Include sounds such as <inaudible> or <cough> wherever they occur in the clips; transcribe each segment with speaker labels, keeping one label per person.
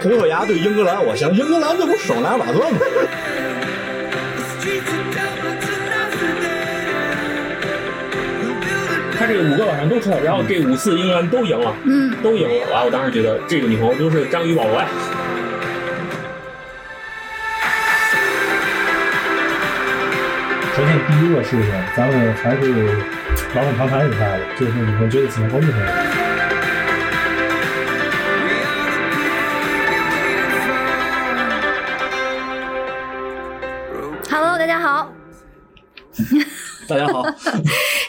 Speaker 1: 葡萄牙对英格兰，我想英格兰这不手拿把攥吗？
Speaker 2: 他这五个晚上都出来，然后这五次英格兰都赢了，
Speaker 3: 嗯，
Speaker 2: 都赢了。哇，我当时觉得这个女朋友就是章鱼宝宝呀。
Speaker 4: 首先第一个事情，咱们还是老老常谈一下吧，就是你们觉得怎么公平？
Speaker 3: Hello，大家好，
Speaker 2: 大家好，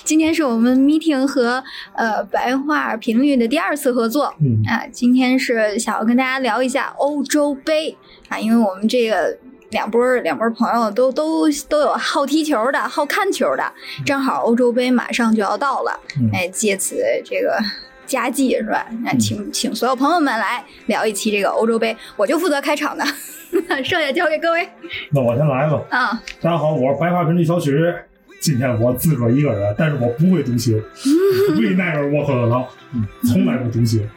Speaker 3: 今天是我们 meeting 和呃白话频率的第二次合作
Speaker 4: 嗯，
Speaker 3: 啊，今天是想要跟大家聊一下欧洲杯啊，因为我们这个。两波儿两波儿朋友都都都有好踢球的、好看球的，正好欧洲杯马上就要到了，
Speaker 4: 嗯
Speaker 3: 哎，借此这个佳绩是吧？那
Speaker 4: 嗯
Speaker 3: 请请所有朋友们来聊一期这个欧洲杯，我就负责开场的， <laughs> 剩下交给各位
Speaker 4: 那我先来吧。
Speaker 3: 啊。
Speaker 4: 大家好，我是白话频率小曲。今天我自个儿一个人，但是我不会读写，为奈尔我可能嗯从来不读写。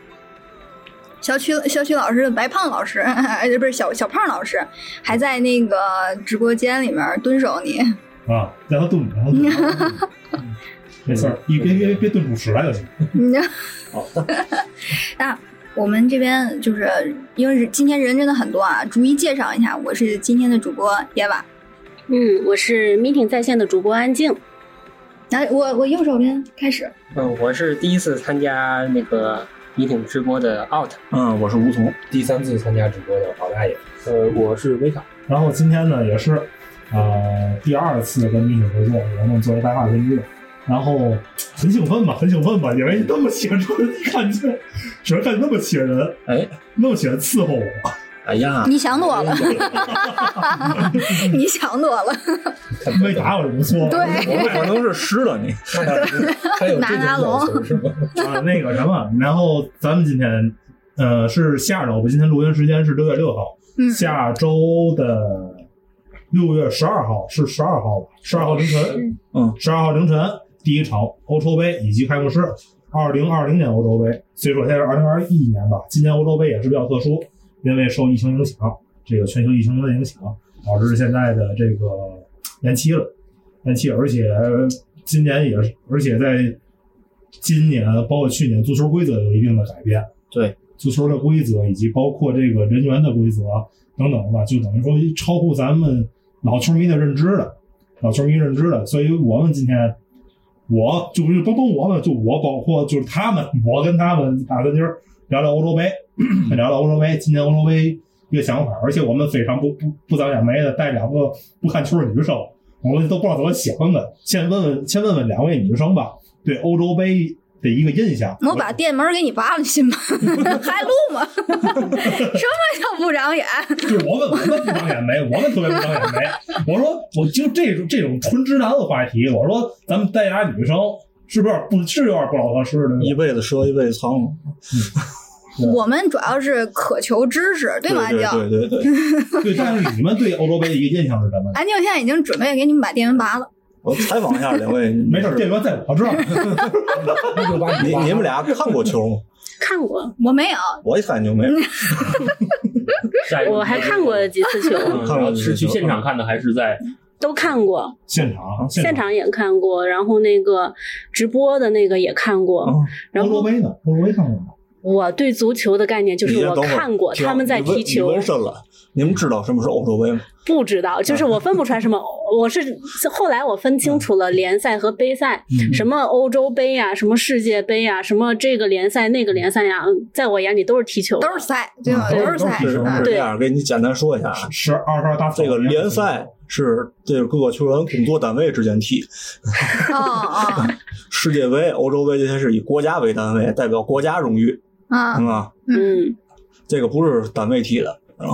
Speaker 3: 小曲小曲老师的白胖老师， <laughs> 哎不是小小胖老师，还在那个直播间里面蹲守你。
Speaker 4: 啊，让他炖着，让他炖着嗯没事儿，一别别别炖出屎来就行。
Speaker 3: 你这
Speaker 2: 好，
Speaker 3: <laughs> 那我们这边就是因为是今天人真的很多啊，逐一介绍一下。我是今天的主播野瓦，
Speaker 5: 嗯，我是 meeting 在线的主播安静。
Speaker 3: 来我我右手边开始。
Speaker 6: 嗯，我是第一次参加那个迷挺直播的 out，
Speaker 1: 嗯，我是吴从，
Speaker 7: 第三次参加直播的老大爷，呃，我是维卡，
Speaker 4: 然后今天呢，也是呃第二次跟蜜雪合作，我们作为白话跟约，然后很兴奋吧，很兴奋吧，因为那么些人看见，只能看见那么些人，
Speaker 1: 哎，
Speaker 4: 那么些人伺候我，
Speaker 1: 哎呀，
Speaker 3: 你想多了， <laughs> 你想多了，
Speaker 4: 没打我就不错了。
Speaker 3: 对
Speaker 1: 我可能是湿了你。
Speaker 7: 还有这
Speaker 3: 拿
Speaker 7: 种
Speaker 3: 拿
Speaker 7: 表
Speaker 3: 龙
Speaker 7: 情是吗？
Speaker 4: <laughs> 啊，那个什么，然后咱们今天呃是下周，我们今天录音时间是六月六号，
Speaker 3: 嗯，
Speaker 4: 下周的六月十二号是十二号吧？十二号凌晨，
Speaker 1: 嗯，
Speaker 4: 十二号凌晨第一场欧洲杯以及开幕式，二零二零年欧洲杯。所以说现在是二零二一年吧，今年欧洲杯也是比较特殊，因为受疫情影响，这个全球疫情的影响，导致现在的这个延期了，延期，而且今年也是，而且在今年包括去年足球规则有一定的改变，
Speaker 1: 对
Speaker 4: 足球的规则以及包括这个人员的规则等等吧，就等于说超乎咱们老球迷的认知了，老球迷认知了，所以我们今天。我就不是甭甭我们，就我包括就是他们，我跟他们打个今儿聊聊欧洲杯，聊聊欧洲杯，今年欧洲杯一个想法，而且我们非常不不不长眼眉的带两个不看球的女生，我们都不知道怎么想的。先问问，先问问两位女生吧，对欧洲杯的一个印象。
Speaker 3: 我把店门给你扒了行吗？ <laughs> 还录吗？ <laughs> 什么叫不长眼？
Speaker 4: 就是我们我们不长眼眉，我们特别不长眼眉。我说，我就这种这种纯直男的话题，我说咱们带俩女生是不是有点不是有点不老合适的？
Speaker 1: 一辈子赊一辈子苍蝇，
Speaker 4: 对
Speaker 3: 我们主要是渴求知识，对吗？安
Speaker 1: 对
Speaker 3: 静，
Speaker 1: 对对对对，
Speaker 4: 对，但是你们对欧洲杯的一个印象是什么？
Speaker 3: 安静现在已经准备给你们把店门拔了。
Speaker 1: 我采访一下两位，
Speaker 4: 没事，店员在我这儿。
Speaker 7: 那就把
Speaker 1: 你
Speaker 7: 把
Speaker 1: 你们俩看过球吗？
Speaker 5: 看过，
Speaker 3: 我没有，
Speaker 1: 我一看就没有。
Speaker 2: 下一个
Speaker 5: 我还看过几次球，
Speaker 1: <laughs>
Speaker 2: 嗯，然后是去现场看的还是在
Speaker 5: 都看过，
Speaker 4: 现场，
Speaker 5: 现场也看过，然后那个直播的那个也看过。
Speaker 1: 哦
Speaker 5: 然
Speaker 4: 欧洲
Speaker 5: 后
Speaker 4: 杯呢？欧洲杯看过吗？
Speaker 5: 我对足球的概念就
Speaker 1: 你
Speaker 5: 是
Speaker 1: 先
Speaker 5: 我
Speaker 1: 等会儿
Speaker 5: 看过
Speaker 1: 停
Speaker 5: 他们在
Speaker 1: 你问
Speaker 5: 踢球
Speaker 1: 你，纹身了，你们知道什么是欧洲杯吗？
Speaker 5: 不知道，
Speaker 1: 啊
Speaker 5: 就是我分不出
Speaker 1: <laughs>
Speaker 5: 来什么。我是后来我分清楚
Speaker 1: 嗯
Speaker 5: 了联赛和杯赛，什么欧洲杯呀、什么世界杯呀、什么这个联赛那个联赛呀、在我眼里都是踢球的。
Speaker 3: 都是赛，对吧？
Speaker 4: 嗯
Speaker 3: 都是赛
Speaker 4: 都
Speaker 1: 是
Speaker 4: 是
Speaker 1: 是
Speaker 4: 嗯
Speaker 3: 啊
Speaker 1: 这样，给你简单说一下啊。
Speaker 4: 十二十二大草
Speaker 1: 这
Speaker 4: 原
Speaker 1: 个联赛是这个各个球员工作单位之间踢， <laughs>
Speaker 3: 哦
Speaker 1: 世界杯、欧洲杯这些是以国家为单位，代表国家荣誉，
Speaker 3: 哦啊
Speaker 1: 嗯啊，
Speaker 5: 嗯，
Speaker 1: 这个不是单位踢的，啊，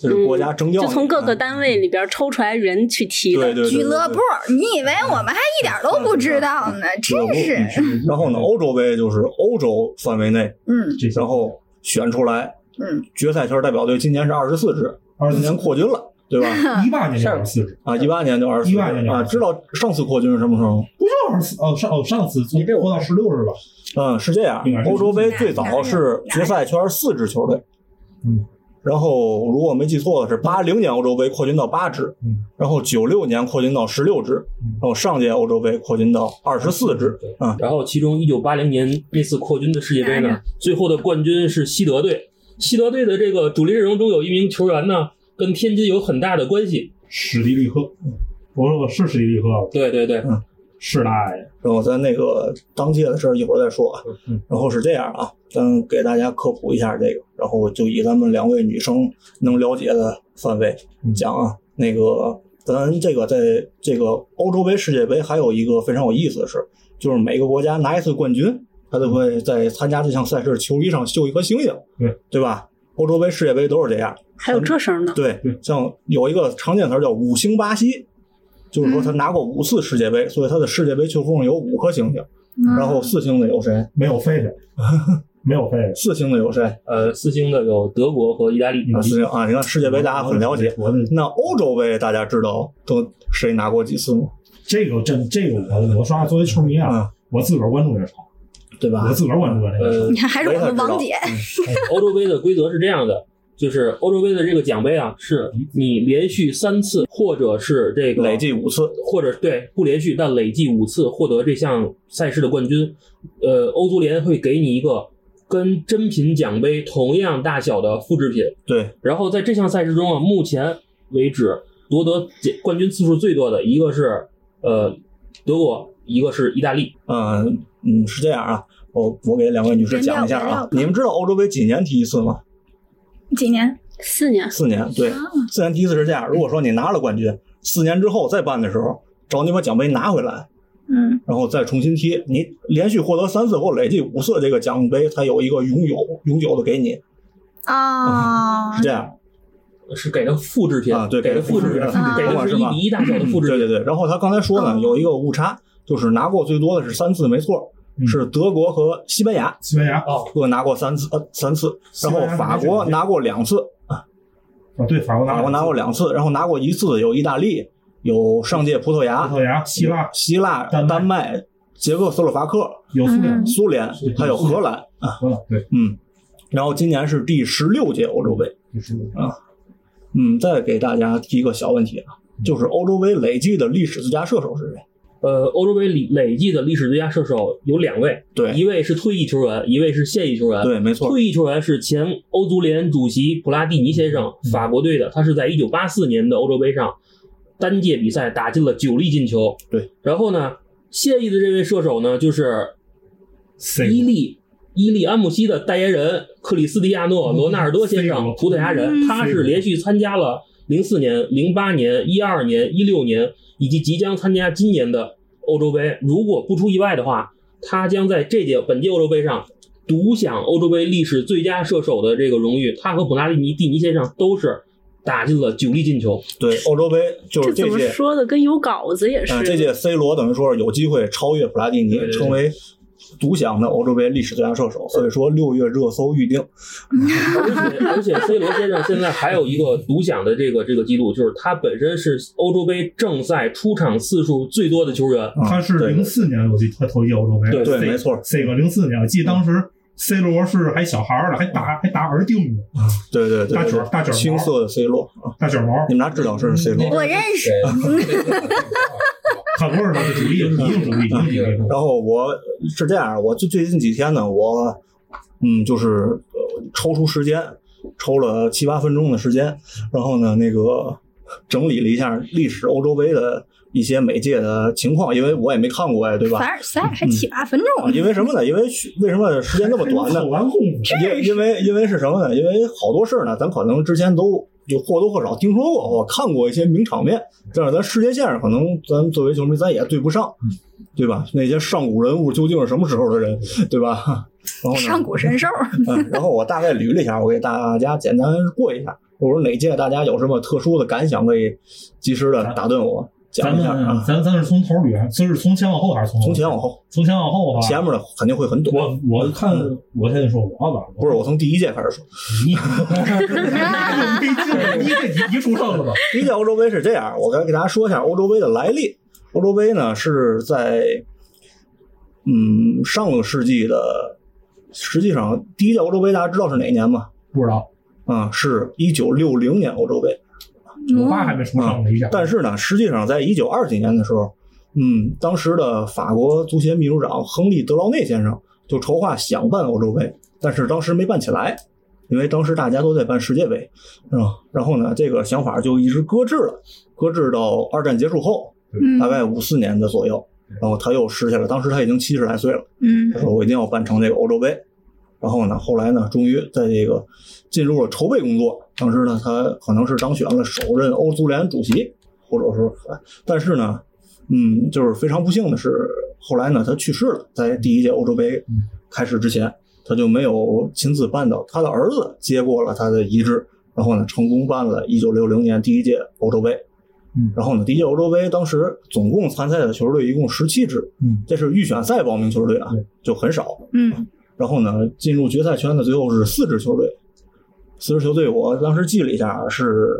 Speaker 1: 这是国家征调
Speaker 5: 就
Speaker 1: 的，
Speaker 5: 从各个
Speaker 1: 嗯
Speaker 5: 单位里边抽出来人去踢
Speaker 1: 对
Speaker 5: 的。
Speaker 1: 对
Speaker 3: 俱乐部。，你以为我们还一点都不知道呢？
Speaker 1: 俱乐部
Speaker 3: 真是，
Speaker 1: 然后呢，欧洲杯就是欧洲范围内，
Speaker 3: 嗯
Speaker 4: 这些
Speaker 1: 然后选出来
Speaker 3: 嗯，
Speaker 1: 决赛圈代表队，今年是二十四支，
Speaker 4: 二
Speaker 1: 今
Speaker 4: 十
Speaker 1: 年
Speaker 4: 年，
Speaker 1: 扩军了，对
Speaker 5: <laughs>
Speaker 1: 吧？
Speaker 4: 一八年就二十四支，
Speaker 1: 啊，一八年就二十，
Speaker 4: 18年就
Speaker 1: 啊，
Speaker 4: 24
Speaker 1: 知道上次扩军是什么时候吗？
Speaker 4: 不就二十四？哦，上哦上次从
Speaker 7: 你这我
Speaker 4: 活到十六是吧？
Speaker 1: 嗯，是这样
Speaker 4: 应该，是
Speaker 1: 欧洲杯最早是决赛圈四支球队，
Speaker 4: 嗯，
Speaker 1: 然后如果我没记错的是，八零年欧洲杯扩军到八支
Speaker 8: 嗯，
Speaker 1: 然后九六年扩军到十六支，
Speaker 8: 嗯
Speaker 1: 然后上届欧洲杯扩军到二十四支。
Speaker 7: 对
Speaker 1: 嗯，
Speaker 2: 然后其中一九八零年那次扩军的世界杯呢，最后的冠军是西德队。西德队的这个主力阵容中有一名球员呢，跟天津有很大的关系。
Speaker 8: 史蒂利科，我说我是史蒂利科，
Speaker 2: 对对对，
Speaker 8: 是大爷，
Speaker 1: 然后咱那个当届的事儿一会儿再说啊。
Speaker 8: 嗯
Speaker 1: 然后是这样啊，咱给大家科普一下这个，然后就以咱们两位女生能了解的范围
Speaker 8: 嗯
Speaker 1: 讲啊。那个咱这个在这个欧洲杯、世界杯还有一个非常有意思的事，就是每个国家拿一次冠军，他都会在参加这项赛事的球衣上绣一颗星星，
Speaker 8: 对
Speaker 1: 对吧？欧洲杯、世界杯都是这样。
Speaker 5: 还有这声儿呢。
Speaker 1: 对
Speaker 8: 对，
Speaker 1: 像有一个常见词儿叫“五星巴西”，就是说他拿过五次世界杯，所以他的世界杯球风上有五颗星星。
Speaker 3: 嗯
Speaker 1: 然后四星的有谁？
Speaker 8: 没有
Speaker 1: <laughs>
Speaker 8: 狒狒，没有狒狒，
Speaker 1: 四星的有谁？
Speaker 2: 呃，四星的有德国和意大利。
Speaker 1: 啊，四星啊！你看世界杯大家很了解，
Speaker 8: 我的
Speaker 1: 那欧洲杯大家知道都谁拿过几次吗？
Speaker 8: 这个这这个我我说话作为球迷啊
Speaker 1: 啊，
Speaker 8: 我自个儿关注也少，
Speaker 1: 对吧
Speaker 8: 我？自个儿关注的这个
Speaker 1: 嗯
Speaker 2: 呃
Speaker 3: 你，看，还是我
Speaker 1: 没
Speaker 3: 们
Speaker 1: 他知道嗯
Speaker 3: 王姐，
Speaker 2: 欧洲杯的规则是这样的，就是欧洲杯的这个奖杯啊，是你连续三次，或者是这个
Speaker 1: 累计五次，
Speaker 2: 或者对不连续但累计五次获得这项赛事的冠军，呃，欧足联会给你一个跟真品奖杯同样大小的复制品。
Speaker 1: 对，
Speaker 2: 然后在这项赛事中啊，目前为止夺得冠军次数最多的一个是呃德国，一个是意大利。
Speaker 1: 嗯嗯，是这样啊。我我给两位女士讲一下
Speaker 3: 原谅原
Speaker 1: 啊
Speaker 3: 谅，
Speaker 1: 你们知道欧洲杯几年踢一次吗？
Speaker 3: 几年？
Speaker 5: 四年，
Speaker 1: 四年，对，
Speaker 3: 啊
Speaker 1: 四年第一次是这样。如果说你拿了冠军，四年之后再办的时候，找你把奖杯拿回来，
Speaker 3: 嗯，
Speaker 1: 然后再重新踢。你连续获得三次或累计五次这个奖杯，它有一个永久永久的给你，
Speaker 3: 哦
Speaker 1: 是，这样。
Speaker 2: 是给的复制品
Speaker 1: 啊对
Speaker 2: 给的复制品
Speaker 1: 给的复
Speaker 3: 制
Speaker 2: 给的是
Speaker 3: 品
Speaker 2: 一比一大小的复制
Speaker 1: 嗯对
Speaker 2: 品。
Speaker 1: 对对。然后他刚才说呢，
Speaker 3: 哦
Speaker 1: 有一个误差，就是拿过最多的是三次，没错，
Speaker 8: 嗯
Speaker 1: 是德国和西班牙
Speaker 8: 西班牙啊，
Speaker 1: 各拿过三次，呃，三次。
Speaker 8: 西
Speaker 1: 然
Speaker 8: 班
Speaker 1: 后
Speaker 8: 牙
Speaker 1: 法国拿过两次，
Speaker 8: 对法国拿
Speaker 1: 法国拿过两次，然后拿过一次有意大利，有上届葡萄牙、
Speaker 8: 葡萄牙、希腊、
Speaker 1: 希腊、
Speaker 8: 丹麦
Speaker 1: 丹麦、捷克斯洛伐克。
Speaker 8: 有苏联
Speaker 3: 嗯、
Speaker 1: 苏联
Speaker 8: 苏联
Speaker 1: 还有荷兰，
Speaker 8: 荷兰，对，
Speaker 1: 嗯，然后今年是第十六届欧洲杯，
Speaker 8: 就是
Speaker 1: 嗯，再给大家提一个小问题啊，就是欧洲杯累计的历史最佳射手是谁？
Speaker 2: 呃，欧洲杯里累计的历史最佳射手有两位，
Speaker 1: 对
Speaker 2: 一位是退役球员，一位是现役球员。
Speaker 1: 对，没错，
Speaker 2: 退役球员是前欧足联主席普拉蒂尼先生，法国队的，他是在一九八四年的欧洲杯上单届比赛打进了九粒进球。
Speaker 1: 对，
Speaker 2: 然后呢，现役的这位射手呢，就是伊
Speaker 1: 嗯
Speaker 8: C
Speaker 2: 利伊利安慕希的代言人克里斯蒂亚诺罗纳尔多先
Speaker 8: 这
Speaker 2: 生
Speaker 8: 个，
Speaker 2: 葡萄牙人，
Speaker 5: 嗯
Speaker 2: 他是连续参加了零四年、零八年、一二年、一六年，以及即将参加今年的欧洲杯。如果不出意外的话，他将在这届本届欧洲杯上独享欧洲杯历史最佳射手的这个荣誉。他和普拉蒂尼蒂尼先生都是打进了九粒进球。
Speaker 1: 对，欧洲杯就是这
Speaker 5: 这怎么
Speaker 1: 届，
Speaker 5: 说的？跟有稿子也是。
Speaker 1: 嗯，这届 C 罗等于说是有机会超越普拉蒂尼
Speaker 2: 对，对对
Speaker 1: 成为。独享的欧洲杯历史最佳射手，所以说六月热搜预定。
Speaker 2: 而且而且，C 罗先生现在还有一个独享的这个这个记录，就是他本身是欧洲杯正赛出场次数最多的球员。
Speaker 1: 嗯
Speaker 8: 他是
Speaker 1: 对
Speaker 8: 零四年我记得他头一届欧洲杯，
Speaker 2: 对
Speaker 1: 对
Speaker 8: C-
Speaker 1: 没错
Speaker 8: ，C 哥零四年，我记得当时 C 罗是还小孩儿呢，还
Speaker 1: 嗯
Speaker 8: 打还打耳钉呢，
Speaker 1: 对对对
Speaker 8: 大卷
Speaker 1: 对
Speaker 8: 儿大卷儿毛
Speaker 1: 青涩的 C 罗，嗯啊
Speaker 8: 大卷毛，
Speaker 1: 你们俩知道这是 C 罗。
Speaker 3: 我认识，
Speaker 8: 很多人都是主
Speaker 1: 嗯
Speaker 8: 力，一定主力，一定主力。
Speaker 1: 然后我是这样，我最最近几天呢，我嗯，就是呃抽出时间，抽了七八分钟的时间，然后呢，那个整理了一下历史欧洲杯的一些每届的情况，因为我也没看过呀，对吧？
Speaker 3: 凡尔赛还七八分
Speaker 1: 啊
Speaker 3: 钟，
Speaker 1: 因为什么呢？因为去为什么时间那么短呢
Speaker 8: 口？完功夫，
Speaker 1: 因因为因为是什么呢？因为好多事儿呢，咱可能之前都就或多或少听说过，我看过一些名场面，但是咱世界线上可能咱作为球迷咱也对不上，对吧？那些上古人物究竟是什么时候的人，对吧？ <laughs> 然后呢？
Speaker 3: 上古神兽，
Speaker 1: 嗯，然后我大概捋了一下，我给大家简单过一下，我说哪届大家有什么特殊的感想，可以及时的打断我
Speaker 8: 咱
Speaker 1: 讲一
Speaker 8: 们
Speaker 1: 下
Speaker 8: 咱
Speaker 1: 啊。
Speaker 8: 咱咱是从头捋，还是从前往后还是从
Speaker 1: 从前往后，
Speaker 8: 从前往后的话，
Speaker 1: 前面的肯定会很短。
Speaker 8: 我我看我现在说我吧，
Speaker 1: 不是，我从第一届开始说。
Speaker 8: 你，你这你出生了吧？
Speaker 1: 第一届欧洲杯是这样，我该给大家说一下欧洲杯的来历。欧洲杯呢是在嗯上个世纪的，实际上第一届欧洲杯大家知道是哪年吗？
Speaker 8: 不知道，
Speaker 1: 啊，是一九六零年欧洲杯。嗯
Speaker 8: 我爸还没出生呢，一下。
Speaker 1: 但是呢，实际上在一九二几年的时候，嗯，当时的法国足协秘书长亨利·德劳内先生就筹划想办欧洲杯，但是当时没办起来，因为当时大家都在办世界杯，啊，然后呢，这个想法就一直搁置了，搁置到二战结束后，
Speaker 3: 嗯
Speaker 1: 大概五四年的左右，然后他又拾起来，当时他已经七十来岁了。
Speaker 3: 嗯
Speaker 1: 他说我一定要办成这个欧洲杯。然后呢，后来呢，终于在这个进入了筹备工作。当时呢，他可能是当选了首任欧足联主席，或者说，但是呢，嗯，就是非常不幸的是，后来呢，他去世了，在第一届欧洲杯开始之前，他就没有亲自办到。他的儿子接过了他的遗志，然后呢，成功办了1960年第一届欧洲杯。
Speaker 8: 嗯
Speaker 1: 然后呢，第一届欧洲杯当时总共参赛的球队一共十七支，
Speaker 8: 嗯，
Speaker 1: 这是预选赛报名球队啊
Speaker 8: 对，
Speaker 1: 就很少。
Speaker 3: 嗯
Speaker 1: 然后呢，进入决赛圈的最后是四支球队，四支球队我当时记了一下，是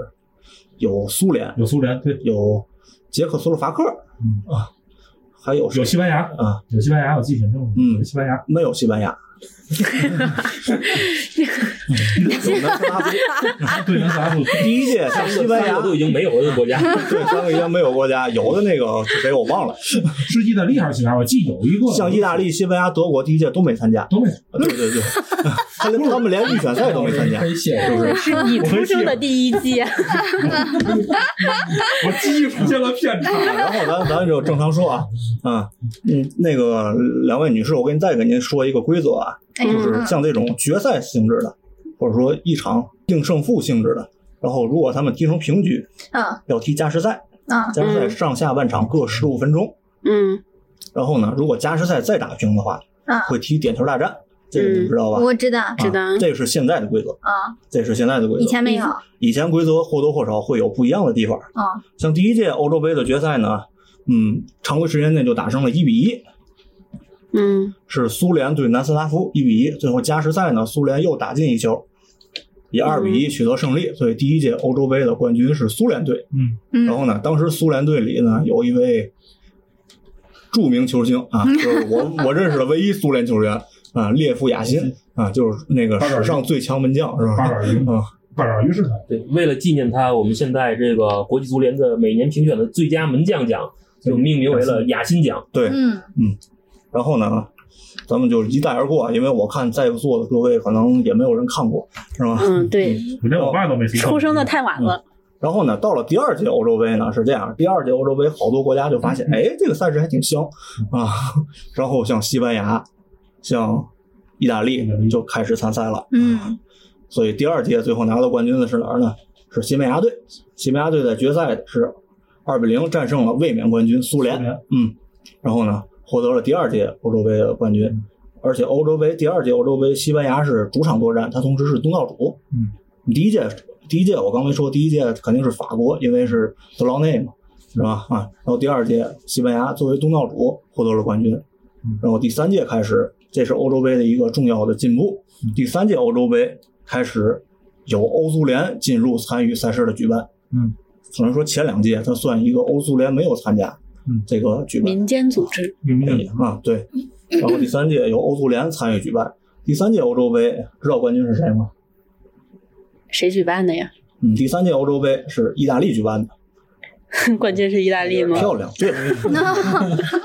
Speaker 1: 有苏联，
Speaker 8: 有苏联，对，
Speaker 1: 有捷克斯洛伐克
Speaker 8: 嗯
Speaker 1: 啊，还有
Speaker 8: 有西班牙，
Speaker 1: 啊，
Speaker 8: 有西班牙，我记挺清楚。
Speaker 1: 嗯
Speaker 8: 有西班牙，
Speaker 1: 没有西班牙，有南斯拉夫。
Speaker 8: 对，南斯拉夫，
Speaker 1: 第一届像西班
Speaker 2: 三
Speaker 1: 牙
Speaker 2: 个，都已经没有的国家，
Speaker 1: 对三个央没有国家，有的那个是谁我忘了，
Speaker 8: 是意大利还是西班牙？我记有一个
Speaker 1: 像意大利、西班牙、德国第一届都没参加。
Speaker 4: <laughs>
Speaker 8: 都没。
Speaker 1: 啊对对对，他连他们连预选赛都没参加
Speaker 7: 黑。线
Speaker 1: 嗯
Speaker 7: 就是
Speaker 5: 是你出生的第一
Speaker 1: <laughs>
Speaker 5: 季，
Speaker 8: 我记忆出现了偏
Speaker 5: <laughs>
Speaker 8: 差。
Speaker 1: 然后咱咱就正常说啊，啊，嗯，那个两位女士，我给你再给您说一个规则啊，
Speaker 3: 哎呀
Speaker 1: 就是像这种决赛性质的，或者说一场定胜负性质的，然后如果他们踢成平局，
Speaker 3: 嗯
Speaker 1: 要踢加时赛，
Speaker 3: 嗯
Speaker 1: 加时赛上下半场各十五分钟，
Speaker 5: 嗯，
Speaker 1: 然后呢，如果加时赛再打平的话，
Speaker 3: 嗯，
Speaker 1: 会踢点球大战，这个你们知道吧？
Speaker 3: 我知道
Speaker 5: 知道
Speaker 1: 啊这是现在的规则，
Speaker 3: 啊，
Speaker 1: 这是现在的规则。
Speaker 3: 以前没有
Speaker 1: 以前规则或多或少会有不一样的地方。
Speaker 3: 啊，
Speaker 1: 像第一届欧洲杯的决赛呢，嗯，常规时间内就打成了一比一，
Speaker 5: 嗯
Speaker 1: 是苏联对南斯拉夫一比一，最后加时赛呢，苏联又打进一球，以二比一取得胜利，所以第一届欧洲杯的冠军是苏联队。
Speaker 8: 嗯，
Speaker 3: 嗯
Speaker 1: 然后呢，当时苏联队里呢有一位著名球星啊，就是我我认识的唯一苏联球员啊，列夫雅辛啊，就是那个
Speaker 8: 巴尔
Speaker 1: 史上最强门将是
Speaker 8: 巴
Speaker 1: 吧？
Speaker 8: 尔于
Speaker 1: 啊，
Speaker 8: 巴尔于是他，
Speaker 2: 对，为了纪念他，我们现在这个国际足联的每年评选的最佳门将奖就命名为了雅辛奖。
Speaker 1: 对，
Speaker 3: 嗯
Speaker 1: 然后呢，咱们就一带而过，因为我看在座的各位可能也没有人看过，是吧？
Speaker 5: 嗯，对，
Speaker 8: 我连我爸都没听过
Speaker 5: 出生的太晚了，
Speaker 1: 然后呢，到了第二届欧洲杯呢是这样，第二届欧洲杯好多国家就发现，哎，这个赛事还挺香啊。 <laughs> 然后像西班牙、像意大利就开始参赛了，
Speaker 3: 嗯
Speaker 1: 所以第二届最后拿到冠军的是哪儿呢？是西班牙队。西班牙队在决赛是二比零战胜了卫冕冠军苏联
Speaker 8: 苏，联
Speaker 1: 嗯，然后呢获得了第二届欧洲杯的冠军，而且欧洲杯第二届欧洲杯西班牙是主场作战，它同时是东道主。
Speaker 8: 嗯，
Speaker 1: 第一届第一届我刚才说第一届肯定是法国，因为是德劳内嘛，是吧？啊，然后第二届西班牙作为东道主获得了冠军，然后第三届开始，这是欧洲杯的一个重要的进步。第三届欧洲杯开始有欧足联进入参与赛事的举办。
Speaker 8: 嗯，
Speaker 1: 可能说前两届它算一个欧足联没有参加
Speaker 8: 嗯
Speaker 1: 这个举办。
Speaker 5: 民间组织，
Speaker 8: 明白
Speaker 4: 嗯
Speaker 1: 对啊，对。然后第三届由欧足联参与举办。第三届欧洲杯，知道冠军是谁吗？
Speaker 5: 谁举办的呀？ <laughs>
Speaker 1: 嗯，第三届欧洲杯是意大利举办的，
Speaker 5: 冠军是意大利吗？
Speaker 1: 漂亮。对，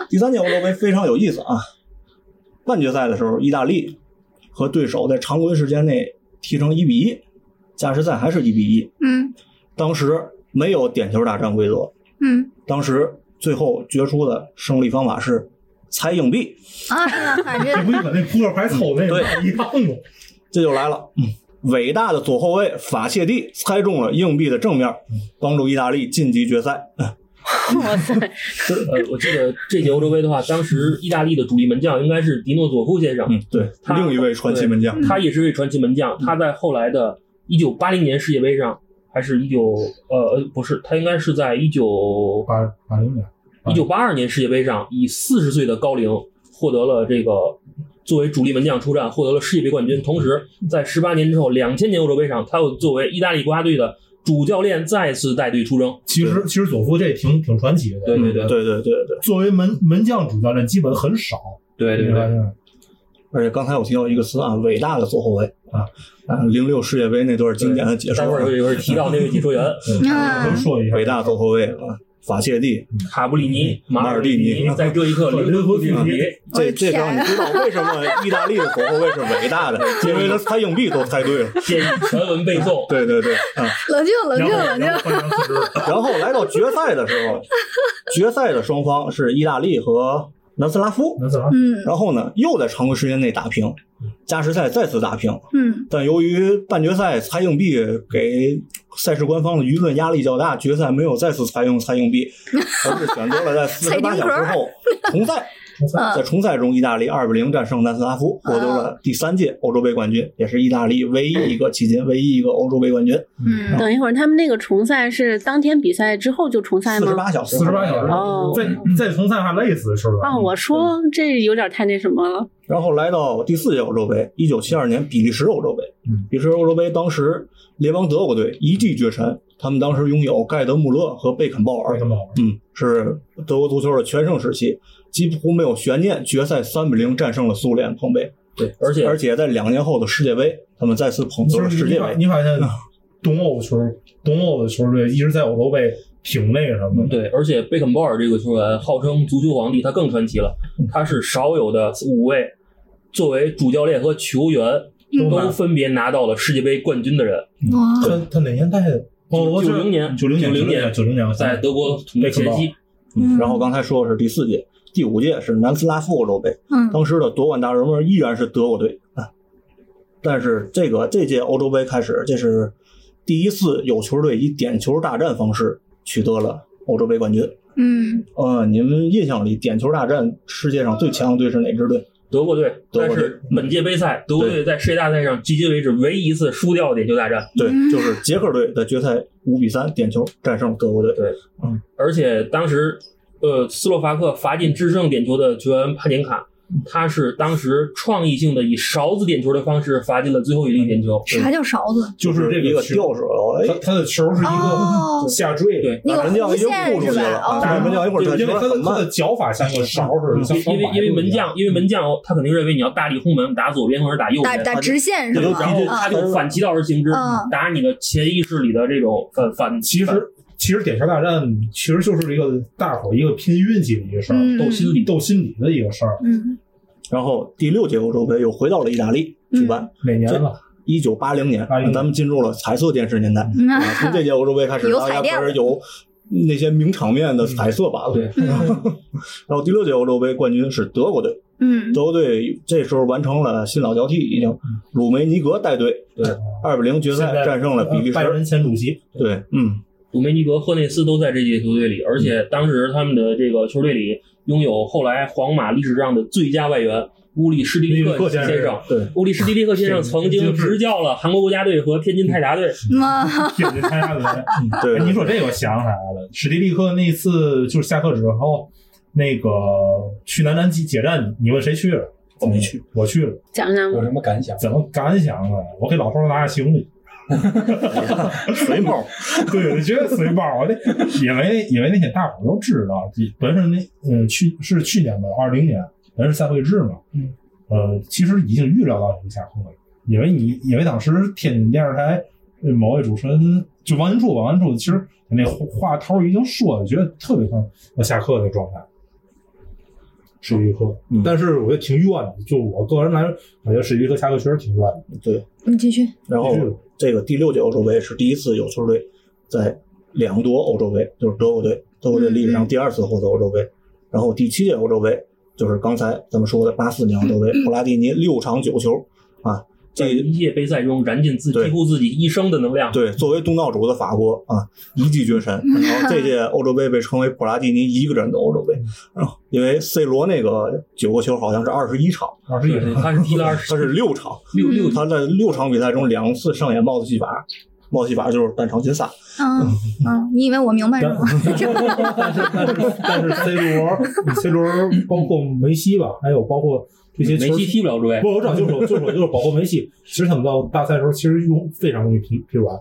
Speaker 1: 第三届欧洲杯非常有意思啊。半决赛的时候，意大利和对手在常规时间内踢成一比一，加时赛还是一比一。
Speaker 3: 嗯
Speaker 1: 当时没有点球大战规则，
Speaker 3: 嗯
Speaker 1: 当时最后决出的胜利方法是猜硬币。
Speaker 3: 啊，是的，反
Speaker 8: 这
Speaker 3: 正
Speaker 8: 不就跟那扑克牌凑那个一样吗？
Speaker 1: 这就来了，嗯，伟大的左后卫法切蒂猜中了硬币的正面，帮助意大利晋级决赛。
Speaker 5: 哇
Speaker 1: <laughs>
Speaker 5: 塞，
Speaker 2: 呃，我记得这届欧洲杯的话，当时意大利的主力门将应该是迪诺佐夫先生，
Speaker 1: 嗯，对，
Speaker 2: 他
Speaker 1: 另一位传奇门将，
Speaker 2: 他也是位传奇门将。他在后来的1980年世界杯上，还是一九呃呃不是，他应该是在一九
Speaker 8: 八八零年，
Speaker 2: 一九八二年世界杯上，以四十岁的高龄获得了这个作为主力门将出战，获得了世界杯冠军。同时，在十八年之后，两千年欧洲杯上，他又作为意大利国家队的主教练再次带队出征。
Speaker 8: 其实其实佐夫这挺挺传奇的。
Speaker 2: 对对对
Speaker 7: 嗯
Speaker 1: 对对对对对。
Speaker 8: 作为门门将主教练，基本很少。
Speaker 2: 对
Speaker 8: 对
Speaker 2: 对对，
Speaker 8: 对，
Speaker 1: 而且刚才我提到一个词啊，伟大的左后卫，啊，零六世界杯那段经典的解说
Speaker 2: 待，会儿有一会儿提到那位解说员
Speaker 1: 嗯
Speaker 8: 嗯
Speaker 4: 都
Speaker 3: 啊，
Speaker 4: 说一下
Speaker 1: 伟大头后卫啊，法切蒂，
Speaker 2: 卡布里尼、马尔蒂
Speaker 1: 马尔蒂尼
Speaker 2: 在这一刻
Speaker 1: <laughs>
Speaker 2: 灵魂具体，
Speaker 3: 我
Speaker 1: 这
Speaker 3: 的
Speaker 1: 这时候
Speaker 3: 天
Speaker 1: 你
Speaker 3: 啊
Speaker 1: 知道为什么意大利的左后卫是伟大的， <laughs> 因为他他硬币都猜对了。
Speaker 2: 建议全文背诵。
Speaker 1: 对对对，啊，
Speaker 3: 冷静冷
Speaker 4: 然
Speaker 3: 静
Speaker 4: 后
Speaker 3: 冷静
Speaker 4: 然，后换成四肢了
Speaker 1: 然后来到决赛的时候，决赛的双方是意大利和南斯拉夫，
Speaker 4: 那咋？
Speaker 3: 嗯
Speaker 1: 然后呢又在常规时间内打平，加时赛再次打平，
Speaker 3: 嗯
Speaker 1: 但由于半决赛猜硬币给赛事官方的舆论压力较大，决赛没有再次采用猜硬币，而是选择了在四十八小时后重赛。在重赛中，意大利二比零战胜南斯拉夫，获得了第三届欧洲杯冠军，也是意大利唯一一个迄今唯一一个欧洲杯冠军。
Speaker 3: 嗯，
Speaker 5: 等一会儿，他们那个重赛是当天比赛之后就重赛
Speaker 1: 四十
Speaker 5: 吗？
Speaker 1: 八小时，
Speaker 4: 四十八小时
Speaker 5: 哦
Speaker 4: 再再重赛还累死是吧？
Speaker 5: 啊，
Speaker 1: 嗯
Speaker 5: 我说这有点太那什么了。
Speaker 1: 然后来到第四届欧洲杯，一九七二年比利时欧洲杯。
Speaker 4: 嗯
Speaker 1: 比利时欧洲杯当时联邦德国队一骑绝尘，他们当时拥有盖德穆勒和贝肯鲍
Speaker 4: 玩
Speaker 1: 尔
Speaker 4: 他，妈玩儿
Speaker 1: 嗯，是德国足球的全盛时期，几乎没有悬念，决赛三比零战胜了苏联捧杯，
Speaker 2: 对，而且
Speaker 1: 而且在两年后的世界杯，他们再次捧
Speaker 4: 其实
Speaker 1: 得了世
Speaker 4: 你
Speaker 1: 界
Speaker 4: 发
Speaker 1: 杯。
Speaker 4: 你发现东欧球东欧的球队一直在欧洲杯挺那个什么的，
Speaker 2: 对，而且贝肯鲍尔这个球员号称足球皇帝，他更传奇了。他是少有的五位作为主教练和球员
Speaker 3: 嗯
Speaker 2: 都分别拿到了世界杯冠军的人，
Speaker 3: 哇，
Speaker 4: 他他哪年带的？哦，
Speaker 2: 90年
Speaker 4: 九零年，
Speaker 2: 90年
Speaker 4: 九零年，
Speaker 2: 在德国统治
Speaker 4: 贝肯
Speaker 2: 前
Speaker 4: 鲍尔
Speaker 2: 夕，
Speaker 3: 嗯
Speaker 1: 然后刚才说的是第四届、第五届是南斯拉夫欧洲杯，
Speaker 3: 嗯
Speaker 1: 当时的夺冠大热门依然是德国队啊。但是这个这届欧洲杯开始，这是第一次有球队以点球大战方式取得了欧洲杯冠军。
Speaker 3: 嗯
Speaker 1: 呃，你们印象里点球大战世界上最强的队是哪支队？
Speaker 2: 德国队。
Speaker 1: 德
Speaker 2: 但
Speaker 1: 国队
Speaker 2: 是本届杯赛，德国队在世界大赛上迄今为止唯一一次输掉点球大战，
Speaker 1: 对
Speaker 3: 嗯，
Speaker 1: 就是捷克队的决赛五比三点球战胜德国队。
Speaker 4: 呃
Speaker 2: 对而且当时，呃，斯洛伐克罚进制胜点球的球员帕年卡。他是当时创意性的以勺子点球的方式罚进了最后一粒点球，
Speaker 3: 啥叫勺
Speaker 1: 啊
Speaker 3: 子？
Speaker 4: 就是这
Speaker 1: 一个
Speaker 4: 球，
Speaker 1: 吊手，哎
Speaker 4: 他，他的球是一个
Speaker 3: 哦，
Speaker 8: 下坠，
Speaker 2: 对
Speaker 3: 那
Speaker 1: 打
Speaker 3: 个
Speaker 1: 门将
Speaker 3: 弧
Speaker 1: 已经扑
Speaker 3: 线
Speaker 1: 出
Speaker 3: 是
Speaker 1: 去
Speaker 3: 吧
Speaker 1: 了，？
Speaker 4: 啊
Speaker 3: 哦，
Speaker 1: 打门将一会儿
Speaker 4: 对
Speaker 1: 传
Speaker 4: 因为
Speaker 1: 球
Speaker 4: 他的
Speaker 1: 很
Speaker 4: 他的
Speaker 1: 慢，
Speaker 4: 脚法像个勺似的，像
Speaker 2: 因
Speaker 4: 双
Speaker 2: 为
Speaker 4: 板
Speaker 2: 因为门
Speaker 4: 一样
Speaker 2: 将，因为门将他肯定认为你要大力轰门，打左边或者打右
Speaker 3: 打
Speaker 2: 边，
Speaker 3: 打
Speaker 2: 他就
Speaker 3: 直线是
Speaker 2: 对
Speaker 3: 吗？
Speaker 2: 然后他
Speaker 3: 啊
Speaker 2: 就反其道而行之
Speaker 3: 嗯，
Speaker 2: 打你的潜意识里的这种反反。
Speaker 4: 其
Speaker 2: 反
Speaker 4: 实其实点球大战其实就是一个大伙儿一个拼运气的一个事儿，
Speaker 3: 嗯
Speaker 2: 斗心理，
Speaker 4: 啊斗心理的一个事儿。
Speaker 3: 嗯
Speaker 1: 然后第六届欧洲杯又回到了意大利举办，
Speaker 4: 哪年了？
Speaker 1: 一九八零年，
Speaker 4: 80年
Speaker 1: 咱们进入了彩色电视年代。
Speaker 3: 嗯 <laughs>
Speaker 1: 啊，从这届欧洲杯开始，
Speaker 3: 有
Speaker 1: 大家
Speaker 3: 彩电
Speaker 1: 开始有那些名场面的彩色版了。
Speaker 2: 对
Speaker 3: 嗯
Speaker 1: 然后第六届欧洲杯冠军是德国队，
Speaker 3: 嗯
Speaker 1: 德国队这时候完成了新老交替，已经鲁梅尼格带队，
Speaker 2: 对，
Speaker 1: 二比零决
Speaker 4: 现在呃
Speaker 1: 赛战胜了比利
Speaker 4: 拜
Speaker 1: 时。
Speaker 4: 仁前主席，
Speaker 1: 对，嗯，
Speaker 2: 鲁梅尼格、赫内斯都在这届球队里，而且当时他们的这个球队里拥有后来皇马历史上的最佳外援乌里施蒂利克
Speaker 4: 先
Speaker 2: 先生。
Speaker 1: 对，
Speaker 2: 乌里施蒂利克先生曾经执教了韩国国家队和天津泰达队，
Speaker 3: 啊
Speaker 4: 天津参加的。
Speaker 1: 嗯对
Speaker 4: 哎，你说这个我想起来了，史蒂利克那次就是下课之后，那个去南站解站，你问谁去了？
Speaker 1: 我没去，
Speaker 4: 我去了，
Speaker 5: 讲讲
Speaker 8: 有什么感想？
Speaker 4: 怎么感想啊？我给老头儿拿下行李，
Speaker 1: 水帽，
Speaker 4: <laughs> 对，我觉得随包我那，因为因为那些大伙儿都知道，本身那嗯去是去年吧，二零年本身赛会制嘛，
Speaker 8: 嗯，
Speaker 4: 呃，其实已经预料到这个下课了，因为你因为当时天津电视台呃某位主持人就王云柱，王云柱其实那话头儿已经说了，觉得特别像要下课的状态。史蒂克
Speaker 1: 嗯，
Speaker 4: 但是我觉得挺远的，就我个人来说，我觉得史蒂克下课确实挺远的。
Speaker 1: 对。
Speaker 3: 你继续，
Speaker 1: 然后
Speaker 4: 是
Speaker 1: 这个第六届欧洲杯是第一次有球队在两夺欧洲杯，就是德国队，德国队历史上第二次获得欧洲杯。然后第七届欧洲杯就是刚才咱们说的八四年欧洲
Speaker 3: <laughs>
Speaker 1: 杯，布拉蒂尼六场九球啊，
Speaker 2: 在
Speaker 1: 这
Speaker 2: 一届杯赛中燃尽自
Speaker 1: 对
Speaker 2: 几乎自己一生的能量。
Speaker 1: 对作为东道主的法国啊一骑绝尘。然后这届欧洲杯被称为布拉蒂尼一个人的欧洲杯，然后因为 C 罗那个九个球好像是二十一场，
Speaker 4: 二十一
Speaker 2: 对，他是踢了二
Speaker 1: 他是六场，
Speaker 2: 六六
Speaker 3: 嗯
Speaker 1: 他在六场比赛中两次上演帽子戏法，帽子戏法就是单场禁赛。
Speaker 3: 嗯嗯，你以为我明白什么？
Speaker 4: 但是但是 <laughs> 但是 C 罗 C 罗包括梅西吧，还有包括这些
Speaker 2: 梅
Speaker 4: 球
Speaker 2: 西踢不了欧洲杯，
Speaker 4: 不，我知道，就是我就是我就是包括梅西，其实他们到大赛的时候，其实用非常容易疲疲软。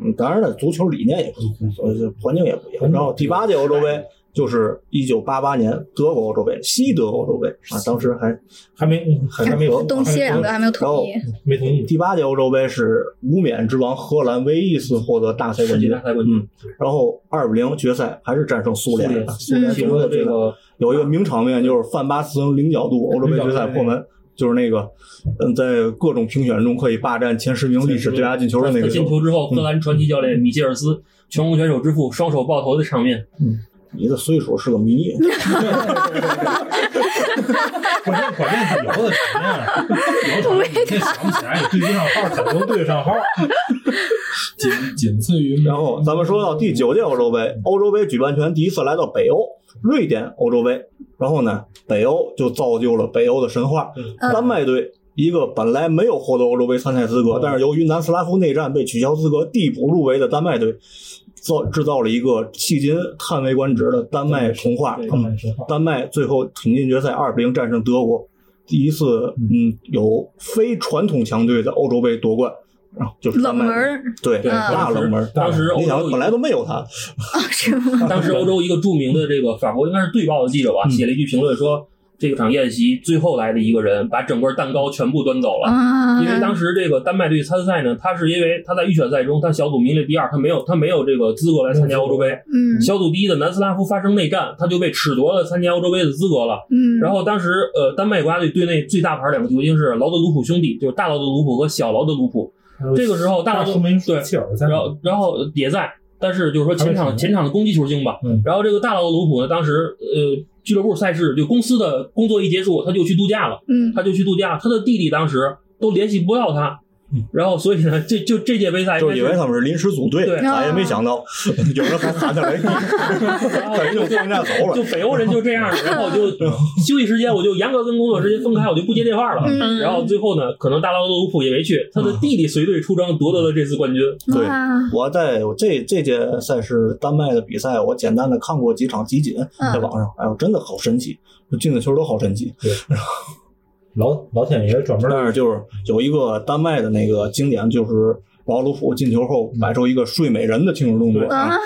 Speaker 1: 嗯，当然了，足球理念也不同，呃，环境也不一样。然后第八届欧洲杯就是一九八八年德国欧洲杯，西德国欧洲杯啊，当时还
Speaker 8: 还没还还没有
Speaker 3: 东西啊
Speaker 1: 啊
Speaker 3: 两个还没有
Speaker 1: 然
Speaker 3: 统
Speaker 1: 后
Speaker 3: 一，
Speaker 8: 没同意。
Speaker 1: 第八届欧洲杯是无冕之王荷兰唯一一次获得大赛
Speaker 2: 世
Speaker 1: 冠
Speaker 2: 界
Speaker 1: 军
Speaker 2: 大，赛冠军，
Speaker 1: 嗯然后二比零决赛还是战胜苏联，苏联
Speaker 2: 其
Speaker 1: 夺
Speaker 2: 中的
Speaker 1: 得了
Speaker 2: 这
Speaker 1: 决赛。
Speaker 2: 个
Speaker 1: 有一个名场面，就是范巴斯滕零角度欧洲杯决赛破门，就是那个嗯，在各种评选中可以霸占前十名历史最佳进球的那个嗯
Speaker 2: 进
Speaker 1: 球。
Speaker 2: 球之后，荷兰传奇教练米切尔斯全国选手之父双手抱头的场面，
Speaker 1: 你的岁数是个谜，
Speaker 8: 关键关键是有的场面，有的场面你这想不起来，也对不上号，怎么都对得
Speaker 2: <laughs>
Speaker 8: 上号。
Speaker 7: 仅仅次于
Speaker 1: 然后咱们说到第九届欧洲杯，欧洲杯举办权第一次来到北欧，瑞典欧洲杯。然后呢，北欧就造就了北欧的神话。
Speaker 3: 嗯
Speaker 1: 丹麦队一个本来没有获得欧洲杯参赛资格，但是由于南斯拉夫内战被取消资格，递补入围的丹麦队，造制造了一个迄今叹为观止的丹麦童话。
Speaker 8: 对，
Speaker 1: 嗯
Speaker 8: 慢说话。
Speaker 1: 丹麦最后挺进决赛二比零战胜德国，第一次嗯有非传统强队在欧洲杯夺冠，然后就是丹
Speaker 3: 冷
Speaker 1: 麦
Speaker 3: 门儿
Speaker 1: 对
Speaker 2: 对
Speaker 1: 大冷门。
Speaker 2: 当时
Speaker 1: 你
Speaker 2: 欧
Speaker 1: 想
Speaker 2: 洲
Speaker 1: 本来都没有他，
Speaker 3: 哦是吗？
Speaker 2: 当时欧洲一个著名的这个法国应该是队报的记者吧，
Speaker 1: 嗯
Speaker 2: 写了一句评论说，这场宴席最后来的一个人把整个蛋糕全部端走了。
Speaker 3: 啊，
Speaker 2: 因为当时这个丹麦队参赛呢，他是因为他在预选赛中他小组名列第二，他没有他没有这个资格来参加欧洲杯。
Speaker 3: 嗯
Speaker 2: 小组第一的南斯拉夫发生内战，他就被褫夺了参加欧洲杯的资格了。
Speaker 3: 嗯，
Speaker 2: 然后当时呃，丹麦国家队队内最大牌两个球星是劳德鲁普兄弟，就是大劳德鲁普和小劳德鲁普。这个时候大
Speaker 8: 大
Speaker 2: 劳德
Speaker 8: 苏梅
Speaker 2: 对，
Speaker 8: 切尔在
Speaker 2: 然后然后也在，但是就是说前
Speaker 8: 还没
Speaker 2: 场
Speaker 8: 成
Speaker 2: 前场的攻击球星吧。
Speaker 8: 嗯
Speaker 2: 然后这个大劳德鲁普呢，当时呃俱乐部赛事就公司的工作一结束，他就去度假了，
Speaker 3: 嗯
Speaker 2: 他就去度假，他的弟弟当时都联系不到他。然后，所以呢，这就这届杯赛应
Speaker 1: 嗯就
Speaker 2: 该
Speaker 1: 是
Speaker 2: 哎是，
Speaker 1: 以为他们是临时组队，
Speaker 2: 对啊
Speaker 1: 咋也没想到 <laughs> 有人还喊他
Speaker 2: <laughs>
Speaker 1: 来，他人就放假走
Speaker 2: 就
Speaker 1: 了。嗯
Speaker 2: 北欧人就这样，然后就休息时间我就严格跟工作时间分开，我就不接电话了。
Speaker 3: 嗯，
Speaker 2: 然后最后呢，可能大劳德鲁普也没去，他的
Speaker 1: 嗯
Speaker 2: 弟弟随队出征夺得了这次冠军。
Speaker 1: 对
Speaker 3: 哇
Speaker 1: 我在我这这届赛事丹麦的比赛，我简单的看过几场集锦，
Speaker 3: 嗯
Speaker 1: 在网上，哎呦，真的好神奇，进的球都好神
Speaker 2: 嗯
Speaker 1: 奇。
Speaker 8: 老老天爷专门
Speaker 1: 但是就是有一个丹麦的那个经典，就是劳鲁普进球后摆出一个睡美人的庆祝动作
Speaker 8: 对
Speaker 1: 啊
Speaker 3: 啊，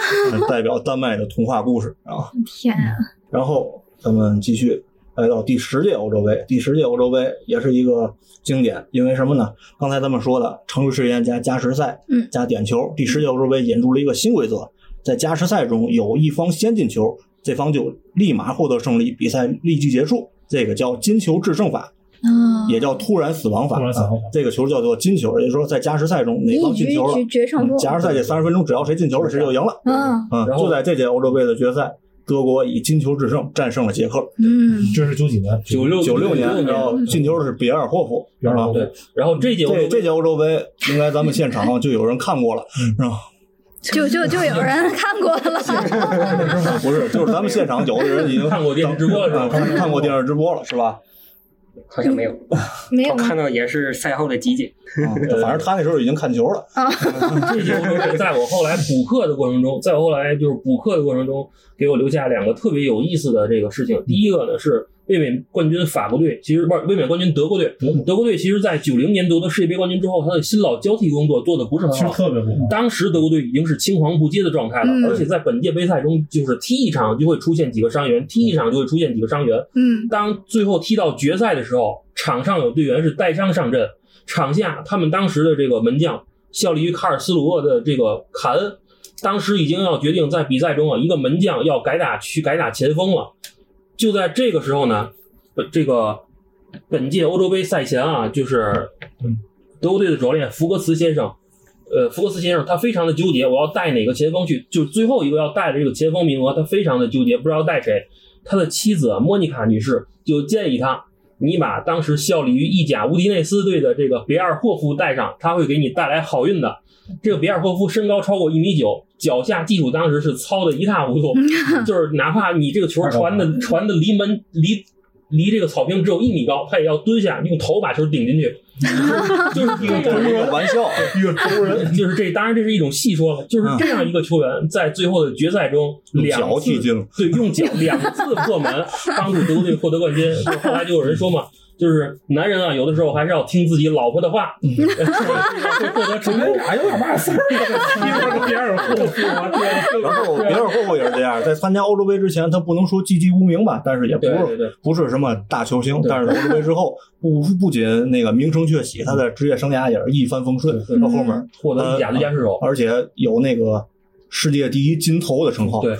Speaker 1: 代表丹麦的童话故事啊。
Speaker 3: 天啊，
Speaker 1: 然后咱们继续来到第十届欧洲杯，第十届欧洲杯也是一个经典，因为什么呢？刚才咱们说的程序时间加加时赛，
Speaker 3: 嗯
Speaker 1: 加点球。第十届欧洲杯引入了一个新规则，在加时赛中有一方先进球，这方就立马获得胜利，比赛立即结束。这个叫金球制胜法。
Speaker 3: 嗯，
Speaker 1: 也叫突然死亡法。
Speaker 8: 突然死亡法
Speaker 1: 啊这个球叫做金球，也就是说在加时赛中哪方
Speaker 3: 一
Speaker 1: 进
Speaker 3: 局
Speaker 1: 球了
Speaker 3: 一，局决胜负
Speaker 1: 嗯，加时赛这三十分钟只要谁进球了，谁就赢了。
Speaker 3: 嗯
Speaker 1: 嗯，
Speaker 2: 然后
Speaker 1: 就在这届欧洲杯的决赛，德国以金球制胜战胜了捷克。
Speaker 3: 嗯
Speaker 8: 这是九几年
Speaker 2: 九六
Speaker 1: 九六
Speaker 2: 年，嗯
Speaker 1: 年，然后进球的是比尔霍夫，
Speaker 8: 比尔
Speaker 1: 是吧
Speaker 8: 霍夫
Speaker 2: 对，然后这届欧洲
Speaker 1: 这这
Speaker 2: 杯
Speaker 1: 届欧洲杯应该咱们现场就有人看
Speaker 2: <laughs>
Speaker 1: 过了，是吧？
Speaker 3: 就就就有人
Speaker 1: <laughs>
Speaker 3: 看过了，
Speaker 1: 不是，就是咱们现场有的人已经
Speaker 2: 看过电视直播了是吧
Speaker 1: 啊看看过电视直播了，是吧？
Speaker 5: 嗯
Speaker 6: 好像没有，
Speaker 3: 没有
Speaker 6: 我
Speaker 3: 吗？
Speaker 6: 看到也是赛后的集锦。
Speaker 2: <laughs>
Speaker 1: 啊反正他那时候已经看球了。
Speaker 2: 这届欧洲杯，在我后来补课的过程中，在我后来就是补课的过程中，给我留下两个特别有意思的这个事情。第一个呢是卫冕冠军法国队，其实不是卫冕冠军德国队，德国队其实在九零年夺得世界杯冠军之后，他的新老交替工作做的不是很
Speaker 8: 其实
Speaker 2: 好。
Speaker 8: 特别不好。
Speaker 2: 当时德国队已经是青黄不接的状态了，
Speaker 3: 嗯
Speaker 2: 而且在本届杯赛中，就是踢一场就会出现几个伤员，踢一场就会出现几个伤员。
Speaker 3: 嗯
Speaker 2: 当最后踢到决赛的时候，场上有队员是带伤上阵，场下他们当时的这个门将效力于卡尔斯鲁厄的这个坎恩，当时已经要决定在比赛中啊，一个门将要改打去改打前锋了。就在这个时候呢，本这个本届欧洲杯赛前啊，就是德国队的主教练福格茨先生。呃，福格茨先生他非常的纠结，我要带哪个前锋去？就是最后一个要带的这个前锋名额，他非常的纠结，不知道带谁。他的妻子啊莫妮卡女士就建议他，你把当时效力于意甲乌迪内斯队的这个别尔霍夫带上，他会给你带来好运的。这个别尔霍夫身高超过一米九，脚下技术当时是糙的一塌糊涂，就是哪怕你这个球传的传的离门离离这个草坪只有一米高，他也要蹲下用头把球顶进去，就是这
Speaker 1: 这
Speaker 2: 样
Speaker 1: 是一个玩笑，
Speaker 8: 一个中国人，
Speaker 2: 就是这，当然这是一种戏说了，就是这样一个球员在最后的决赛中
Speaker 1: 嗯用
Speaker 2: 两
Speaker 1: 脚
Speaker 2: 次
Speaker 1: 踢进了
Speaker 2: 对，用脚两次破门，帮助德国队获得冠军。就后来就有人说嘛，就是男人啊，有的时候还是要听自己老婆的话， <laughs>
Speaker 1: 嗯
Speaker 2: 会获得成功。
Speaker 7: 哎呦，我嘛事儿呢？别人后
Speaker 1: 然后别尔霍霍也是这样，在参加欧洲杯之前，他不能说籍籍无名吧，但是也不
Speaker 2: 对
Speaker 1: 是
Speaker 2: 对对，
Speaker 1: 不是什么大球星，
Speaker 2: 对
Speaker 1: 但是欧洲杯之后，不不仅那个名声鹊起，他的职业生涯也是一帆风顺
Speaker 2: 对，
Speaker 1: 到后面，
Speaker 2: 获得亚洲最佳射手。
Speaker 1: 而且有那个世界第一金头的称号。
Speaker 2: 对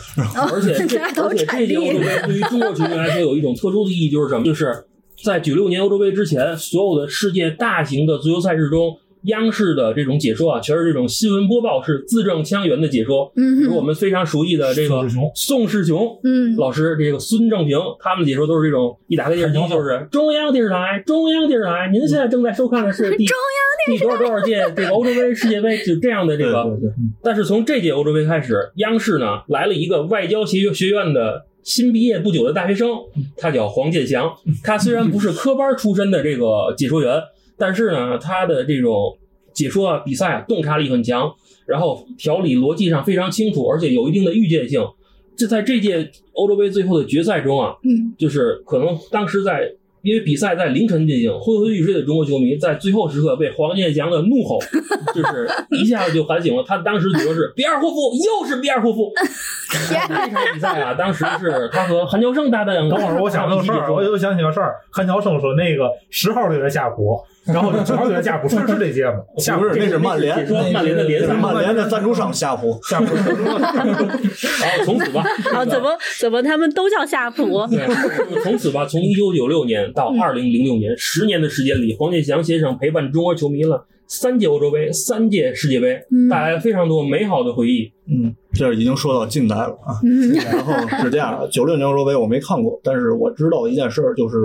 Speaker 2: 而且这
Speaker 3: 大头
Speaker 2: 而且这
Speaker 3: 铲
Speaker 2: 届欧洲
Speaker 3: 地，
Speaker 2: 杯对于中国球迷来说有一种特殊的意义，就是什么？就是在九六年欧洲杯之前，所有的世界大型的足球赛事中，央视的这种解说啊，全是这种新闻播报式字正腔圆的解说。比
Speaker 3: 嗯
Speaker 2: 如我
Speaker 3: 哼
Speaker 2: 们非常熟悉的这个
Speaker 8: 宋世雄
Speaker 2: 宋世雄
Speaker 3: 嗯，
Speaker 2: 老师，这个孙正平，他们解说都是这种一打开电视机就是中央电视台，中央电视台，您现在正在收看的是第
Speaker 3: 中
Speaker 2: 第多少多少届这个欧洲杯、世界杯，就这样的这
Speaker 1: 对
Speaker 2: 个
Speaker 1: 对对，
Speaker 2: 但是从这届欧洲杯开始，央视呢来了一个外交学学院的新毕业不久的大学生，他叫黄健翔。他虽然不是科班出身的这个解说员，但是呢，他的这种解说啊、比赛啊洞察力很强，然后条理逻辑上非常清楚，而且有一定的预见性。这在这届欧洲杯最后的决赛中啊，
Speaker 3: 嗯，
Speaker 2: 就是可能当时在因为比赛在凌晨进行，昏昏欲睡的中国球迷在最后时刻被黄健翔的怒吼， <laughs> 就是一下子就喊醒了。他当时觉得是比尔霍夫，又是比尔 <laughs> 霍夫。那场比赛啊，当时是他和韩乔生搭
Speaker 8: <laughs>
Speaker 2: 档。
Speaker 4: 等会儿我想个事儿，我又想起个事儿。韩乔生说那个十号队的夏普，然后九号队的夏普是是这届吗？夏普
Speaker 1: 不是那是曼联
Speaker 2: 解，说曼联的联
Speaker 1: 那
Speaker 2: 赛
Speaker 1: 是，曼联的赞助商夏普。
Speaker 4: 夏普是说
Speaker 2: <laughs> 好，从此吧，
Speaker 5: 啊，怎么怎么他们都叫夏普？
Speaker 2: 对， <laughs> 从此吧，从一九九六年
Speaker 3: 嗯
Speaker 2: 到二零零六年，十年的时间里，黄健翔先生陪伴中国球迷了三届欧洲杯、三届世界杯
Speaker 3: 嗯，
Speaker 2: 带来了非常多美好的回忆。
Speaker 1: 嗯，这已经说到近代了啊。
Speaker 3: 嗯
Speaker 1: 然后是这样的，九六年欧洲杯我没看过，但是我知道一件事儿，就是，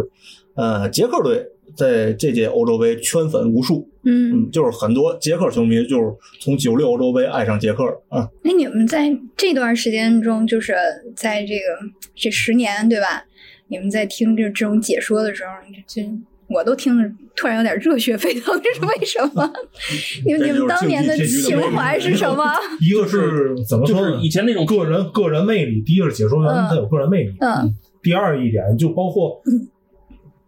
Speaker 1: 呃，捷克队在这届欧洲杯圈粉无数，
Speaker 3: 嗯，
Speaker 1: 嗯，就是很多捷克球迷就是从九六欧洲杯爱上捷克了啊，
Speaker 3: 那哎你们在这段时间中，就是在这个这十年，对吧？你们在听这这种解说的时候，就我都听着突然有点热血沸腾，这是为什
Speaker 1: <laughs>
Speaker 3: 么？你们
Speaker 1: 这
Speaker 3: 你
Speaker 1: 就是
Speaker 3: 们当年的
Speaker 1: 竞技体育的
Speaker 3: 情
Speaker 1: 魅力
Speaker 3: 怀是
Speaker 1: <laughs>
Speaker 3: 什么？
Speaker 8: 一个是怎么
Speaker 2: 就
Speaker 8: 说呢
Speaker 2: 是？以前那种
Speaker 8: 个人个人魅力，第一个是解说员
Speaker 3: 嗯
Speaker 8: 他有个人魅力，
Speaker 3: 嗯
Speaker 8: 第二一点就包括，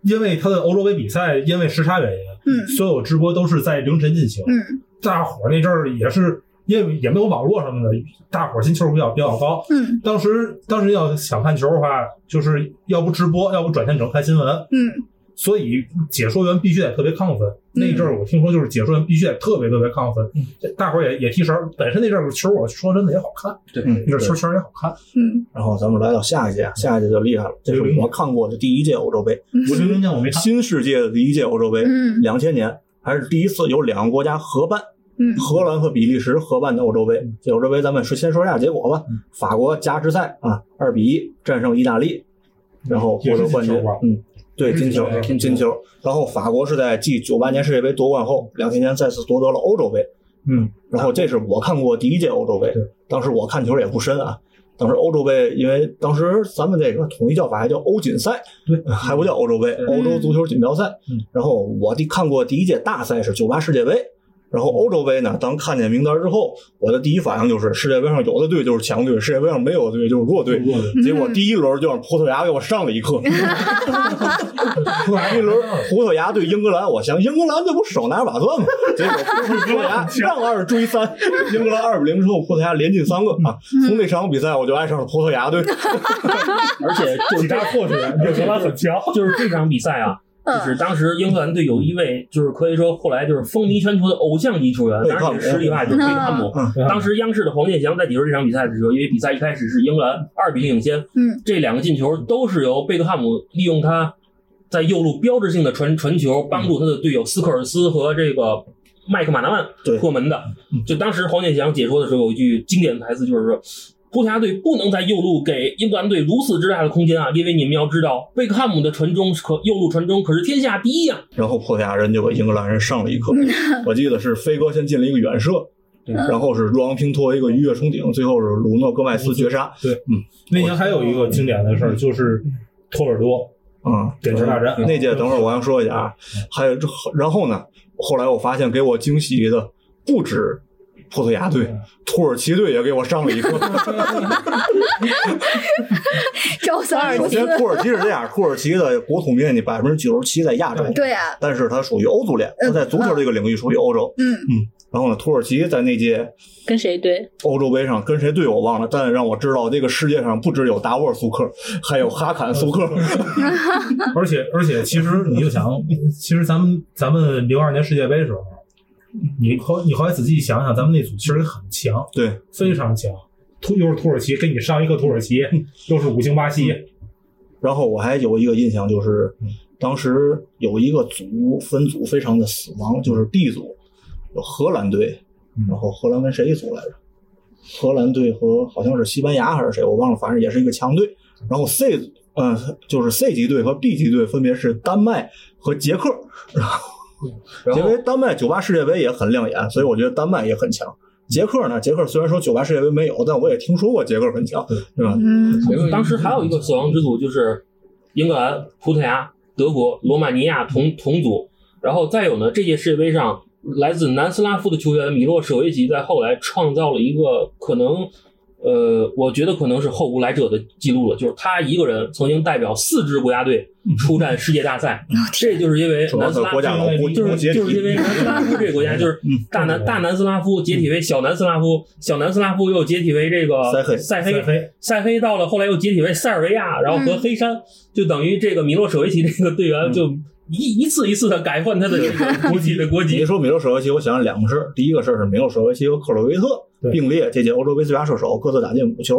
Speaker 8: 因为他的欧洲杯比赛因为时差原因，
Speaker 3: 嗯
Speaker 8: 所有直播都是在凌晨进行，
Speaker 3: 嗯
Speaker 8: 大伙儿那阵儿也是因为也没有网络什么的，大伙儿寻求比较比较高。
Speaker 3: 嗯
Speaker 8: 当时当时要想看球的话，就是要不直播，要不转天只能看新闻，
Speaker 3: 嗯
Speaker 8: 所以解说员必须得特别亢奋。那阵儿我听说就是解说员必须得特别特别亢奋，大伙儿也也提神儿。本身那阵儿球，我说真的也好看，
Speaker 2: 对
Speaker 1: 嗯
Speaker 8: 那阵儿球确实也好看。
Speaker 3: 嗯
Speaker 1: 然后咱们来到下一届，啊下一届就厉害了，这是我看过的第一届欧洲杯，
Speaker 8: 我零零年我没看，
Speaker 1: 新世界的第一届欧洲杯，
Speaker 3: 嗯
Speaker 1: 两千年还是第一次有两个国家合办，
Speaker 3: 嗯
Speaker 1: 荷兰和比利时合办的欧洲杯。
Speaker 8: 嗯
Speaker 1: 这欧洲杯咱们是先说一下结果吧，法国加时赛啊，二比一战胜意大利，然后获得冠
Speaker 8: 嗯也是
Speaker 1: 军
Speaker 8: 金球吧。
Speaker 1: 嗯，对，金球
Speaker 8: 也是，金球嗯
Speaker 1: 金球。然后法国是在继九八年世界杯夺冠后，两千年再次夺得了欧洲杯。
Speaker 8: 嗯，
Speaker 1: 然后这是我看过第一届欧洲杯
Speaker 8: 对，
Speaker 1: 当时我看球也不深啊。当时欧洲杯，因为当时咱们这个统一叫法还叫欧锦赛，
Speaker 8: 对，
Speaker 1: <laughs> 还不叫欧洲杯，欧洲足球锦标赛。
Speaker 8: 嗯
Speaker 1: 然后我第看过第一届大赛是九八世界杯，然后欧洲杯呢，当看见名单之后，我的第一反应就是世界杯上有的队就是强队，世界杯上没有的队就是弱队。结果第一轮就让葡萄牙给我上了一 <laughs> 课，一轮葡萄牙对英格兰，我想英格兰这不手拿把攥吗？结果葡萄牙让二追 <laughs> 三，英格兰二比零之后，葡萄牙连进三个啊！从那场比赛我就爱上了葡萄牙队。
Speaker 2: 而且就是
Speaker 4: 几
Speaker 2: 这
Speaker 4: 大破去，英格兰很强。
Speaker 2: 就是这场比赛啊，就是
Speaker 3: <laughs> 嗯
Speaker 2: 当时英格兰队有一位，就是可以说后来就是风靡全球的偶像级球员，
Speaker 1: 贝
Speaker 2: 当
Speaker 1: 克
Speaker 2: 然
Speaker 1: 汉
Speaker 2: 也
Speaker 1: 姆
Speaker 2: 是实力派，就是贝克汉姆。当时央视的黄健翔在解说这场比赛的时候，因为比赛一开始是英格兰二比零领先，
Speaker 3: 嗯
Speaker 2: 这两个进球都是由贝克汉姆利用他在右路标志性的传传球，帮助他的队友斯科尔斯和这个麦克马纳曼
Speaker 1: 对
Speaker 2: 破门的。就当时黄健翔解说的时候有一句经典台词，就是说。葡萄牙队不能在右路给英格兰队如此之大的空间啊，因为你们要知道，贝克汉姆的传中是可右路传中可是天下第一啊。
Speaker 1: 然后葡萄牙人就给英格兰人上了一课。我记得是飞哥先进了一个远射，
Speaker 2: 对
Speaker 1: 然后是若昂平托一个鱼跃冲顶，最后是鲁诺戈麦斯绝杀。
Speaker 8: 那年还有一个经典的事儿，就是托尔 <laughs> 多
Speaker 1: 嗯，
Speaker 8: 点球大战。
Speaker 1: 那届等会儿我要说一下啊，还有这然后呢，后来我发现给我惊喜的不止葡萄牙队、土耳其队也给我上了一课。
Speaker 3: 赵三儿
Speaker 1: 首
Speaker 3: 子
Speaker 1: 先，，土耳其是这样，土耳其的国土面积百分之九十七在亚洲，
Speaker 3: 对啊，
Speaker 1: 但是它属于欧足联，它在足球这个领域属于欧洲。
Speaker 3: 嗯，
Speaker 1: 然后呢，土耳其在那届
Speaker 5: 跟谁对？
Speaker 1: 欧洲杯上跟谁队我忘了，但让我知道这个世界上不只有达沃尔苏克，还有哈坎苏克。
Speaker 4: 而且而且，其实你就想，其实咱们咱们零二年世界杯时候，你后你后来仔细想想，咱们那组其实很强，
Speaker 1: 对，
Speaker 4: 非常强。土又是土耳其，给你上一个土耳其，又是五星巴
Speaker 8: 嗯
Speaker 4: 西，
Speaker 1: 然后我还有一个印象就是，
Speaker 7: 嗯
Speaker 1: 当时有一个组分组非常的死亡，就是 B 组有荷兰队，
Speaker 7: 嗯
Speaker 1: 然后荷兰跟谁一组来着？荷兰队和好像是西班牙还是谁，我忘了，反正也是一个强队。然后 C 组，嗯、就是 C 级队和 B 级队分别是丹麦和捷克。
Speaker 7: 嗯然
Speaker 1: 因
Speaker 7: 后
Speaker 1: 为丹麦九八世界杯也很亮眼，所以我觉得丹麦也很强。捷克呢？捷克虽然说九八世界杯没有，但我也听说过捷克很强，对吧？
Speaker 3: 嗯，
Speaker 7: 结果
Speaker 2: 当时还有一个死亡之组，就是英格兰、葡萄牙、德国、罗马尼亚同同组，然后再有呢，这届世界杯上，来自南斯拉夫的球员米洛舍维奇在后来创造了一个可能，呃，我觉得可能是后无来者的记录了，就是他一个人曾经代表四支国家队出战世界大赛，
Speaker 1: 哦
Speaker 2: 这就是因为
Speaker 1: 主要
Speaker 2: 南
Speaker 1: 是
Speaker 2: 斯拉
Speaker 1: 国
Speaker 2: 夫
Speaker 1: 家老嗯国
Speaker 2: 就
Speaker 1: 国
Speaker 2: 是
Speaker 1: 解
Speaker 2: 就是因为
Speaker 1: 体，
Speaker 2: 南斯拉夫这个国家，就是大南大南斯拉夫解体为小南斯拉夫，小南斯拉夫又解体为这个
Speaker 1: 塞黑
Speaker 2: 塞
Speaker 4: 塞黑
Speaker 2: 塞黑到了后来又解体为塞尔维亚，然后和黑山，就等于这个米洛舍维奇这个队
Speaker 4: 嗯
Speaker 2: 员就一一次一次的改换他的这个国籍的国
Speaker 1: 你一
Speaker 2: 籍。
Speaker 1: 说米洛舍维奇，我想了两个事儿。第一个事儿是米洛舍维奇和克鲁维特
Speaker 4: 对
Speaker 1: 并列这届欧洲杯最佳射手，各自打进五球。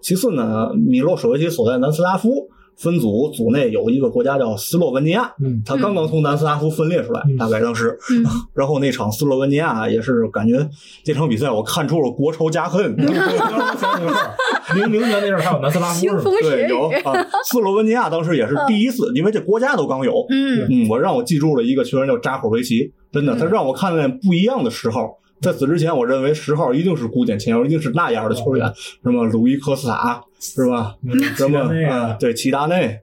Speaker 1: 其次呢，米洛舍维奇所在南斯拉夫分组组内有一个国家叫斯洛文尼亚，
Speaker 4: 嗯
Speaker 1: 他刚刚从南斯拉夫分裂出来，
Speaker 4: 嗯
Speaker 1: 大概当时。
Speaker 3: 嗯
Speaker 1: <laughs> 然后那场斯洛文尼亚也是感觉这场比赛我看出了国仇家 <laughs> 恨，
Speaker 4: 当时想起个事儿，零零年那阵儿还有南斯拉夫
Speaker 3: 幸
Speaker 4: 是吗？
Speaker 3: 福
Speaker 1: 对，
Speaker 3: 时
Speaker 1: 有啊，斯洛文尼亚当时也是第一次，因为这国家都刚有。
Speaker 3: 嗯，
Speaker 1: 嗯，我让我记住了一个球员叫扎霍维奇，真
Speaker 4: 嗯
Speaker 1: 的，他让我看见不一样的十号。在此之前，我认为十号一定是古典前腰，一定是那样的球
Speaker 4: 嗯
Speaker 1: 员，什么鲁伊科斯塔是
Speaker 4: <laughs>
Speaker 1: 吧？什么
Speaker 4: 那
Speaker 1: 啊、
Speaker 4: 个
Speaker 1: 对，齐达内，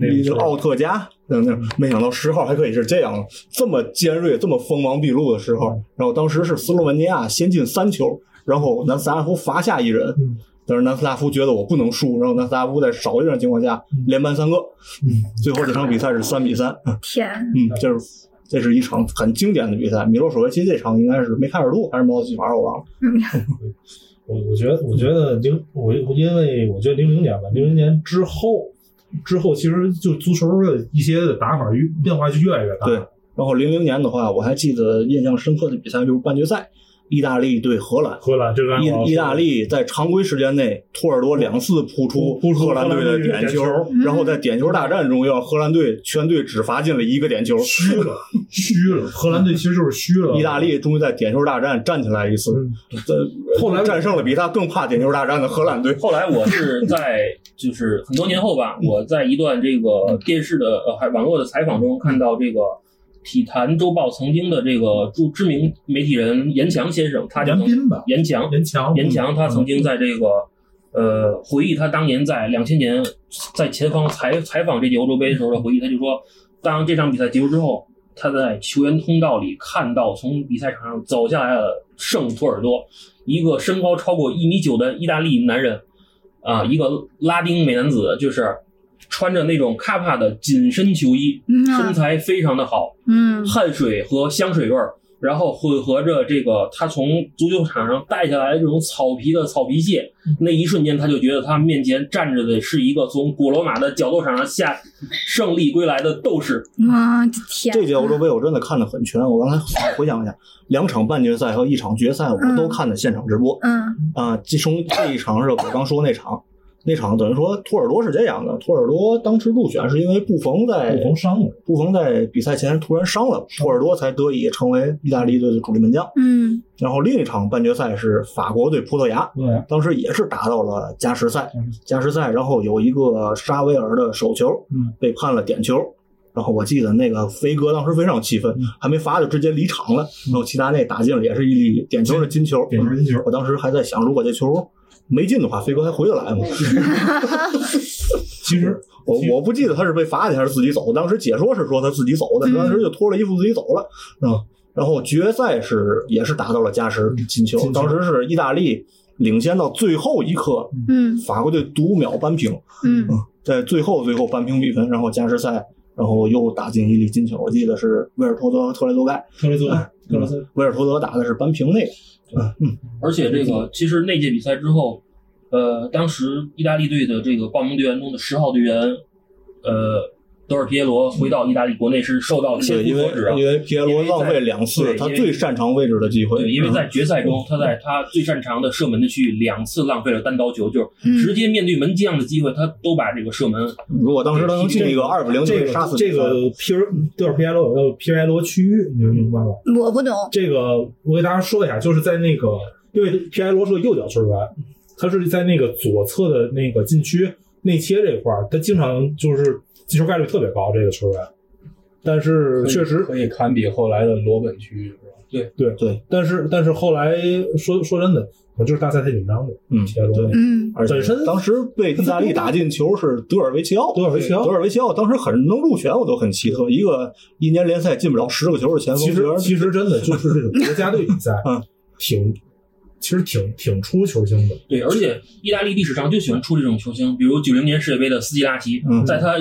Speaker 4: 那个
Speaker 1: 一个奥特加等等，没想到十号还可以是这样，这么尖锐、这么锋芒毕露的时
Speaker 4: 嗯
Speaker 1: 候。然后当时是斯洛文尼亚先进三球，然后南斯拉夫罚下一人
Speaker 4: 嗯，
Speaker 1: 但是南斯拉夫觉得我不能输，然后南斯拉夫在少一人的情况下
Speaker 4: 嗯
Speaker 1: 连扳三个，最后这场比赛是三比三。
Speaker 3: 天，
Speaker 1: 嗯，就是这是一场很经典的比赛。米洛舍维奇这场应该是梅开二度还是毛主席反我忘了。
Speaker 4: 我我觉得，我觉得零我我因为我觉得零零年吧，零零年之后之后，其实就足球的一些打法越变化就越来越大。
Speaker 1: 对，然后零零年的话，我还记得印象深刻的比赛就是半决赛，意大利对荷兰。
Speaker 4: 荷兰这个
Speaker 1: 意意大利在常规时间内，托尔多两次扑出
Speaker 4: 扑出
Speaker 1: 荷兰队的点球
Speaker 4: 荷兰队的，
Speaker 1: 然后在点球大战中，让荷兰队全队只罚进了一个点球。
Speaker 4: 虚了，虚了。荷兰队其实就是虚了。
Speaker 1: 意大利终于在点球大战站起来一次，
Speaker 4: 嗯
Speaker 1: 呃
Speaker 4: 后来
Speaker 1: 战胜了比他更怕点球大战的荷兰队。
Speaker 2: 后来我是在就是很多年后吧，我在一段这个
Speaker 4: 嗯
Speaker 2: 电视的呃还网络的采访中看到这个。体坛周报曾经的这个著知名媒体人严强先生，他就
Speaker 4: 严
Speaker 2: 曾
Speaker 4: 彬吧，
Speaker 2: 严强，
Speaker 4: 严强，
Speaker 2: 严强他曾经在这个呃回忆他当年在两千年在前方采采访这届欧洲杯的时候的回忆，他就说，当这场比赛结束之后，他在球员通道里看到从比赛场上走下来的圣托尔多，一个身高超过一米九的意大利男人，啊、一个拉丁美男子，就是穿着那种卡帕的紧身球衣，
Speaker 3: 嗯啊
Speaker 2: 身材非常的好，
Speaker 3: 嗯
Speaker 2: 汗水和香水味儿，然后混合着这个他从足球场上带下来的这种草皮的草皮屑，那一瞬间他就觉得他面前站着的是一个从古罗马的角斗场上下胜利归来的斗士。
Speaker 3: 啊，天，
Speaker 1: 这届欧洲杯我真的看的很全，我刚才回想一下，两场半决赛和一场决赛我都看的现场直播
Speaker 3: 嗯
Speaker 1: 啊。其中这一场是我刚说那场，那场等于说托尔多是这样的，托尔多当时入选是因为布冯在
Speaker 4: 布冯伤了，
Speaker 1: 布冯在比赛前突然伤了，托尔多才得以成为意大利队的主力门将。
Speaker 3: 嗯
Speaker 1: 然后另一场半决赛是法国对葡萄牙，
Speaker 4: 对，
Speaker 1: 当时也是打到了加时赛，加时赛，然后有一个沙维尔的手球
Speaker 4: 嗯
Speaker 1: 被判了点球，然后我记得那个飞哥当时非常气愤
Speaker 4: 嗯，
Speaker 1: 还没罚就直接离场了，然后齐达内打进了，也是一粒点球的金球，
Speaker 4: 点球进球。
Speaker 1: 我当时还在想，如果这球没进的话，飞哥还回得来吗？
Speaker 4: 其实
Speaker 1: 我我不记得他是被罚的还是自己走，当时解说是说他自己走的，当时就脱了衣服自己走了，啊、然后决赛是也是达到了加时进球，
Speaker 8: 进球
Speaker 1: 当时是意大利领先到最后一刻，
Speaker 3: 嗯
Speaker 1: 法国队独秒扳平，
Speaker 3: 嗯
Speaker 1: 在最后最后扳平比分，然后加时赛，然后又打进一粒进球，我记得是威尔托德和特雷泽盖，
Speaker 8: 特雷泽
Speaker 4: 哎
Speaker 8: 盖，特
Speaker 4: 嗯
Speaker 8: 雷泽
Speaker 1: 威尔托德打的是扳平那个，
Speaker 2: 而且这个其实那届比赛之后，呃，当时意大利队的这个报名队员中的十号队员，呃，德尔皮耶罗回到意大利国内是受到了
Speaker 1: 对，
Speaker 2: 千
Speaker 1: 因
Speaker 2: 夫
Speaker 1: 为
Speaker 2: 所指啊。
Speaker 1: 因为皮耶罗浪费两次
Speaker 2: 对
Speaker 1: 他
Speaker 2: 因为
Speaker 1: 最擅长位置的机会，
Speaker 2: 对，因为
Speaker 1: 嗯
Speaker 2: 在决赛中，他在他最擅长的射门的区域两次浪费了单刀球，就是直
Speaker 3: 嗯
Speaker 2: 接面对门将的机会，他都把这个射门
Speaker 1: 嗯如果当时他能进一个二比零，
Speaker 4: 这
Speaker 1: 就
Speaker 4: 个
Speaker 1: 杀死
Speaker 4: 这个皮尔德尔皮埃罗有个皮埃罗呃区域，你们明白吗？
Speaker 3: 我不懂，
Speaker 4: 这个我给大家说一下，就是在那个，因为皮埃罗是个右脚球员，他是在那个左侧的那个禁区内切这块儿，他经常就是进球概率特别高，这个球员。但是确实，
Speaker 7: 可以堪比后来的罗本区域，是吧？
Speaker 4: 但是但是后来说说真的，可能就是大赛太紧张了，
Speaker 1: 嗯
Speaker 4: 皮埃罗
Speaker 1: 对
Speaker 3: 嗯
Speaker 1: 而且
Speaker 4: 本身
Speaker 1: 当时被意大利打进球是德尔维奇
Speaker 4: <laughs>
Speaker 1: 奥，
Speaker 4: 德尔维奇奥
Speaker 1: 德尔维奇奥当时很能入选，我都很奇特，一个一年联赛进不了十个球的前锋，
Speaker 4: 其实
Speaker 1: 居然
Speaker 4: 其实真的就是这种国家队比赛
Speaker 1: 嗯，
Speaker 4: 挺其实挺挺出球星的。
Speaker 2: 对，而且意大利历史上就喜欢出这种球星，比如九零年世界杯的斯基拉奇，
Speaker 1: 嗯
Speaker 2: 在他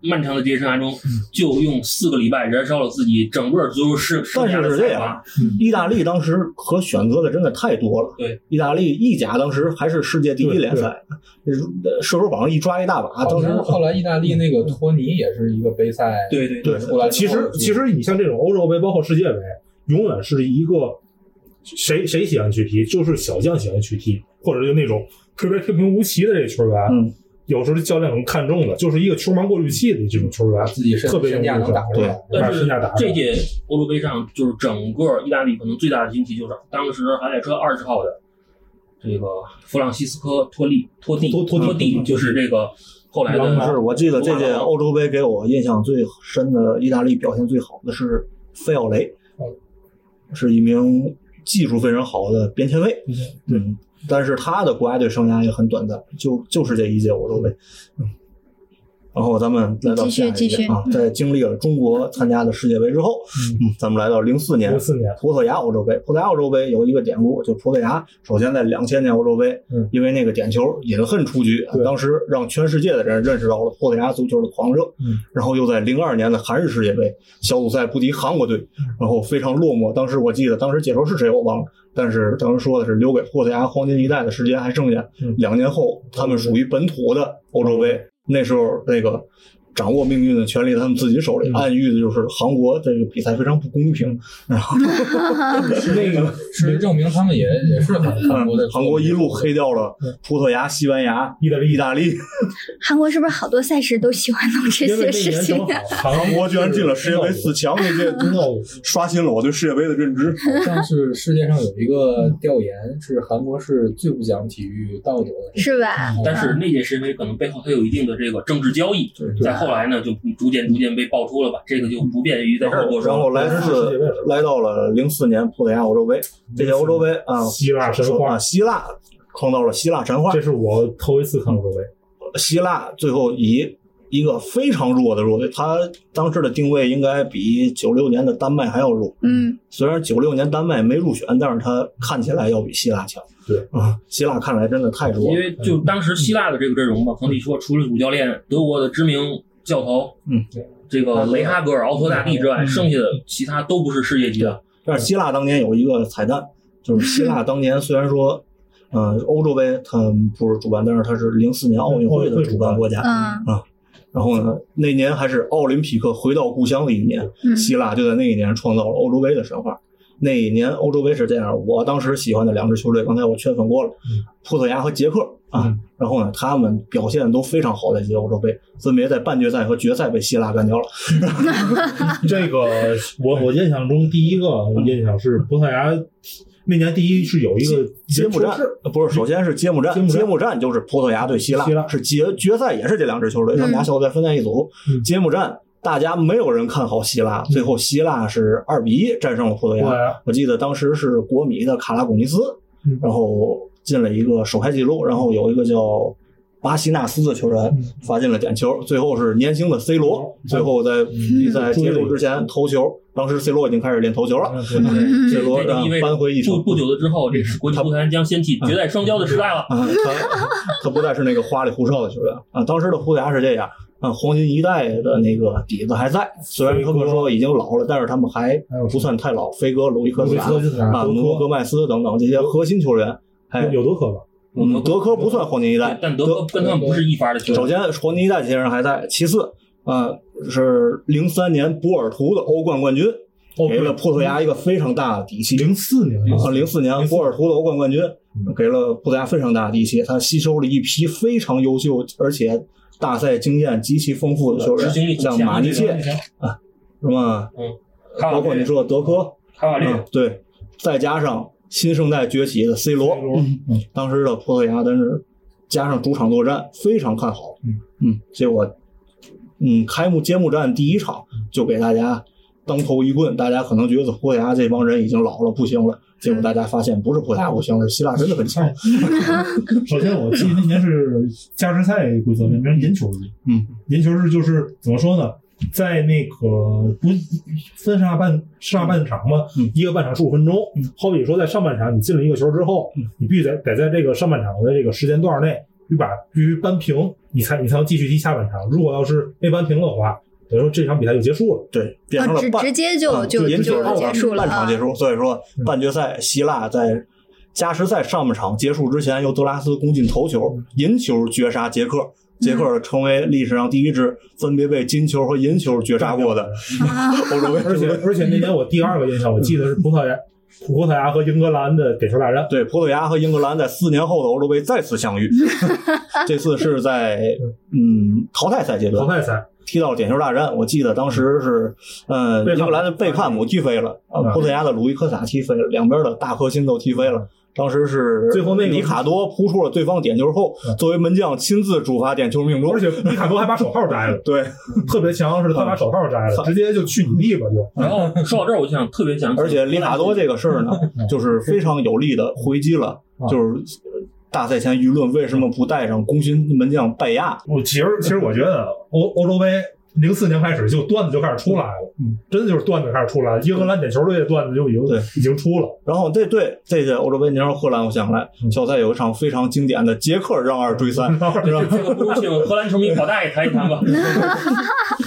Speaker 2: 漫长的职业生涯中，就用四个礼拜燃烧了自己整个足球生生
Speaker 1: 但
Speaker 2: 涯
Speaker 1: 是
Speaker 2: 的
Speaker 1: 是这
Speaker 2: 才
Speaker 1: 样
Speaker 2: 华。，
Speaker 1: 意大利当时可选择的真的太多了。
Speaker 2: 对，
Speaker 1: 意大利意甲当时还是世界第一联赛，呃射手榜一抓一大把。当
Speaker 7: 当
Speaker 1: 时
Speaker 7: 时啊后来意大利那个托尼也是一个杯赛，
Speaker 2: 对对
Speaker 7: 对后来
Speaker 4: 其
Speaker 7: 之后
Speaker 6: 嗯
Speaker 4: 实
Speaker 7: 就
Speaker 4: 其实你像这种欧洲杯，包括世界杯，永远是一个谁谁喜欢去踢，就是小将喜欢去踢，或者就那种特别平平无奇的这球员，
Speaker 1: 嗯
Speaker 4: 有时候教练可能看中的就是一个球盲过滤器的这种球员，
Speaker 7: 自己身
Speaker 4: 特别
Speaker 7: 身价
Speaker 4: 有
Speaker 7: 能打出来，
Speaker 4: 把
Speaker 2: 但是
Speaker 4: 身价打出
Speaker 2: 这
Speaker 4: 来。
Speaker 2: 届欧洲杯上，就是整个意大利可能最大的惊奇就是当时还在穿二十号的这个弗朗西斯科托利托蒂
Speaker 4: 托托蒂
Speaker 2: 蒂，就是这个后来的
Speaker 1: 但是我记得这届欧洲杯给我印象最深的意大利表现最好的是费奥雷，
Speaker 2: 哦
Speaker 1: 是一名技术非常好的边前卫。嗯，但是他的国家队生涯也很短暂，就就是这一届欧洲杯。嗯，然后咱们来到
Speaker 3: 继续
Speaker 1: 下一
Speaker 3: 继续
Speaker 1: 届啊，
Speaker 3: 嗯
Speaker 1: 在经历了中国参加的世界杯之后，嗯，咱们来到零四年
Speaker 4: 零四年，
Speaker 1: 葡萄牙欧洲杯，葡萄牙欧洲杯有一个典故，就葡萄牙首先在两千年欧洲杯，
Speaker 4: 嗯
Speaker 1: 因为那个点球饮恨出局，
Speaker 4: 对
Speaker 1: 当时让全世界的人认识到了葡萄牙足球的狂热。
Speaker 4: 嗯
Speaker 1: 然后又在零二年的韩日世界杯小组赛不敌韩国队，
Speaker 4: 嗯
Speaker 1: 然后非常落寞。当时我记得当时解说是谁我忘了，但是当时说的是留给葡萄牙黄金一代的时间还剩下
Speaker 4: 嗯
Speaker 1: 两年后，他们属于本土的欧洲杯，那时候那个。掌握命运的权利在他们自己手里，
Speaker 4: 嗯
Speaker 1: 暗喻的就是韩国这个比赛非常不公平，
Speaker 4: 那个
Speaker 7: 事实证明他们
Speaker 3: <laughs>
Speaker 7: 也也是很韩国的，
Speaker 1: 嗯韩国一路黑掉了葡萄牙、西班牙、
Speaker 4: 意大利
Speaker 1: 意大利，
Speaker 3: 韩国是不是好多赛事都喜欢弄这
Speaker 4: 因为那
Speaker 3: 些事
Speaker 4: 年
Speaker 3: 情
Speaker 4: 正
Speaker 3: 啊？
Speaker 4: 好
Speaker 1: 韩
Speaker 4: 韩
Speaker 1: 国居然进了世界杯四
Speaker 4: 四，
Speaker 1: 强，那届
Speaker 4: 真的
Speaker 1: 刷新了我对世界杯的认知。
Speaker 7: 好像是世界上有一个调研，是韩国是最不讲体育道德的。
Speaker 3: 是吧？
Speaker 2: 但是那届世界杯可能背后它有一定的这个政治交易，在后来呢就逐渐逐渐被爆出了吧，这个就不便于在
Speaker 1: 然
Speaker 2: 这儿
Speaker 1: 后，
Speaker 2: 多
Speaker 1: 然
Speaker 2: 说
Speaker 1: 后
Speaker 2: 了。
Speaker 1: 来
Speaker 4: 世界杯
Speaker 1: 自来到了零四年葡萄牙欧洲杯，这届欧洲杯啊，
Speaker 4: 希腊神
Speaker 1: 说
Speaker 4: 话
Speaker 1: 啊，希腊创造了希腊神话
Speaker 4: 这，是我头一次看欧
Speaker 1: <laughs>
Speaker 4: 洲杯。
Speaker 1: 希腊最后以一个非常弱的弱队，他当时的定位应该比九六年的丹麦还要弱。
Speaker 3: 嗯
Speaker 1: 虽然九六年丹麦没入选，但是他看起来要比希腊强。
Speaker 4: 对
Speaker 1: 啊，希腊看来真的太弱了。
Speaker 2: 因
Speaker 4: 嗯
Speaker 2: 为就当时希腊的这个阵容吧，可以说除了主教练德国的知名教头，
Speaker 1: 嗯，
Speaker 2: 这个雷哈格尔、奥托大帝
Speaker 4: 嗯
Speaker 2: 之外，剩下的其他都不是世界级的。
Speaker 1: 但是希腊当年有一个彩蛋，就是希腊当年虽然说，呃，欧洲杯它不是主办，但是它是零四年奥运会的主办国家。
Speaker 3: 嗯
Speaker 1: 然后呢，那年还是奥林匹克回到故乡的一年，
Speaker 3: 嗯
Speaker 1: 希腊就在那一年创造了欧洲杯的神话。那一年欧洲杯是这样，我当时喜欢的两支球队，刚才我圈粉过了，葡萄牙和捷克啊。然后呢，他们表现都非常好，在这届欧洲杯，分别在半决赛和决赛被希腊干掉了。
Speaker 4: 这个我我印象中第一个印象是葡萄牙那年第一是有一个
Speaker 1: 揭幕战呃不是，首先是揭幕战
Speaker 4: 揭，幕战
Speaker 1: 揭幕战就是葡萄牙对希腊，
Speaker 4: 希腊
Speaker 1: 是决决赛也是这两支球队，他们俩小组赛分在一组。
Speaker 4: 嗯
Speaker 1: 揭幕战大家没有人看好希腊，最后希腊是二比一战胜了葡萄
Speaker 4: 葡
Speaker 1: 牙。
Speaker 4: 萄牙
Speaker 1: 我记得当时是国米的卡拉古尼斯，
Speaker 3: <laughs>
Speaker 4: 嗯
Speaker 1: 然后进了一个首开纪录，然后有一个叫巴西纳斯的球员
Speaker 4: 嗯
Speaker 1: 罚进了点球，最后是年轻的 C 罗，最后在
Speaker 4: 嗯
Speaker 1: 比赛结束之前头球，当时 C 罗已经开始练头球
Speaker 4: 嗯
Speaker 1: 了，C 罗
Speaker 2: 这就意味
Speaker 1: 扳回一
Speaker 2: 着
Speaker 1: 城嗯
Speaker 2: 不。不久的之后，这是国际足坛将掀起绝代双骄的时代了。
Speaker 1: 啊，他他不再是那个花里胡哨的球员啊。当时的葡萄牙是这样啊，黄金一代的那个底子还在，虽然他们说已经老了，但是他们还
Speaker 8: 还有
Speaker 1: 不算太老。飞哥、鲁伊克斯
Speaker 8: 鲁伊克斯
Speaker 1: 啊、努诺戈麦斯等等这些核心球员，还
Speaker 8: 有德科吧？
Speaker 1: 嗯，德科不算黄金一代
Speaker 2: 对，但德国跟他们不是一发的球
Speaker 1: 首
Speaker 2: 队。
Speaker 1: 先，黄金一代这些人还在；其次，呃，是零三年波尔图的欧冠冠军，
Speaker 8: 哦
Speaker 1: 给了葡萄牙一个非常大的底气。
Speaker 8: 零四年
Speaker 1: 啊，零四年嗯波尔图的欧冠冠军给了葡萄牙非常大的底气，他吸收了一批非常优秀而且大赛经验极其丰富的球
Speaker 2: 执行力
Speaker 1: 员，
Speaker 2: 很
Speaker 1: 像
Speaker 2: 强
Speaker 1: 马尼切
Speaker 2: 这个
Speaker 1: 啊，什么，
Speaker 2: 卡瓦
Speaker 1: 包括你
Speaker 2: 略，
Speaker 1: 说的德科，
Speaker 2: 卡瓦略，
Speaker 1: 嗯， <clears throat> 对，再加上新生代崛起的 C 罗，嗯当时的葡萄牙，但是加上主场作战非常看好，
Speaker 8: 嗯
Speaker 1: 嗯，结果，嗯，开幕揭幕战第一场就给大家当头一棍，大家可能觉得葡萄牙这帮人已经老了不行了，结果大家发现不是葡萄牙不行了，是希腊真的很强，
Speaker 8: 首先，我记得那年是加时赛规则，变成赢球制。
Speaker 1: 嗯，
Speaker 8: 赢球制就是怎么说呢？在那个不分上下半上下半场嘛，
Speaker 1: 嗯
Speaker 8: 一个半场十五分钟。好比说，在上半场你进了一个球之后，
Speaker 1: 嗯
Speaker 8: 你必须得得在这个上半场的这个时间段内，你把必须扳平，你才你才能继续踢下半场。如果要是没扳平的话，等于说这场比赛就结束了。
Speaker 1: 对，变
Speaker 3: 啊
Speaker 1: 成了
Speaker 3: 直
Speaker 1: 半
Speaker 3: 直接就
Speaker 1: 啊
Speaker 3: 就
Speaker 1: 赢球
Speaker 3: 就结束了
Speaker 1: 半
Speaker 3: 啊
Speaker 1: 场结束。所以说，半决赛希腊在加时赛上半场结束之前，由德拉斯攻进头球，银球绝杀捷克。捷
Speaker 3: 嗯
Speaker 1: 克成为历史上第一支分别被金球和银球绝杀过的
Speaker 3: 啊，
Speaker 1: <laughs> 欧洲杯
Speaker 8: 而
Speaker 1: 球
Speaker 8: 且
Speaker 1: 队。
Speaker 8: 而且那年我第二个印象，我记得是葡萄牙葡萄牙和英格兰的点球大战。
Speaker 1: 对，葡萄牙和英格兰在四年后的欧洲杯再次相
Speaker 3: <laughs>
Speaker 1: 遇，这次
Speaker 8: <laughs>
Speaker 1: 是在嗯淘汰赛阶段
Speaker 8: 淘，汰赛，
Speaker 1: 踢到点球大战，我记得当时是，呃，
Speaker 8: 贝克汉姆
Speaker 1: 英格兰的贝克汉姆踢飞了，呃
Speaker 8: 嗯，
Speaker 1: 葡萄牙的鲁伊科塔踢飞了，两边的大核心都踢飞了。当时是
Speaker 8: 最后那个
Speaker 1: 里卡多扑出了对方点球后，作为门将亲自主罚点球命中
Speaker 8: 而。且里卡多还把手套摘了。
Speaker 1: 对，
Speaker 8: 特别强是他把手套摘
Speaker 1: 嗯
Speaker 8: 了，直接就去你地吧就。
Speaker 2: 然后说到这儿，我就想特别想，
Speaker 1: 而且里卡多这个事儿呢，就是非常有力的回击了，就是呃大赛前舆论为什么不带上功勋门将拜亚？
Speaker 8: 我其实其实我觉得啊欧欧洲杯零四年开始就段子就开始出来了，真的就是段子开始出来了。英格兰点球队的段子就已经
Speaker 1: 嗯对
Speaker 8: 已经出了，
Speaker 1: 然后这对这届欧洲杯，你让荷兰，我想起来，小赛有一场非常经典的捷克让二追三，让
Speaker 2: 这个不如请荷兰球迷老大爷谈一谈吧。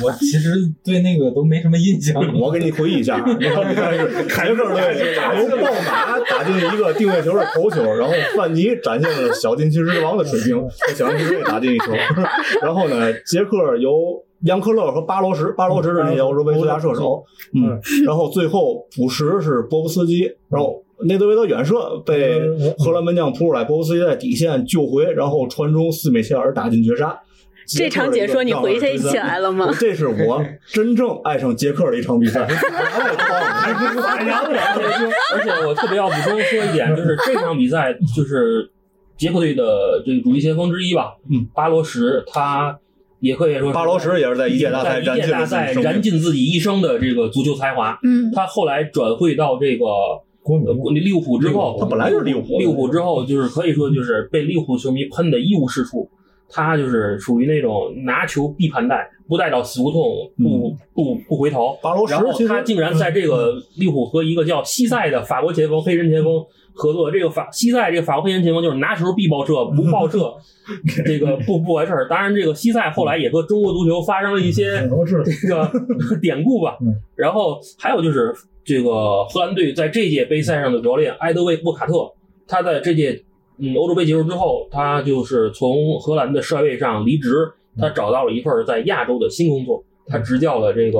Speaker 7: 我其实对那个都没什么印象。 <laughs>
Speaker 1: 我给你回忆一 <laughs> 下，那场比赛是凯克队由爆马打进一个定位球的头球，然后范尼展现了小禁区之王的水平，在小禁区内打进一球。然后呢，捷克由扬科勒和巴罗什，巴罗什是那些欧洲杯最佳射手，嗯，然后最后补时是波夫斯基，然后。内德维德远射被荷兰门将扑出来，波夫斯基在底线救回，然后传中四米切尔打进绝杀。
Speaker 5: 这场解说你回忆起来了吗？
Speaker 1: <laughs> 这是我真正爱上捷克的一场比
Speaker 2: <laughs>
Speaker 1: 赛。 <laughs>
Speaker 2: 而且我特别要补充说一点，就是这场比赛就是捷克队的这个主力前锋之一吧，
Speaker 1: 嗯，
Speaker 2: 巴罗什，他也可以说是
Speaker 1: 巴罗什也是在一届大
Speaker 2: 在
Speaker 1: 赛
Speaker 2: 一
Speaker 1: 燃
Speaker 2: 届
Speaker 1: 尽
Speaker 2: 大
Speaker 1: 了自
Speaker 2: 赛
Speaker 1: 己生
Speaker 2: 燃
Speaker 1: 命。
Speaker 2: 尽自己一生的这个足球才华。
Speaker 3: 嗯，
Speaker 2: 他后来转会到这个
Speaker 8: 国米
Speaker 2: 呃利物浦之后，
Speaker 1: 他本来就是利物浦的
Speaker 2: 利物浦之后就是可以说就是被利物浦球迷喷的一无是处。他就是属于那种拿球必盘带，不带找死胡同，不不不回头。
Speaker 1: 嗯巴罗什
Speaker 2: 然后
Speaker 1: 其实嗯
Speaker 2: 他竟然在这个利物浦和一个叫西塞的法国前锋、黑人前锋合作。这个法西塞这个法国黑人前锋就是拿球必爆射，不爆
Speaker 1: <laughs>
Speaker 2: 射，这个不不完事儿。当然，这个西塞后来也和中国足球发生了一些
Speaker 8: 然后是
Speaker 2: 这个典故吧。 <laughs> 然后还有就是这个荷兰队在这届杯赛上的教练埃德维·沃卡特，他在这届嗯欧洲杯结束之后，他就是从荷兰的帅位上离职，他找到了一份在亚洲的新工作，他执教了这个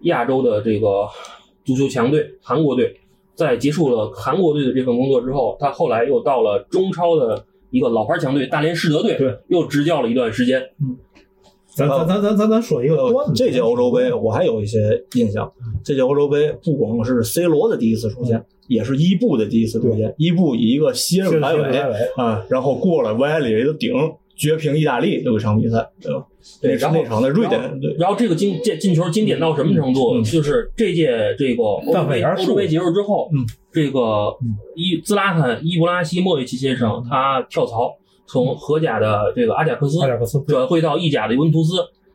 Speaker 2: 亚洲的这个足球强队韩国队。在结束了韩国队的这份工作之后，他后来又到了中超的一个老牌强队大连实德队，
Speaker 8: 对
Speaker 2: 又执教了一段时间。
Speaker 8: 咱咱咱咱咱咱说一个段子，
Speaker 1: 哦这届欧洲杯我还有一些印象，这届欧洲杯不光是 C 罗的第一次出
Speaker 2: 嗯
Speaker 1: 现，也是伊布的第一次出现。伊布以一个蝎子
Speaker 8: 来
Speaker 1: 摆尾
Speaker 8: 来
Speaker 1: 啊，然后过了维埃里维的顶，绝平意大利有一场比赛，对吧？
Speaker 2: 对
Speaker 1: 那是
Speaker 2: 然后
Speaker 1: 那场的瑞
Speaker 2: 然后
Speaker 1: 典对。
Speaker 2: 然后这个经这进球经典到什么程度？
Speaker 1: 嗯
Speaker 2: 就是这届这个欧洲
Speaker 8: 但
Speaker 2: 杯
Speaker 8: 韦尔
Speaker 2: 欧洲杯结束之后，
Speaker 1: 嗯嗯
Speaker 2: 这个伊兹拉罕伊布拉希莫维奇先生他跳槽，从荷甲的这个阿贾克斯
Speaker 4: 阿贾克斯对
Speaker 2: 转会到意甲的尤文图斯。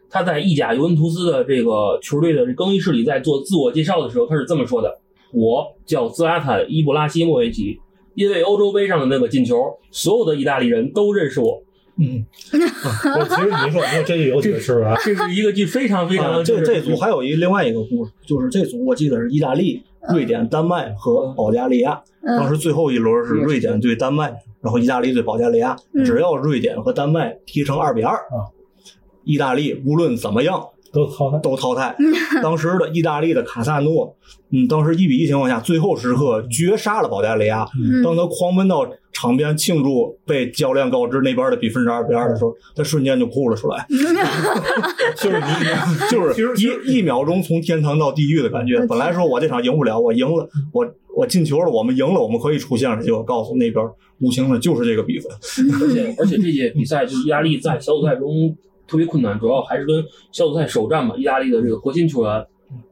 Speaker 2: 他在意甲尤文图斯的这个球队的更衣室里，在做自我介绍的时候，他是这么说的：“我叫兹拉坦·伊布拉希莫维奇，因为欧洲杯上的那个进球，所有的意大利人都认识我。
Speaker 4: 嗯，我其实你说，你说这有几个
Speaker 1: <laughs>
Speaker 4: 吃完”？
Speaker 2: 这是一个句非常非
Speaker 1: 啊
Speaker 2: 常
Speaker 1: 这
Speaker 2: 就是
Speaker 1: 这组还有一另外一个故事，就是这组我记得是意大利、瑞典、丹麦和保加利亚。当
Speaker 3: 嗯，
Speaker 1: 时最后一轮是瑞典对丹麦，然后意大利对保加利亚。
Speaker 3: 嗯
Speaker 1: 只要瑞典和丹麦踢成二比二，
Speaker 2: 嗯
Speaker 1: 意大利无论怎么样
Speaker 4: 都淘汰。
Speaker 1: 都淘汰。
Speaker 3: 嗯
Speaker 1: <laughs> 当时的意大利的卡萨诺，嗯，当时一比一情况下，最后时刻绝杀了保加利亚。
Speaker 3: 嗯
Speaker 1: 当他狂奔到场边庆祝，被教练告知那边的比分是二比二的时候，他瞬间就哭了出来，
Speaker 4: 就是你，你
Speaker 1: 就
Speaker 4: 其实
Speaker 1: 是一一秒钟从天堂到地狱的感觉。本来说我这场赢不了，我赢了，我我进球了，我们赢了，我们可以出线了。结果告诉那边无情的就是这个比分。
Speaker 3: 嗯
Speaker 2: 而且而且这届比赛就是意大利在小组赛中特别困难，主要还是跟小组赛首战嘛，意大利的这个核心球员，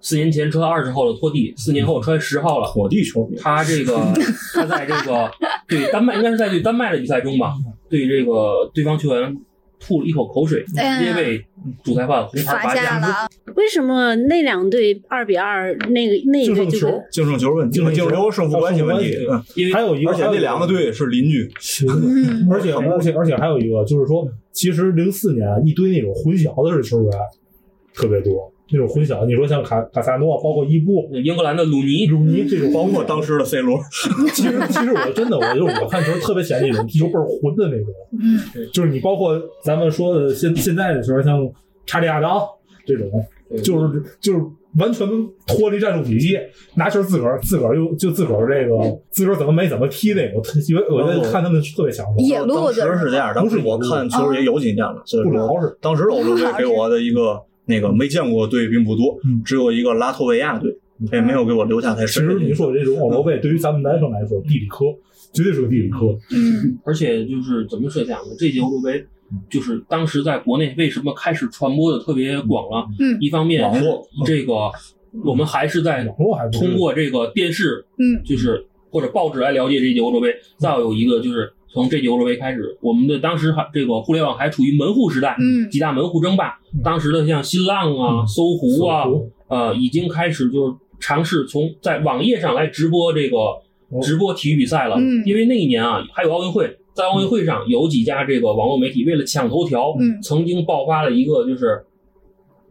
Speaker 2: 四年前穿二十号的托蒂，四年后穿十号了。
Speaker 1: 火地球迷，
Speaker 2: 他这个他在这个对丹麦应该是在对丹麦的比赛中吧，对这个对方球员吐了一口口水，直
Speaker 3: 哎呀
Speaker 2: 接被主裁判红牌
Speaker 3: 罚
Speaker 2: 罚下。
Speaker 3: 下了，啊
Speaker 5: 为什么那两队二比二那个那一
Speaker 4: 就剩
Speaker 5: 队就
Speaker 4: 球
Speaker 5: 跟
Speaker 1: 净胜球问题，
Speaker 4: 净
Speaker 1: 净
Speaker 4: 胜球哦
Speaker 1: 胜球胜负关系问题
Speaker 4: 胜。负
Speaker 1: 嗯
Speaker 4: 关
Speaker 2: 因
Speaker 4: 还
Speaker 2: 为
Speaker 4: 有一个，
Speaker 1: 而且那两个队是邻居，
Speaker 3: 嗯，
Speaker 4: 而且而且而且还有一个，就是说，其实零四年啊一堆那种混淆的球员特别多，那种混淆，你说像卡卡萨诺，包括伊布、
Speaker 2: 英格兰的鲁尼
Speaker 4: 鲁尼这种，
Speaker 1: 包括嗯当时的 C 罗。
Speaker 4: 其实其实我真的，我就我看球特别嫌那种踢球倍儿混的那种，就是你包括咱们说的现现在的时候，像查理亚当这种，就是就是完全脱离战术体系，拿球自个儿自个儿就就自个儿这个自个儿怎么没怎么踢那个，我特我我觉得看他们特别享受，
Speaker 3: 野路
Speaker 1: 当
Speaker 3: 子
Speaker 1: 时是这样，当时
Speaker 4: 不是嗯
Speaker 1: 我看球也有几年了，所以
Speaker 4: 不
Speaker 1: 说
Speaker 4: 老实。
Speaker 1: 当时欧洲队给我的一个那个没见过队并不多
Speaker 4: 嗯，
Speaker 1: 只有一个拉脱维亚队，也没有给我留下太
Speaker 4: 其
Speaker 1: 深的
Speaker 4: 实
Speaker 1: 印象。
Speaker 4: 你说这种欧洲杯，对于咱们男生来说，地理科绝对是个地理科。
Speaker 3: 嗯，
Speaker 2: 而且就是怎么设想的，这届欧洲杯就是当时在国内为什么开始传播的特别广了？
Speaker 3: 嗯
Speaker 2: 一方面
Speaker 1: 网络
Speaker 2: 这个我们还是在
Speaker 4: 网络还不是
Speaker 2: 通过这个电视，
Speaker 3: 嗯，
Speaker 2: 就是或者报纸来了解这届欧洲杯。再有一个就是从这届欧洲杯开始，我们的当时还这个互联网还处于门户时代，
Speaker 3: 嗯
Speaker 2: 几大门户争霸。当时的像新浪啊、
Speaker 4: 嗯
Speaker 2: 搜狐啊
Speaker 4: 搜狐，
Speaker 2: 呃，已经开始就是尝试从在网页上来直播这个
Speaker 4: 哦
Speaker 2: 直播体育比赛了。
Speaker 3: 嗯
Speaker 2: 因为那一年啊，还有奥运会，在奥运会
Speaker 1: 嗯
Speaker 2: 上有几家这个网络媒体为了抢头条，
Speaker 3: 嗯
Speaker 2: 曾经爆发了一个就是，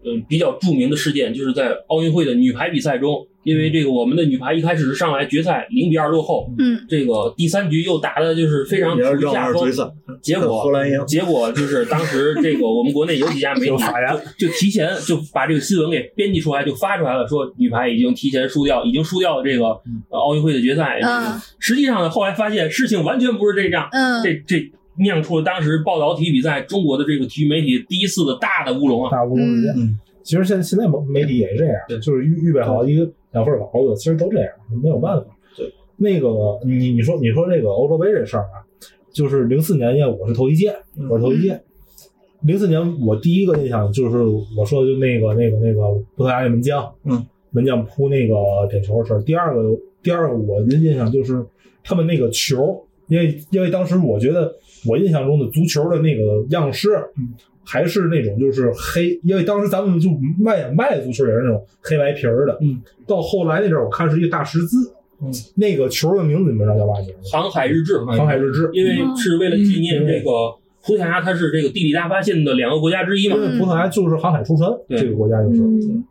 Speaker 2: 嗯、比较著名的事件，就是在奥运会的女排比赛中，因
Speaker 1: 嗯
Speaker 2: 为这个我们的女排一开始是上来决赛零比二落后，
Speaker 3: 嗯，
Speaker 2: 这个第三局又打的就是非常
Speaker 1: 也
Speaker 2: 处
Speaker 1: 是
Speaker 2: 于
Speaker 1: 让
Speaker 2: 下
Speaker 1: 二
Speaker 2: 风
Speaker 1: 追，三，
Speaker 2: 结
Speaker 1: 跟荷
Speaker 2: 果。
Speaker 1: 兰一样。
Speaker 2: 结果就是当时这个我们国内有几家
Speaker 1: <laughs>
Speaker 2: 媒体
Speaker 4: 有法呀
Speaker 2: 就就提前就把这个新闻给编辑出来，就发出来了，说女排已经提前输掉，已经输掉了这个呃奥运会的决赛。
Speaker 3: 嗯
Speaker 2: 实际上呢，后来发现事情完全不是这样，
Speaker 3: 嗯
Speaker 2: 这这酿出了当时报道体育比赛中国的这个体育媒体第一次的大的乌龙啊！
Speaker 4: 大乌龙事件。
Speaker 1: 嗯
Speaker 4: 其实现现在媒体也是这样，
Speaker 2: 对
Speaker 4: 就是预预备好一个两份稿子，其实都这样，没有办法。
Speaker 1: 对，
Speaker 4: 那个你你说你说这个欧洲杯这事儿啊，就是零四年，因为我是头一届，我是头一届。零四年我第一个印象就是我说的就那个那个那个葡萄牙那门将，
Speaker 1: 嗯，
Speaker 4: 门将扑那个点球的事儿。第二个第二个我的印象就是他们那个球，因为因为当时我觉得我印象中的足球的那个样式，还是那种就是黑，因为当时咱们就卖卖足球也是那种黑白皮儿的，
Speaker 2: 嗯，
Speaker 4: 到后来那阵儿我看是一个大十字，嗯，那个球的名字你们知道叫嘛名吗？
Speaker 2: 航海日志，
Speaker 4: 航海日志，
Speaker 2: 因为是为了纪念这个葡萄牙，它是这个地理大发现的两个国家之一嘛
Speaker 4: 因。为葡萄牙就是航海出身，
Speaker 2: 对
Speaker 4: 这个国家就是、
Speaker 5: 嗯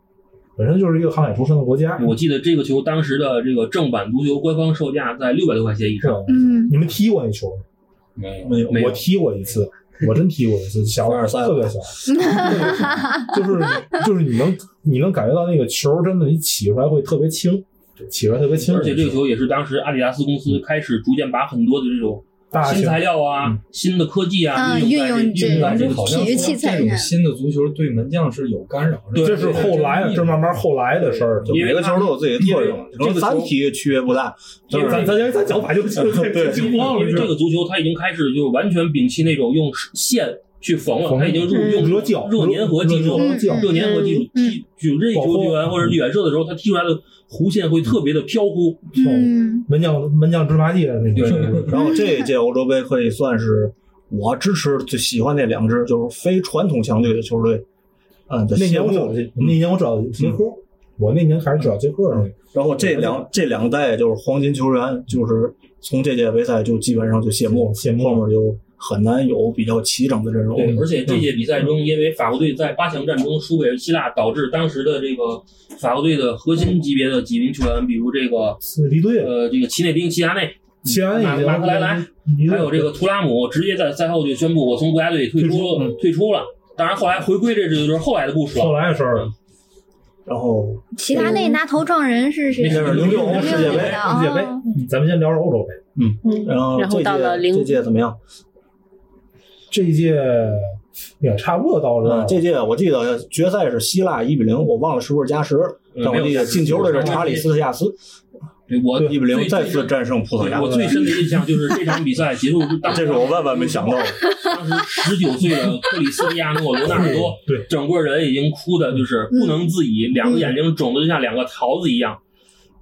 Speaker 4: 本身就是一个航海出身的国家，
Speaker 2: 我记得这个球当时的这个正版足球官方售价在六百多块钱以
Speaker 4: 是
Speaker 2: 上
Speaker 4: 吧，
Speaker 3: 嗯
Speaker 4: 你们踢过那球吗？
Speaker 6: 没有
Speaker 1: 没有
Speaker 2: 没有
Speaker 4: 我踢过一次，我真踢过一次，小
Speaker 1: 凡尔赛吧
Speaker 4: 特别小，就是就是你能你能感觉到那个球真的你起出来会特别轻，起出来特别轻，嗯
Speaker 2: 而且这个球也是当时阿迪达斯公司开始逐渐把很多的这种
Speaker 4: 大
Speaker 2: 新
Speaker 4: 型
Speaker 2: 材料啊
Speaker 4: 嗯、
Speaker 2: 新的科技啊
Speaker 3: 嗯
Speaker 2: 运用
Speaker 3: 运用这
Speaker 2: 在运用在这个
Speaker 7: 好
Speaker 2: 球
Speaker 7: 像
Speaker 2: 上
Speaker 3: 体育器材
Speaker 7: 这种
Speaker 3: 上
Speaker 7: 新的足球对门将是有干扰，
Speaker 2: 对
Speaker 4: 这是后来啊，这慢慢后来的事儿。
Speaker 1: 就
Speaker 2: 因为
Speaker 1: 每个球都有自己的特
Speaker 2: 因为
Speaker 1: 征，可
Speaker 2: 这
Speaker 1: 能
Speaker 2: 个
Speaker 1: 咱
Speaker 2: 球
Speaker 1: 踢区别不大，就
Speaker 4: 咱
Speaker 1: 是
Speaker 4: 咱咱咱讲法就就就就忘
Speaker 2: 因
Speaker 4: 了，
Speaker 2: 为这个足球它已经开始就完全摒弃那种用线去缝了，
Speaker 4: 缝
Speaker 2: 它已经
Speaker 5: 嗯
Speaker 2: 入用
Speaker 4: 热胶
Speaker 2: 热粘合技术
Speaker 4: 热
Speaker 3: 热胶
Speaker 2: 热粘合技术
Speaker 3: 嗯
Speaker 2: 踢，就任意
Speaker 4: 保护
Speaker 2: 球球员或者远射的时候，他踢出来的弧线会特别的飘忽。
Speaker 3: 嗯
Speaker 4: 门将门将芝麻街那种。
Speaker 1: 然后这一届欧洲杯可以算是我支持最喜欢那两支就是非传统强队的球队，嗯，的
Speaker 4: 那年
Speaker 1: 相
Speaker 4: 我
Speaker 1: 互
Speaker 4: 找的那年我找的杰克，我那年还是找杰克的那个。
Speaker 1: 然后这两这两代就是黄金球员，就是从这届杯赛就基本上就谢幕，
Speaker 4: 谢幕
Speaker 1: 后面就很难有比较齐整的阵容。
Speaker 4: 嗯
Speaker 2: 对，而且这届比赛中，因为法国队在八强战中输给希腊，导致当时的这个法国队的核心级别的几名球员，比如这个
Speaker 4: 是离队了，
Speaker 2: 呃这个齐内丁、齐达内，
Speaker 4: 齐安已
Speaker 2: 马
Speaker 4: 经嗯
Speaker 2: 马克莱莱
Speaker 4: 离队
Speaker 2: 还
Speaker 4: 了
Speaker 2: 有这个图拉姆，直接在赛后就宣布我从国家队退出
Speaker 4: 退出嗯
Speaker 2: 退出了。当然后来回归，这就是后来的故事
Speaker 4: 后
Speaker 2: 了。
Speaker 4: 来的事儿了，
Speaker 1: 然后
Speaker 3: 齐达内拿头撞人是谁？
Speaker 1: 那是零六年世界杯，
Speaker 3: 啊
Speaker 4: 世界杯，咱们先聊聊欧洲杯。
Speaker 5: 嗯，
Speaker 1: 然后
Speaker 5: 然
Speaker 1: 这
Speaker 5: 后到了
Speaker 1: 届
Speaker 5: 零
Speaker 1: 这届怎么样？
Speaker 4: 这一届也差不多到
Speaker 1: 嗯
Speaker 2: 哦
Speaker 4: 了，，
Speaker 1: 这届我记得决赛是希腊一比零，我忘了是不是加时，
Speaker 2: 嗯
Speaker 1: 但我
Speaker 2: 没有
Speaker 1: 记得
Speaker 2: 加时
Speaker 1: 进球的是查理斯特亚斯，
Speaker 2: 对我
Speaker 1: 一比零
Speaker 2: 最
Speaker 1: 再
Speaker 2: 最
Speaker 1: 次
Speaker 2: 深
Speaker 1: 战胜葡萄
Speaker 2: 对
Speaker 1: 牙。
Speaker 2: 我最深的印象就是这场比赛结束，当
Speaker 1: <laughs> 这是我万万没想到的。
Speaker 2: 当时十九岁的克里斯蒂亚诺·罗纳尔多，
Speaker 4: 对对，
Speaker 2: 整个人已经哭的就是不能自
Speaker 4: 嗯
Speaker 2: 已，两个眼睛肿的就像两个桃子一样。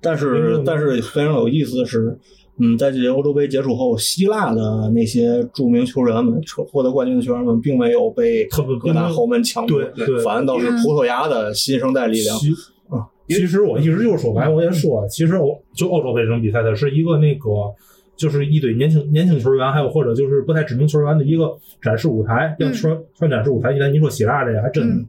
Speaker 1: 但是
Speaker 4: 嗯
Speaker 1: 但是非常有意思的是，嗯，在这届欧洲杯结束后，希腊的那些著名球员们，获获得冠军的球员们，并没有被
Speaker 4: 特别
Speaker 1: 各大豪门抢夺，
Speaker 4: 对对
Speaker 1: 反倒是
Speaker 5: 嗯
Speaker 1: 葡萄牙的新生代力量。
Speaker 4: 其
Speaker 1: 啊
Speaker 4: 其实我一直就说，白，我也说，啊其实我就欧洲杯这种比赛，它是一个那个，就是一对年轻年轻球员，还有或者就是不太知名球员的一个展示舞台。要
Speaker 3: 嗯
Speaker 4: 说说展示舞台，一旦一说希腊这个，还真
Speaker 3: 嗯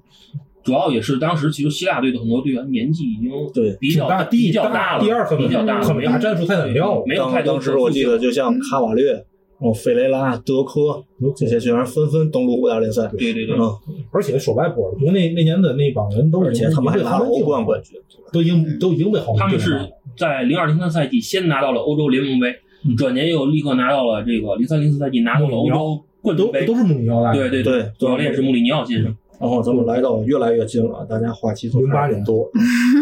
Speaker 2: 主要也是当时其实希腊队的很多队员年纪已经
Speaker 1: 对
Speaker 2: 比较
Speaker 4: 挺大
Speaker 2: 比较
Speaker 4: 第一
Speaker 2: 大了，
Speaker 4: 第二可能
Speaker 2: 比较大了，
Speaker 4: 可能打战术太难料了
Speaker 2: 没有
Speaker 1: 当
Speaker 2: 太多
Speaker 1: 当时我记得，就像卡瓦略、然后费雷拉、德科这些球员纷纷登陆五大联赛。
Speaker 2: 对对对，
Speaker 1: 嗯，
Speaker 4: 而且说白，波尔图那那年的那帮人都
Speaker 1: 而
Speaker 4: 已
Speaker 1: 且
Speaker 4: 经
Speaker 1: 他们还
Speaker 4: 被
Speaker 1: 拿
Speaker 4: 豪
Speaker 1: 了
Speaker 4: 门
Speaker 1: 欧
Speaker 4: 定
Speaker 1: 冠
Speaker 4: 了
Speaker 1: 冠军。
Speaker 4: 都已
Speaker 3: 嗯
Speaker 4: 经都已经被豪门
Speaker 2: 他们
Speaker 4: 定了
Speaker 2: 是在零二零三赛季先拿到了欧洲联盟杯，
Speaker 4: 嗯
Speaker 2: 转年又立刻拿到了这个零三零四赛季拿到了欧洲冠
Speaker 4: 都
Speaker 2: 军杯
Speaker 4: 都。是穆里尼奥来
Speaker 2: 对
Speaker 4: 的
Speaker 2: 对
Speaker 1: 对
Speaker 2: 主教练是穆里尼奥先
Speaker 4: <laughs>
Speaker 2: 生。
Speaker 1: 然后咱们来到越来越近了，大家话题都
Speaker 4: 08
Speaker 1: 开始
Speaker 4: 年
Speaker 1: 多。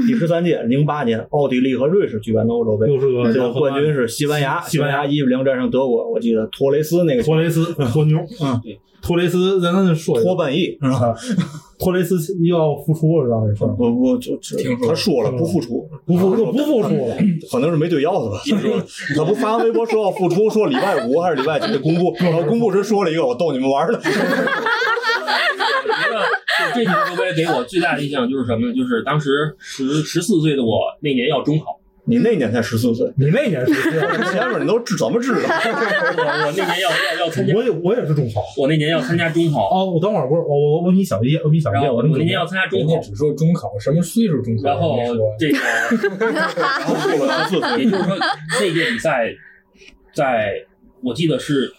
Speaker 1: 第十三届，零八年，奥地利和瑞士举办的欧洲杯，
Speaker 4: 又是
Speaker 3: 嗯
Speaker 4: 个
Speaker 1: 这个冠军是西班牙，
Speaker 4: 西班牙
Speaker 1: 一比零战胜德国。我记得托雷斯那个
Speaker 4: 托雷斯托牛，
Speaker 1: 嗯
Speaker 2: 对，
Speaker 4: 托雷斯咱咱说一下
Speaker 1: 托半翼，是吧？
Speaker 4: 啊，托雷斯又要复出了，知道这事
Speaker 3: 嗯
Speaker 4: 儿
Speaker 1: 不不，就就
Speaker 7: 听说
Speaker 1: 他输了，
Speaker 4: 嗯
Speaker 1: 不复出，嗯
Speaker 4: 不复就不复出了，
Speaker 1: 可能是没对钥匙吧。他说他不发完微博说要复出，说礼拜五还是礼拜几公布，
Speaker 4: 嗯
Speaker 1: 然后公布时说了一个我逗你们
Speaker 4: <laughs>
Speaker 1: 玩儿的，
Speaker 2: 我觉得就这届欧洲杯给我最大的印象就是什么呢？就是当时十十四岁的我那年要中考，
Speaker 1: 你那年才十四岁，
Speaker 4: 你那年是
Speaker 1: 前面你都知怎么知道？
Speaker 2: 我我那年要要要参加，
Speaker 4: 我也我也是中考。
Speaker 2: 我那年要参加中考，
Speaker 4: 哦，我等会儿我我我我比你小一届，我比你小一
Speaker 2: 然
Speaker 4: 届，
Speaker 2: 后我
Speaker 4: 那
Speaker 2: 那年要参加中
Speaker 7: 人
Speaker 2: 考
Speaker 7: 家，只说中考，什么岁数中考？
Speaker 2: 然后
Speaker 7: 没说
Speaker 2: 这个。
Speaker 1: 然后过了十四岁，
Speaker 2: 也就是说，那届比赛，在我记得是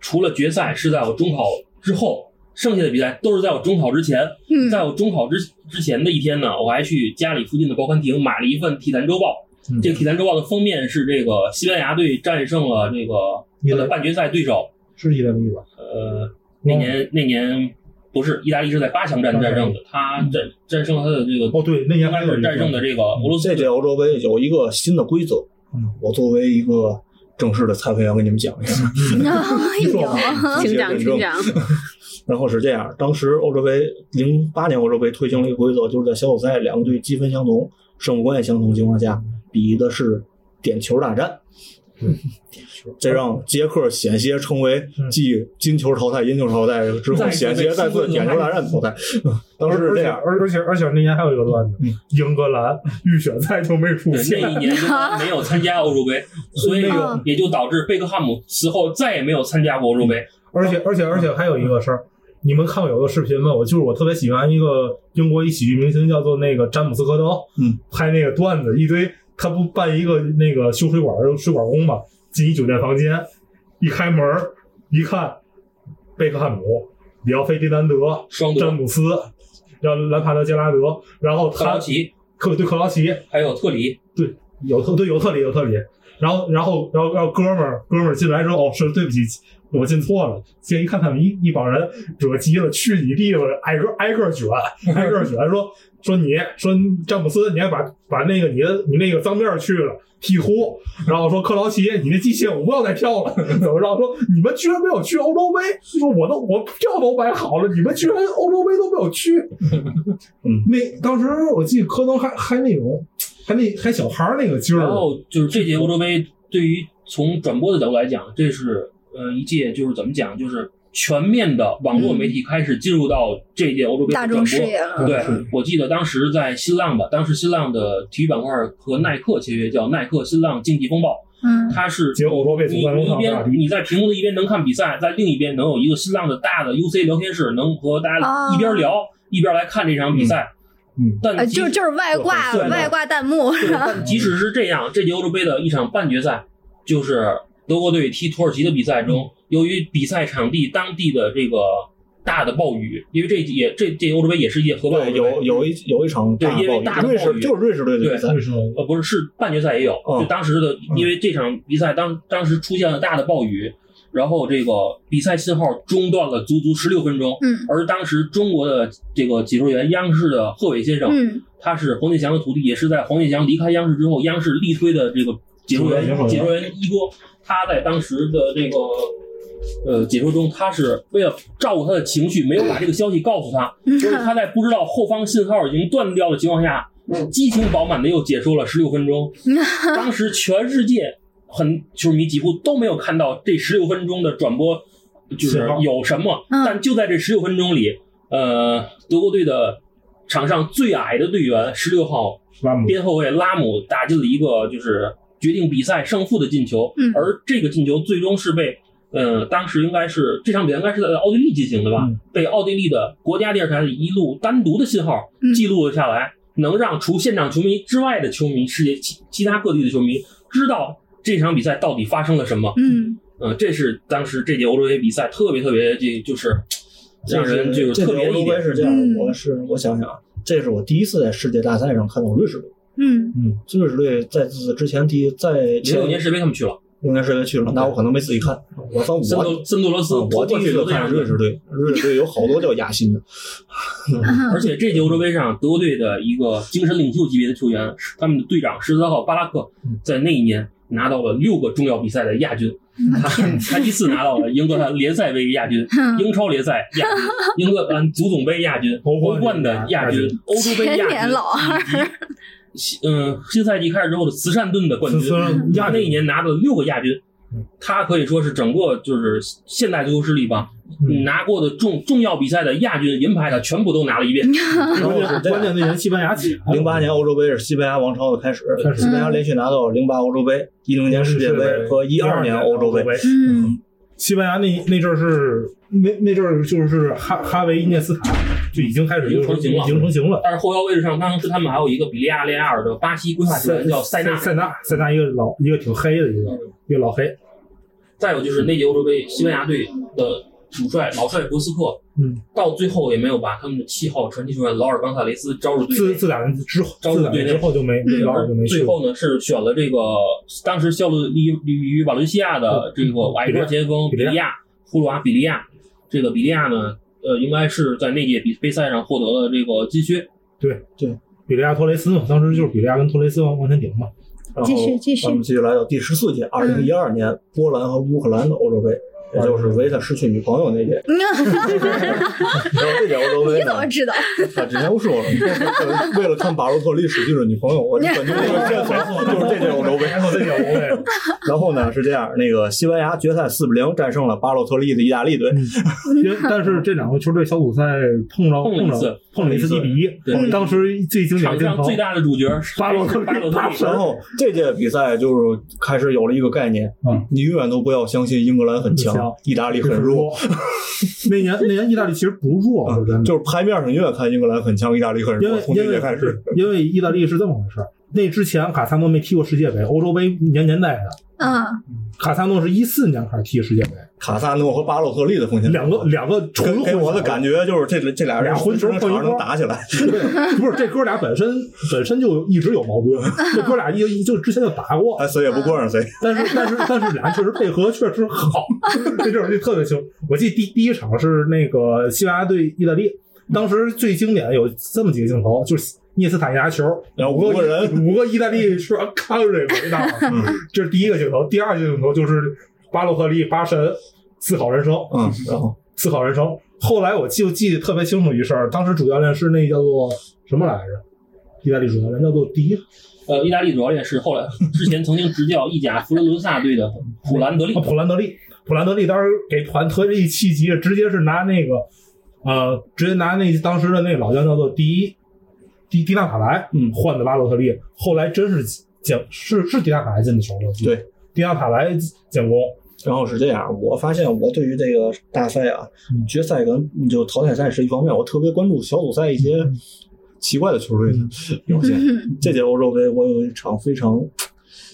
Speaker 2: 除了决赛是在我中考之后，剩下的比赛都是在我中考之前。
Speaker 3: 嗯
Speaker 2: 在我中考之之前的一天呢，我还去家里附近的报刊亭买了一份《体坛周报》
Speaker 4: 嗯。
Speaker 2: 这个《体坛周报》的封面是这个西班牙队战胜了这个
Speaker 4: 意
Speaker 2: 他的
Speaker 4: 大利
Speaker 2: 半决赛对手，
Speaker 4: 是意大利吧？
Speaker 2: 呃，那年那年不是意大利是在八强战战胜的，他战战胜了他的这个
Speaker 4: 哦，对，那年
Speaker 2: 应
Speaker 4: 还
Speaker 2: 该
Speaker 4: 有
Speaker 2: 是战胜的这个
Speaker 3: 嗯
Speaker 2: 俄罗斯
Speaker 1: 这
Speaker 2: 队
Speaker 1: 届欧洲杯有一个新的规则
Speaker 4: 嗯，
Speaker 1: 我作为一个正式的裁判员给你们讲一下。
Speaker 3: <laughs> 哎
Speaker 4: 你说
Speaker 3: 呦
Speaker 4: 吧，
Speaker 5: 请讲，请讲。
Speaker 1: <laughs> 然后是这样，当时欧洲杯零八年欧洲杯推行了一个规则，就是在小组赛两个队积分相同、胜负关系相同的情况下，比的是点球大战。嗯这让捷克险些成为继金球淘汰、银球淘汰之后，险些再次点球大战淘汰。嗯当时是这样，
Speaker 4: 而而且而且那年还有一个段子，英格兰预选赛都没出
Speaker 2: 嗯对，
Speaker 4: 现
Speaker 2: 那，一年就没有参加欧洲
Speaker 3: <laughs>
Speaker 2: 杯，所以
Speaker 4: 那
Speaker 3: 个
Speaker 2: 也就导致贝克汉姆此后再也没有参加过欧洲杯。
Speaker 4: 而且而且而且还有一个事儿。你们看过有个视频吗？我就是我特别喜欢一个英国一喜剧明星，叫做那个詹姆斯科登，
Speaker 1: 嗯，
Speaker 4: 拍那个段子，一堆他不办一个那个修水管儿水管工嘛，进一酒店房间，一开门儿一看，贝克汉姆、里奥费迪南德、
Speaker 2: 双
Speaker 4: 詹
Speaker 2: 德、
Speaker 4: 姆斯，然后兰帕德、杰拉德，然后
Speaker 2: 克劳
Speaker 4: 他
Speaker 2: 奇
Speaker 4: 克对克劳奇，
Speaker 2: 还有特里，
Speaker 4: 有特对有特里有特里，然后然后然后然后哥们儿哥们儿进来之后，哦，是对不起，我进错了。结果一看他们一一帮人惹急了，去你地方挨个挨个卷，挨个卷说说你说詹姆斯，你还把把那个你的你那个脏辫儿去了。剃秃，然后说克劳奇，你那机械我不要再跳了，怎么着？说你们居然没有去欧洲杯，说我都我票都买好了，你们居然欧洲杯都没有去。
Speaker 1: 嗯，
Speaker 4: 那当时我记得科登还还那种，还那还
Speaker 2: 哦
Speaker 4: 小孩儿那个劲儿，
Speaker 2: 然后就是这届欧洲杯，对于从转播的角度来讲，这是呃一届就是怎么讲，就是全面的网络媒体开始进入到这届欧洲杯
Speaker 3: 大
Speaker 2: 的转
Speaker 3: 众
Speaker 2: 播。
Speaker 3: 视野啊了。
Speaker 2: 对，我记得当时在新浪吧，当时新浪的体育板块和耐克签约，叫耐克新浪竞技风暴。
Speaker 3: 嗯，
Speaker 2: 它是
Speaker 4: 结果欧洲杯主办
Speaker 2: 你
Speaker 4: 国
Speaker 2: 你一
Speaker 4: 上大
Speaker 2: 边
Speaker 4: 地
Speaker 2: 你在屏幕的一边能看比赛，在另一边能有一个新浪的大的 UC 聊天室，能和大
Speaker 3: 哦
Speaker 2: 家一边聊、一边来看这场比赛。
Speaker 4: 嗯嗯
Speaker 2: 但
Speaker 3: 呃，
Speaker 2: 即
Speaker 3: 就就是外挂
Speaker 2: 对对对
Speaker 3: 外挂弹幕，
Speaker 2: 对但即使是这样，这届欧洲杯的一场半决赛，就是德国队踢土耳其的比赛
Speaker 4: 嗯
Speaker 2: 中，由于比赛场地当地的这个大的暴雨，因为这也这这欧洲杯也是一届河畔
Speaker 1: 对，
Speaker 2: 欧洲杯
Speaker 1: 有有一有一场大
Speaker 2: 对因为
Speaker 1: 暴雨
Speaker 2: 大，
Speaker 1: 瑞
Speaker 2: 暴
Speaker 1: 士
Speaker 2: 雨
Speaker 1: 就是瑞士队的比赛，嗯
Speaker 4: 为什么？
Speaker 2: 呃，不是，是半决赛也有。
Speaker 1: 哦
Speaker 4: 嗯
Speaker 2: 就当时的，因为这场比赛当当时出现了大的暴雨，然后这个比赛信号中断了足足十六分钟。
Speaker 3: 嗯
Speaker 2: 而当时中国的这个解说员，央视的贺炜先生，
Speaker 3: 嗯，
Speaker 2: 他是黄健翔的徒弟，也是在黄健翔离开央视之后，央视力推的这个解说
Speaker 4: 解说
Speaker 2: 员
Speaker 4: 员
Speaker 2: 解说员一哥，他在当时的这个呃解说中，他是为了照顾他的情绪，没有把这个消息告诉他，所以他在不知道后方信号已经断掉的情况下，
Speaker 3: 嗯
Speaker 2: 激情饱满的又解说了十六分
Speaker 3: <laughs>
Speaker 2: 钟。当时全世界很球迷几乎都没有看到这十六分钟的转播就是
Speaker 4: 信号
Speaker 2: 有什么，
Speaker 3: 嗯
Speaker 2: 但就在这十六分钟里，呃，德国队的场上最矮的队员十六号
Speaker 4: 拉姆
Speaker 2: 边后卫拉姆打进了一个就是决定比赛胜负的进球，
Speaker 3: 嗯
Speaker 2: 而这个进球最终是被。呃，当时应该是这场比赛应该是在奥地利进行的吧？
Speaker 1: 嗯
Speaker 2: 被奥地利的国家电视台的一路单独的信号
Speaker 3: 嗯
Speaker 2: 记录了下来，能让除现场球迷之外的球迷，世界其其他各地的球迷知道这场比赛到底发生了什么。
Speaker 3: 嗯，
Speaker 2: 呃，这是当时这届欧洲杯比赛特别特别这就是让人就
Speaker 1: 这
Speaker 2: 是特别
Speaker 1: 这
Speaker 2: 的
Speaker 1: 个
Speaker 2: 一
Speaker 1: 欧洲杯
Speaker 2: 点。
Speaker 1: 是这样
Speaker 3: 嗯，
Speaker 1: 我是我想想啊，这是我第一次在世界大赛上看到瑞士队。
Speaker 3: 嗯
Speaker 1: 瑞士队在此之前第一在
Speaker 2: 零
Speaker 1: 前
Speaker 2: 六年世界杯他们去了，
Speaker 1: 六年世界杯去了，那我可能没仔细看。我反
Speaker 2: 森
Speaker 1: 正我
Speaker 2: 多森多罗斯
Speaker 1: 我第一次看瑞士队，瑞士队有好多叫亚新的，
Speaker 3: 嗯
Speaker 2: 而且这届欧洲杯上，德国队的一个精神领袖级别的球员，他们的队长十三号巴拉克，
Speaker 4: 嗯
Speaker 2: 在那一年拿到了六个重要比赛的亚军，
Speaker 3: 嗯
Speaker 2: 他他依次拿到了英格兰联赛杯亚军、
Speaker 3: 嗯
Speaker 2: 英超联赛亚军、
Speaker 3: <laughs>
Speaker 2: 英格兰足总杯亚军、
Speaker 4: 欧
Speaker 2: 欧
Speaker 4: 冠
Speaker 2: 冠的亚军
Speaker 4: 亚、
Speaker 2: 欧洲杯
Speaker 3: 前
Speaker 2: 亚
Speaker 3: 年
Speaker 2: 军
Speaker 3: 老二， <laughs>
Speaker 2: 以及嗯新赛季开始之后的慈善顿的冠军
Speaker 4: 慈善，嗯
Speaker 2: 亚那一年拿到了六个亚军。他可以说是整个就是现代足球史里吧，
Speaker 4: 嗯
Speaker 2: 拿过的重重要比赛的亚军、银牌，他全部都拿了一遍。
Speaker 4: 然后
Speaker 1: 然后是这
Speaker 4: 关键
Speaker 1: 样。
Speaker 4: 那年西班牙起来了
Speaker 1: 零八年欧洲杯是西班牙王朝的开始，
Speaker 4: 开始
Speaker 1: 西班牙连续拿到零八欧洲杯、一零年世界杯和一二年欧洲杯。
Speaker 3: 嗯
Speaker 4: 西班牙那那阵儿是那那阵儿就是哈哈维伊涅斯塔就已经开始就是
Speaker 2: 已经成型了
Speaker 4: 已经成型了。
Speaker 2: 但是后腰位置上，当时他们还有一个比利亚雷亚尔的巴西规划球员叫塞纳。嗯
Speaker 4: 塞纳塞纳一个老一个挺黑的一个一个老黑，
Speaker 2: 再有就是那届欧洲杯，西班牙队的主帅老帅博斯克，
Speaker 4: 嗯，
Speaker 2: 到最后也没有把他们的七号传奇球员劳尔冈萨雷斯招入队
Speaker 4: 自
Speaker 2: 内。
Speaker 4: 自打那之后
Speaker 2: 招
Speaker 4: 自
Speaker 2: 入
Speaker 4: 打
Speaker 2: 队
Speaker 4: 那
Speaker 2: 内
Speaker 4: 之后就没
Speaker 3: 嗯
Speaker 4: 老就没去
Speaker 2: 最
Speaker 4: 过。
Speaker 2: 后呢，是选了这个当时效力于于瓦伦西亚的这个矮个前锋
Speaker 4: 嗯比利亚
Speaker 2: 利亚葫芦娃比利亚。这个比利亚呢，呃，应该是在那届比杯赛上获得了这个金靴。
Speaker 4: 比利亚托雷斯嘛，当时就是比利亚跟托雷斯往往前顶嘛。
Speaker 1: 然后
Speaker 3: 继续继续
Speaker 1: 咱们继续来到第十四届，二零一二
Speaker 3: 嗯
Speaker 1: 年波兰和乌克兰的欧洲杯，
Speaker 4: 嗯
Speaker 1: 也就是维塔失去女朋友那届。 <laughs> 然后这届欧洲杯
Speaker 3: 嗯你怎
Speaker 1: 呢
Speaker 3: 么，知道？
Speaker 1: 啊，之前都说了，为了看巴洛特历史记者女朋友，我本就
Speaker 3: <laughs>
Speaker 1: 就是这届欧洲杯。
Speaker 4: 这届欧洲杯，
Speaker 1: <laughs> 然后呢是这样，那个西班牙决赛四比零战胜了巴洛特利的意大利队，
Speaker 4: 嗯因为但是这两个球队小组赛碰着
Speaker 2: 嗯碰了
Speaker 4: 碰
Speaker 2: 一
Speaker 4: 着
Speaker 2: 次
Speaker 4: 碰了一次一比
Speaker 2: 对
Speaker 4: 一，当时最经典
Speaker 2: 场
Speaker 4: 的镜
Speaker 2: 上
Speaker 4: 头
Speaker 2: 最大的主角是
Speaker 4: 巴洛特利
Speaker 2: 巴洛特利。
Speaker 1: 然后这届比赛就是开始有了一个概念，
Speaker 4: 嗯
Speaker 1: 你永远都不要相信英格兰很强
Speaker 4: 很强，
Speaker 1: 意大利很弱，。
Speaker 4: <laughs> 那年那年意大利其实不弱，
Speaker 1: 啊
Speaker 4: 说真的，
Speaker 1: 就是牌面上永远看英格兰很强，意大利很
Speaker 4: 因
Speaker 1: 弱，
Speaker 4: 为
Speaker 1: 从这
Speaker 4: 因
Speaker 1: 届
Speaker 4: 为
Speaker 1: 开始。
Speaker 4: 因为意大利是这么回事儿，那之前卡萨诺没踢过世界杯，欧洲杯年年代的。
Speaker 3: 嗯，
Speaker 4: 卡萨诺是一四年开始踢世界杯，
Speaker 1: 卡萨诺和巴洛特利的锋线
Speaker 4: 两个两个纯
Speaker 1: 给
Speaker 4: 混
Speaker 1: 给我的感
Speaker 4: 觉，
Speaker 1: 觉就是这这俩人
Speaker 4: 俩混球
Speaker 1: 时常
Speaker 4: 混一
Speaker 1: 常能
Speaker 4: 波
Speaker 1: 打起来，
Speaker 4: <laughs> 对不是这哥俩本身本身就一直有矛
Speaker 1: <laughs>
Speaker 4: 盾，这哥俩一就之前就打过，
Speaker 1: 哎，谁也不惯着谁。
Speaker 4: <laughs> 但是但是但是俩确实配合确实好， <laughs> 这阵儿就特别清楚。我记得第第一场是那个西班牙对意大利，当时最经典的有这么几个镜头，就是涅斯塔亚球，
Speaker 1: 然后
Speaker 4: 五
Speaker 1: 五个人
Speaker 4: 五个意大利是看着这围挡，
Speaker 1: 嗯
Speaker 4: 这是第一个镜头。第二个镜头就是巴洛特利巴神思考人生，
Speaker 1: 嗯，然后
Speaker 4: 思考人生。后来我记我记得特别清楚一事儿，当时主教练是那叫做什么来着？意大利主教练叫做迪
Speaker 2: 呃，意大利主教练是后来之前曾经执教意甲佛罗伦萨队的普兰德利
Speaker 4: <laughs> 啊，。普兰德利。普兰德利当时给团特意气急了，直接是拿那个呃，直接拿那当时的那个老将叫做第一迪迪纳卡莱，
Speaker 1: 嗯
Speaker 4: 换的巴洛特利。后来真是捡是是迪纳卡莱进的球吗？我记得
Speaker 1: 对，
Speaker 4: 迪纳卡莱
Speaker 2: <laughs>
Speaker 4: 建功。
Speaker 1: 然后是这样，我发现我对于这个大赛啊，
Speaker 4: 嗯
Speaker 1: 决赛跟就淘汰赛是一方面，我特别关注小组赛一些
Speaker 4: 嗯
Speaker 1: 奇怪的球队的 <laughs> 表
Speaker 4: <laughs>
Speaker 1: 现。这届欧洲杯，我有一场非常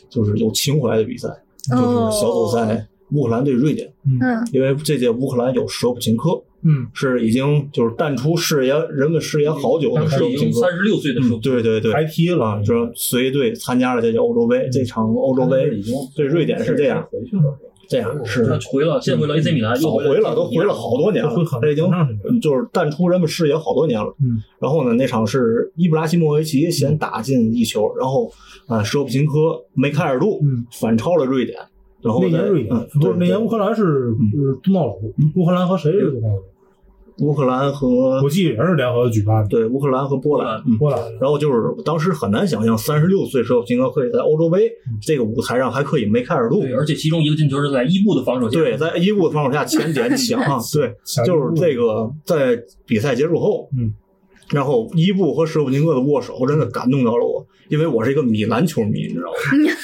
Speaker 1: 就是有情怀的比赛，就是小组赛乌克兰对瑞典，
Speaker 3: 嗯
Speaker 1: 因为这届乌克兰有舍甫琴科，
Speaker 4: 嗯，
Speaker 1: 是已经就是淡出视野人们视野好久的
Speaker 2: 当
Speaker 1: 舍
Speaker 2: 时
Speaker 1: 甫
Speaker 2: 已
Speaker 1: 琴
Speaker 2: 经
Speaker 1: 科
Speaker 2: 三。十六岁的时候，
Speaker 1: 嗯，对对对，
Speaker 4: 还踢了嗯
Speaker 1: 啊，就是随队参加了这届欧洲杯。这场欧洲
Speaker 7: 已
Speaker 1: 杯
Speaker 7: 经
Speaker 1: 对瑞典是这样，
Speaker 7: 回去了。
Speaker 1: 这样是
Speaker 2: 他回了，现在回了 AC 米兰，又
Speaker 1: 早
Speaker 2: 来
Speaker 1: 回了，都回了好多年了
Speaker 4: 都回很，
Speaker 1: 这已经
Speaker 4: 很长时间
Speaker 1: 嗯就是淡出人们视野好多年了。
Speaker 4: 嗯，
Speaker 1: 然后呢，那场是伊布拉希莫维奇先打进一球，然后啊，舍甫琴科、梅开二度
Speaker 4: 嗯
Speaker 1: 反超了瑞典，然后
Speaker 4: 那年
Speaker 1: 在
Speaker 4: 瑞典
Speaker 1: 嗯
Speaker 4: 不
Speaker 1: 对
Speaker 4: 是那年乌克兰是呃东道主，乌克兰和谁是东道主？
Speaker 1: 乌克兰和
Speaker 4: 我记得也是联合举办的，
Speaker 1: 对乌克兰和波兰，嗯。
Speaker 4: 波兰。
Speaker 1: 然后就是当时很难想象，三十六岁舍甫琴科可以在欧洲杯
Speaker 4: 嗯
Speaker 1: 这个舞台上还可以梅开二度，
Speaker 2: 对，而且其中一个进球是在伊布的防守下，
Speaker 1: 对，在伊布的防守
Speaker 4: <laughs>
Speaker 1: 下前点抢，对，
Speaker 4: 抢一
Speaker 1: 就是
Speaker 4: 步
Speaker 1: 这个在比赛结束后，
Speaker 4: 嗯，
Speaker 1: 然后伊布和舍甫琴科的握手真的感动到了我，因为我是一个米兰球迷，你知道吗？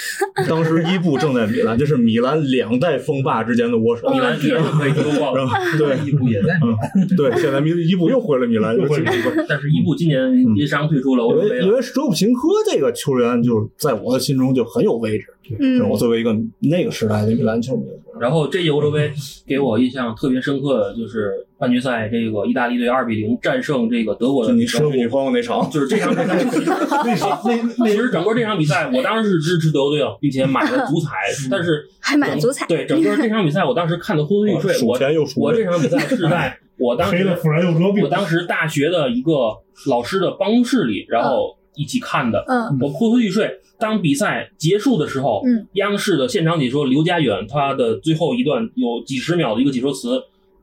Speaker 4: <laughs>
Speaker 1: 当时伊布正在米兰，这是米兰两代风霸之间的握手，
Speaker 4: 哦
Speaker 2: 米兰米兰又可以丢爆
Speaker 1: 然
Speaker 2: 了，
Speaker 1: 后对
Speaker 6: 伊布也在，
Speaker 1: 嗯，对，现在米伊布又回了米兰，
Speaker 4: 又回了
Speaker 1: 就是
Speaker 2: 但是伊布今年因伤退出了欧
Speaker 1: 嗯因
Speaker 2: 洲杯
Speaker 1: 为因
Speaker 2: 了，
Speaker 1: 为舍甫琴科这个球员，就是在我的心中就很有位置。是我
Speaker 3: 嗯，
Speaker 1: 作为一个那个时代的米兰球迷，
Speaker 2: 然后这届欧洲杯给我印象特别深刻的就是半决赛这个意大利队二比零战胜这个德国
Speaker 1: 就
Speaker 2: 的
Speaker 1: 嗯你
Speaker 2: 女生
Speaker 1: 说女朋友 <laughs> 那场，
Speaker 2: 就是这场比赛，其实其实整个这场比赛，我当时是支持德国队了，并且买了足彩，但是
Speaker 3: 还 <laughs> 买了足彩，
Speaker 2: 对整个这场比赛，我当时看的昏昏欲睡。
Speaker 1: 数
Speaker 2: 我
Speaker 1: 钱又数
Speaker 2: 我
Speaker 1: 着
Speaker 2: 这场比赛是在我当
Speaker 8: 黑
Speaker 2: 时
Speaker 8: 的妇人又折
Speaker 2: 我
Speaker 8: 病，
Speaker 2: 当时大学的一个老师的办公室里，然后一起看的。
Speaker 3: 嗯
Speaker 2: 我昏昏欲睡。当比赛结束的时候，
Speaker 3: 嗯
Speaker 2: 央视的现场解说刘家远他的最后一段有几十秒的一个解说词，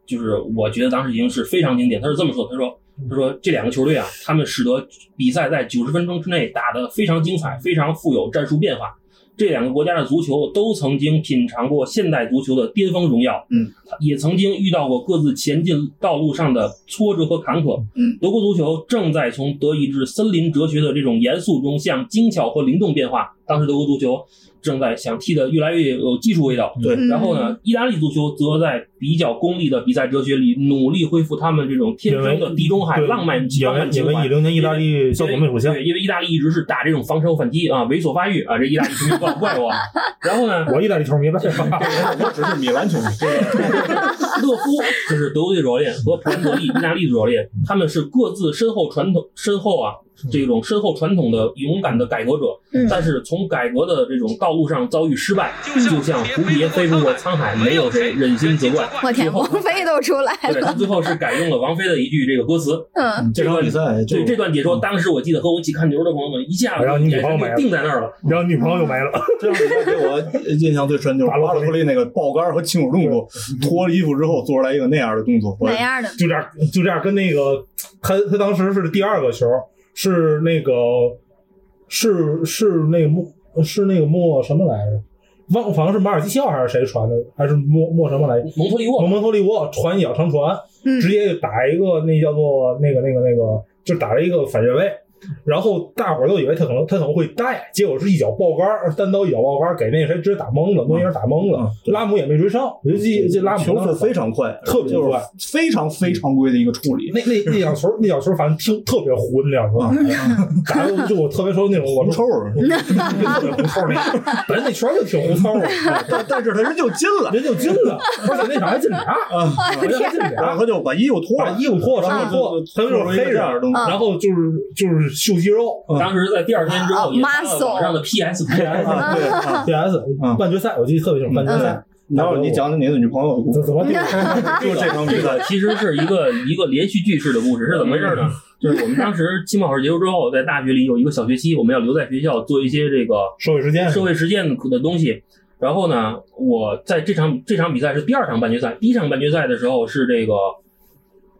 Speaker 2: 就是我觉得当时已经是非常经典。他是这么说的，他说。他说：“这两个球队啊，他们使得比赛在九十分钟之内打得非常精彩，非常富有战术变化。这两个国家的足球都曾经品尝过现代足球的巅峰荣耀，
Speaker 1: 嗯，
Speaker 2: 也曾经遇到过各自前进道路上的挫折和坎坷。
Speaker 3: 嗯，
Speaker 2: 德国足球正在从德意志森林哲学的这种严肃中向精巧和灵动变化。当时德国足球正在想踢得越来越有技术味道，
Speaker 1: 对
Speaker 3: 嗯
Speaker 2: 然后呢，意大利足球则在比较功利的比赛哲学里努力恢复他们这种天
Speaker 4: 因为
Speaker 2: 生的地中海
Speaker 4: 对
Speaker 2: 浪漫
Speaker 4: 因
Speaker 2: 浪
Speaker 4: 为
Speaker 2: 漫
Speaker 4: 因
Speaker 2: 情
Speaker 4: 为
Speaker 2: 怀
Speaker 4: 一。零年意大利小组没出现，
Speaker 2: 对，因为意大利一直是打这种防守反击啊，猥琐发育啊，这意大利球迷不要怪我。啊然后
Speaker 4: <laughs>
Speaker 2: 呢，
Speaker 4: 我意大利球迷吧，
Speaker 1: 我只是米兰球迷。
Speaker 2: 勒夫就是德国队主教练和普兰德利意大利队主教练，他们是各自深厚传统、深厚啊这种深厚传统的勇敢的改革者，
Speaker 3: 嗯
Speaker 2: 但是从改革的这种道路上遭遇失败，就像蝴蝶飞不过沧海，没有谁忍心责怪。
Speaker 3: 我
Speaker 2: 最
Speaker 3: <laughs> 天，
Speaker 2: 后
Speaker 3: 王菲都出来
Speaker 2: 对他
Speaker 3: 了，
Speaker 2: 最后是改用了王菲的一句这个歌
Speaker 4: <laughs>
Speaker 2: 词，
Speaker 3: 嗯，
Speaker 1: 这场比赛就
Speaker 2: 对这段解说，当时我记得和我一起看球的朋友们一下子
Speaker 4: 嗯然后你女
Speaker 2: 眼
Speaker 4: 朋友
Speaker 2: 神
Speaker 4: 没了
Speaker 2: 就定在那儿了。
Speaker 4: <laughs> 然后女朋友又没了，
Speaker 1: 这场比赛给我印象最深就是巴洛特利那个爆杆和庆祝动作，脱了衣服之后做出来一个那样的动作，
Speaker 3: 哪样的？
Speaker 4: 就这样就这样跟那个他他当时是第二个球，是那个是是那个莫是那个莫什么来着？忘好像是马尔基肖还是谁传的，还是莫莫什么来着？
Speaker 2: 蒙托利沃
Speaker 4: 蒙蒙托利沃传一脚长传，
Speaker 3: 嗯
Speaker 4: 直接就打一个那叫做那个那个那个，就打了一个反越位。然后大伙儿都以为他可能他可能会带，结果是一脚爆杆儿，单刀一脚爆杆儿给那谁直接打懵了，诺伊尔打懵了，拉姆也没追上，我就记这拉姆
Speaker 1: 嗯球
Speaker 4: 当时
Speaker 1: 速非常快，
Speaker 4: 特别
Speaker 1: 就是
Speaker 4: 快
Speaker 1: 非常非常规的一个处理。
Speaker 4: 那那那脚球那脚球反正听特别糊那脚球，
Speaker 3: <laughs>
Speaker 4: 打的就我特别说那种我
Speaker 1: 红
Speaker 4: 说
Speaker 1: 臭儿，
Speaker 4: 特别胡臭那个，本来那球就挺胡臭的，
Speaker 1: 但但是他人就进了，
Speaker 4: 人就进了，而且那场还进
Speaker 1: <laughs>
Speaker 4: 俩，
Speaker 1: 啊
Speaker 3: 我
Speaker 4: 人还进
Speaker 1: 然后
Speaker 4: 俩
Speaker 1: 他。就把衣服脱
Speaker 4: 把
Speaker 1: 了，
Speaker 4: 衣服脱了，然后脱，他就是黑
Speaker 1: 这样嗯
Speaker 4: 人
Speaker 1: 的，东西。
Speaker 3: 啊
Speaker 4: 然后就是就是秀肌肉
Speaker 2: 当时在第二天之后也发了
Speaker 3: 啊 Muscle
Speaker 2: 网上的 PS 图片。
Speaker 1: 啊对 <laughs> 啊，
Speaker 4: ，PS
Speaker 1: 嗯
Speaker 4: 半决赛，我记得特别清楚，半决赛
Speaker 1: 然后你讲讲你的女朋友的故
Speaker 4: 怎
Speaker 1: 事，
Speaker 4: 怎么定？
Speaker 1: 嗯 <laughs> 就这场比
Speaker 2: 这
Speaker 1: 赛
Speaker 2: 呃个，其实是一个一个连续剧式的故事，是怎么回事
Speaker 4: <laughs>
Speaker 2: 呢？就是我们当时期末考试结束之后，在大学里有一个小学期，我们要留在学校做一些这个
Speaker 4: 社会时间，
Speaker 2: 社会实践的东西。然后呢，我在这场这场比赛是第二场半决赛，第一场半决赛的时候是这个，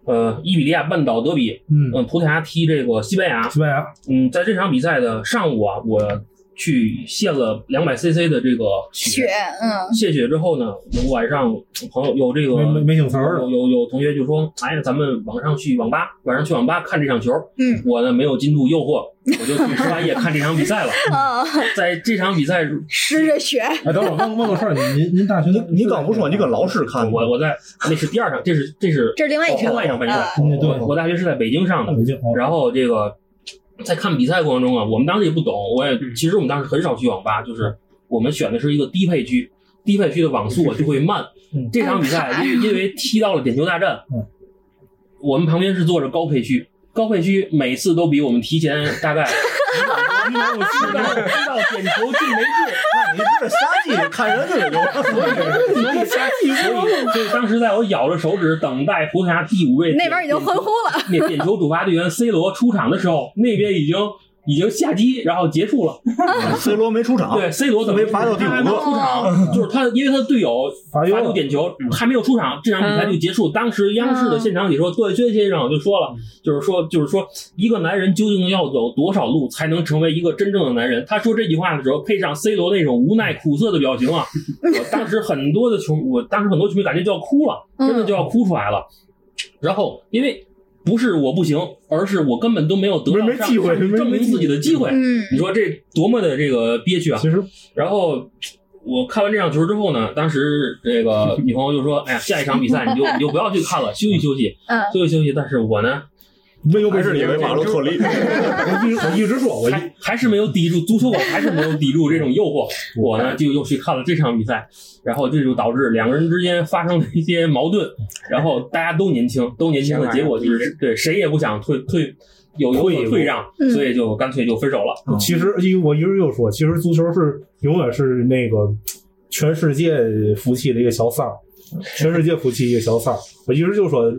Speaker 2: 呃，伊比利亚半岛德比，呃
Speaker 4: 嗯，
Speaker 2: 嗯，葡萄牙踢这个西班牙，
Speaker 4: 西班牙，
Speaker 2: 嗯，在这场比赛的上午啊，我去献了两百 CC 的这个
Speaker 3: 血，嗯，
Speaker 2: 献血之后呢，有晚上朋友有这个
Speaker 4: 没没没请词儿
Speaker 2: 有有有同学就说，哎呀，咱们晚上去网吧，晚上去网吧看这场球。
Speaker 3: 嗯，
Speaker 2: 我呢没有经住诱惑，我就去刷夜看这场比赛了。
Speaker 3: 啊，
Speaker 2: 在这场比赛，
Speaker 3: 湿着血，
Speaker 4: 哎，等会儿问问个事儿，您您大学
Speaker 1: 你你敢不说你
Speaker 4: 啊
Speaker 1: 搁老师看的？
Speaker 2: 我我在那是第二场，这是这是
Speaker 3: 这是另外一场
Speaker 2: 另哦外一场比赛
Speaker 3: 啊。
Speaker 4: 嗯对
Speaker 2: 我我大学是在北京上的，
Speaker 4: 北京啊
Speaker 2: 然后这个在看比赛过程中啊，我们当时也不懂，我也
Speaker 4: 嗯
Speaker 2: 其实我们当时很少去网吧，就是我们选的是一个低配区，低配区的网速啊就会慢
Speaker 4: 嗯。
Speaker 2: <laughs> 这场比赛因为因为踢到了点球大战
Speaker 4: 嗯，
Speaker 2: 我们旁边是坐着高配区，高配区每次都比我们提前大
Speaker 4: <laughs>
Speaker 2: 概一秒五十到知道点球进没进。
Speaker 1: 那你这瞎记看人家有，
Speaker 2: 所以，所以，所以当时在我咬着手指等待葡萄牙第五位
Speaker 3: 嗯那边已经欢呼了，
Speaker 2: 那点球主罚队员 C 罗出场的时候，那边已经已经下机，然后结束了。
Speaker 1: <laughs> C 罗没出场，
Speaker 2: 对 C 罗怎么
Speaker 1: 啊没罚到第五个
Speaker 2: 他还没出场？ <laughs> 就是他，因为他的队友
Speaker 4: 罚
Speaker 2: 发出
Speaker 4: 球，
Speaker 2: 点球还没有出场，这场比赛就结束。当时央视的现场解说段轩先生就说了，就是说，就是说，一个男人究竟要走多少路才能成为一个真正的男人？他说这句话的时候，配上 C 罗那种无奈苦涩的表情啊，我当时很多的球，我当时很多球迷感觉就要哭了，真的就要哭出来了。然后因为。不是我不行，而是我根本都没有得到
Speaker 4: 没没
Speaker 2: 上
Speaker 4: 机会没
Speaker 2: 证明自己的机会。
Speaker 3: 嗯，
Speaker 2: 你说这多么的这个憋屈啊！
Speaker 4: 其实
Speaker 2: 然后我看完这场球之后呢，当时这
Speaker 4: <laughs>
Speaker 2: 个女朋友就说：“哎呀，下一场比赛你就你就不要去看了，休息休息，
Speaker 3: 嗯
Speaker 2: 休息休息。”但是我呢，
Speaker 4: 没有
Speaker 1: 还
Speaker 4: 本事
Speaker 1: 是以为马洛特利。
Speaker 4: 我一直我一直说，我一
Speaker 2: 还还是没有抵住足球，我还是没有抵住这种诱
Speaker 4: <laughs>
Speaker 2: 惑，我呢就又去看了这场比赛，然后这就导致两个人之间发生了一些矛盾，然后大家都年轻，都年轻的结果就是对谁也不想退退有有
Speaker 4: 退一
Speaker 2: 所
Speaker 4: 步
Speaker 2: 退让
Speaker 3: 嗯，
Speaker 2: 所以就干脆就分手了。
Speaker 4: 其实，因为我一直就说，其实足球是永远是那个全世界服气的一个小三儿，全世界服气一个小三儿。我一直就说，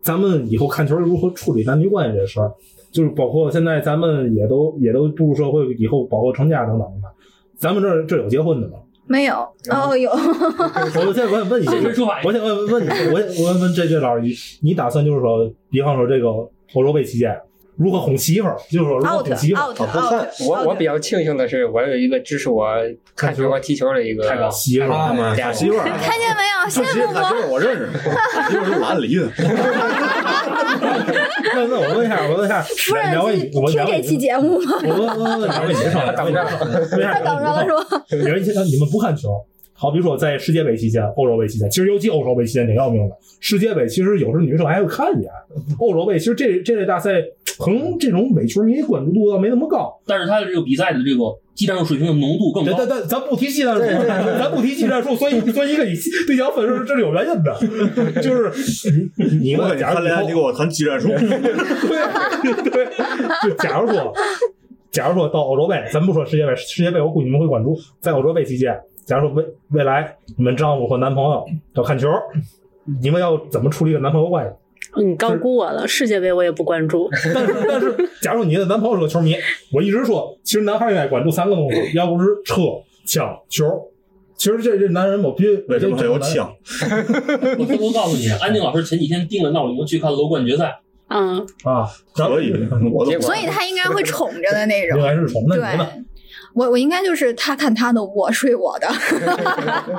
Speaker 4: 咱们以后看球如何处理男女关系这事儿，就是包括现在咱们也都也都步入社会以后，包括成家等等的，咱们这儿这儿有结婚的吗？
Speaker 3: 没有，哦，有，
Speaker 4: 我先问问你，
Speaker 2: 现身说法
Speaker 4: 我想问问你，我想问问这这老师，你打算就是说，比方说这个欧洲杯期间如何哄媳妇儿，就是说如何
Speaker 3: out
Speaker 4: 哄媳妇儿，
Speaker 3: out out，
Speaker 6: 我我比较庆幸的是，我有一个支持我看球和踢球的一个
Speaker 2: 太棒了
Speaker 4: 媳妇儿。
Speaker 1: 他们看媳妇儿，啊
Speaker 3: 看见没有？
Speaker 1: 看媳
Speaker 3: 羡
Speaker 1: 妇
Speaker 3: 慕不？
Speaker 1: 儿我认识，媳妇儿是我按离的。
Speaker 4: <laughs> 那那我问一下，我问一
Speaker 3: <laughs>
Speaker 4: 下，
Speaker 3: 夫人
Speaker 4: 两位女，我
Speaker 3: 听
Speaker 4: 两位女
Speaker 3: 这期节目 <laughs> 吗？
Speaker 4: 我问问问两位女生，两位女生，问一下
Speaker 3: 他等着了是吧？
Speaker 4: <laughs> 两位女生，你们不看球？好比说在世界杯期间、欧洲杯期间，其实尤其欧洲杯期间挺要命的。世界杯其实有时候女生还会看一眼，欧洲杯其实这这类大赛，可能这种美球迷关注度倒没那么高。
Speaker 2: 但是他的这个比赛的这个技战术水平的浓度更
Speaker 4: 咱
Speaker 2: 高
Speaker 4: 咱。咱咱不提技战术，咱不提技战术，所以所以一个以对角分是这是有原因的， <laughs> 就是你你你
Speaker 1: 我跟你
Speaker 4: 假如
Speaker 1: 谈恋爱，你给我谈技 <laughs> 战术，
Speaker 4: 对对， <laughs> 就假如说，假如说到欧洲杯，咱不说世界杯，世界杯我估计你们会关注。在欧洲杯期间，假如说未未来你们丈夫或男朋友要看球，你们要怎么处理跟男朋友关系？ <laughs>
Speaker 5: 你嗯高估我了，世界杯我也不关注。
Speaker 4: 但是但是，假如你的男朋友是个球迷，我一直说，其实男孩应该关注三个东西，要不是车、枪、球。其实这这男人我必须
Speaker 1: 为什么还有
Speaker 4: 这男人
Speaker 1: 枪？
Speaker 2: <laughs> 我偷偷告诉你，安静老师前几天定了闹铃去看楼冠决赛，
Speaker 5: 嗯，
Speaker 4: 啊？咱
Speaker 1: 可以，我都
Speaker 6: 结果
Speaker 3: 所以他应该会宠着的那
Speaker 4: 应
Speaker 3: 种。
Speaker 4: 该是从啊那
Speaker 3: 对
Speaker 4: 你呢？，
Speaker 3: 我我应该就是他看他的，我睡我
Speaker 4: 啊
Speaker 3: 的。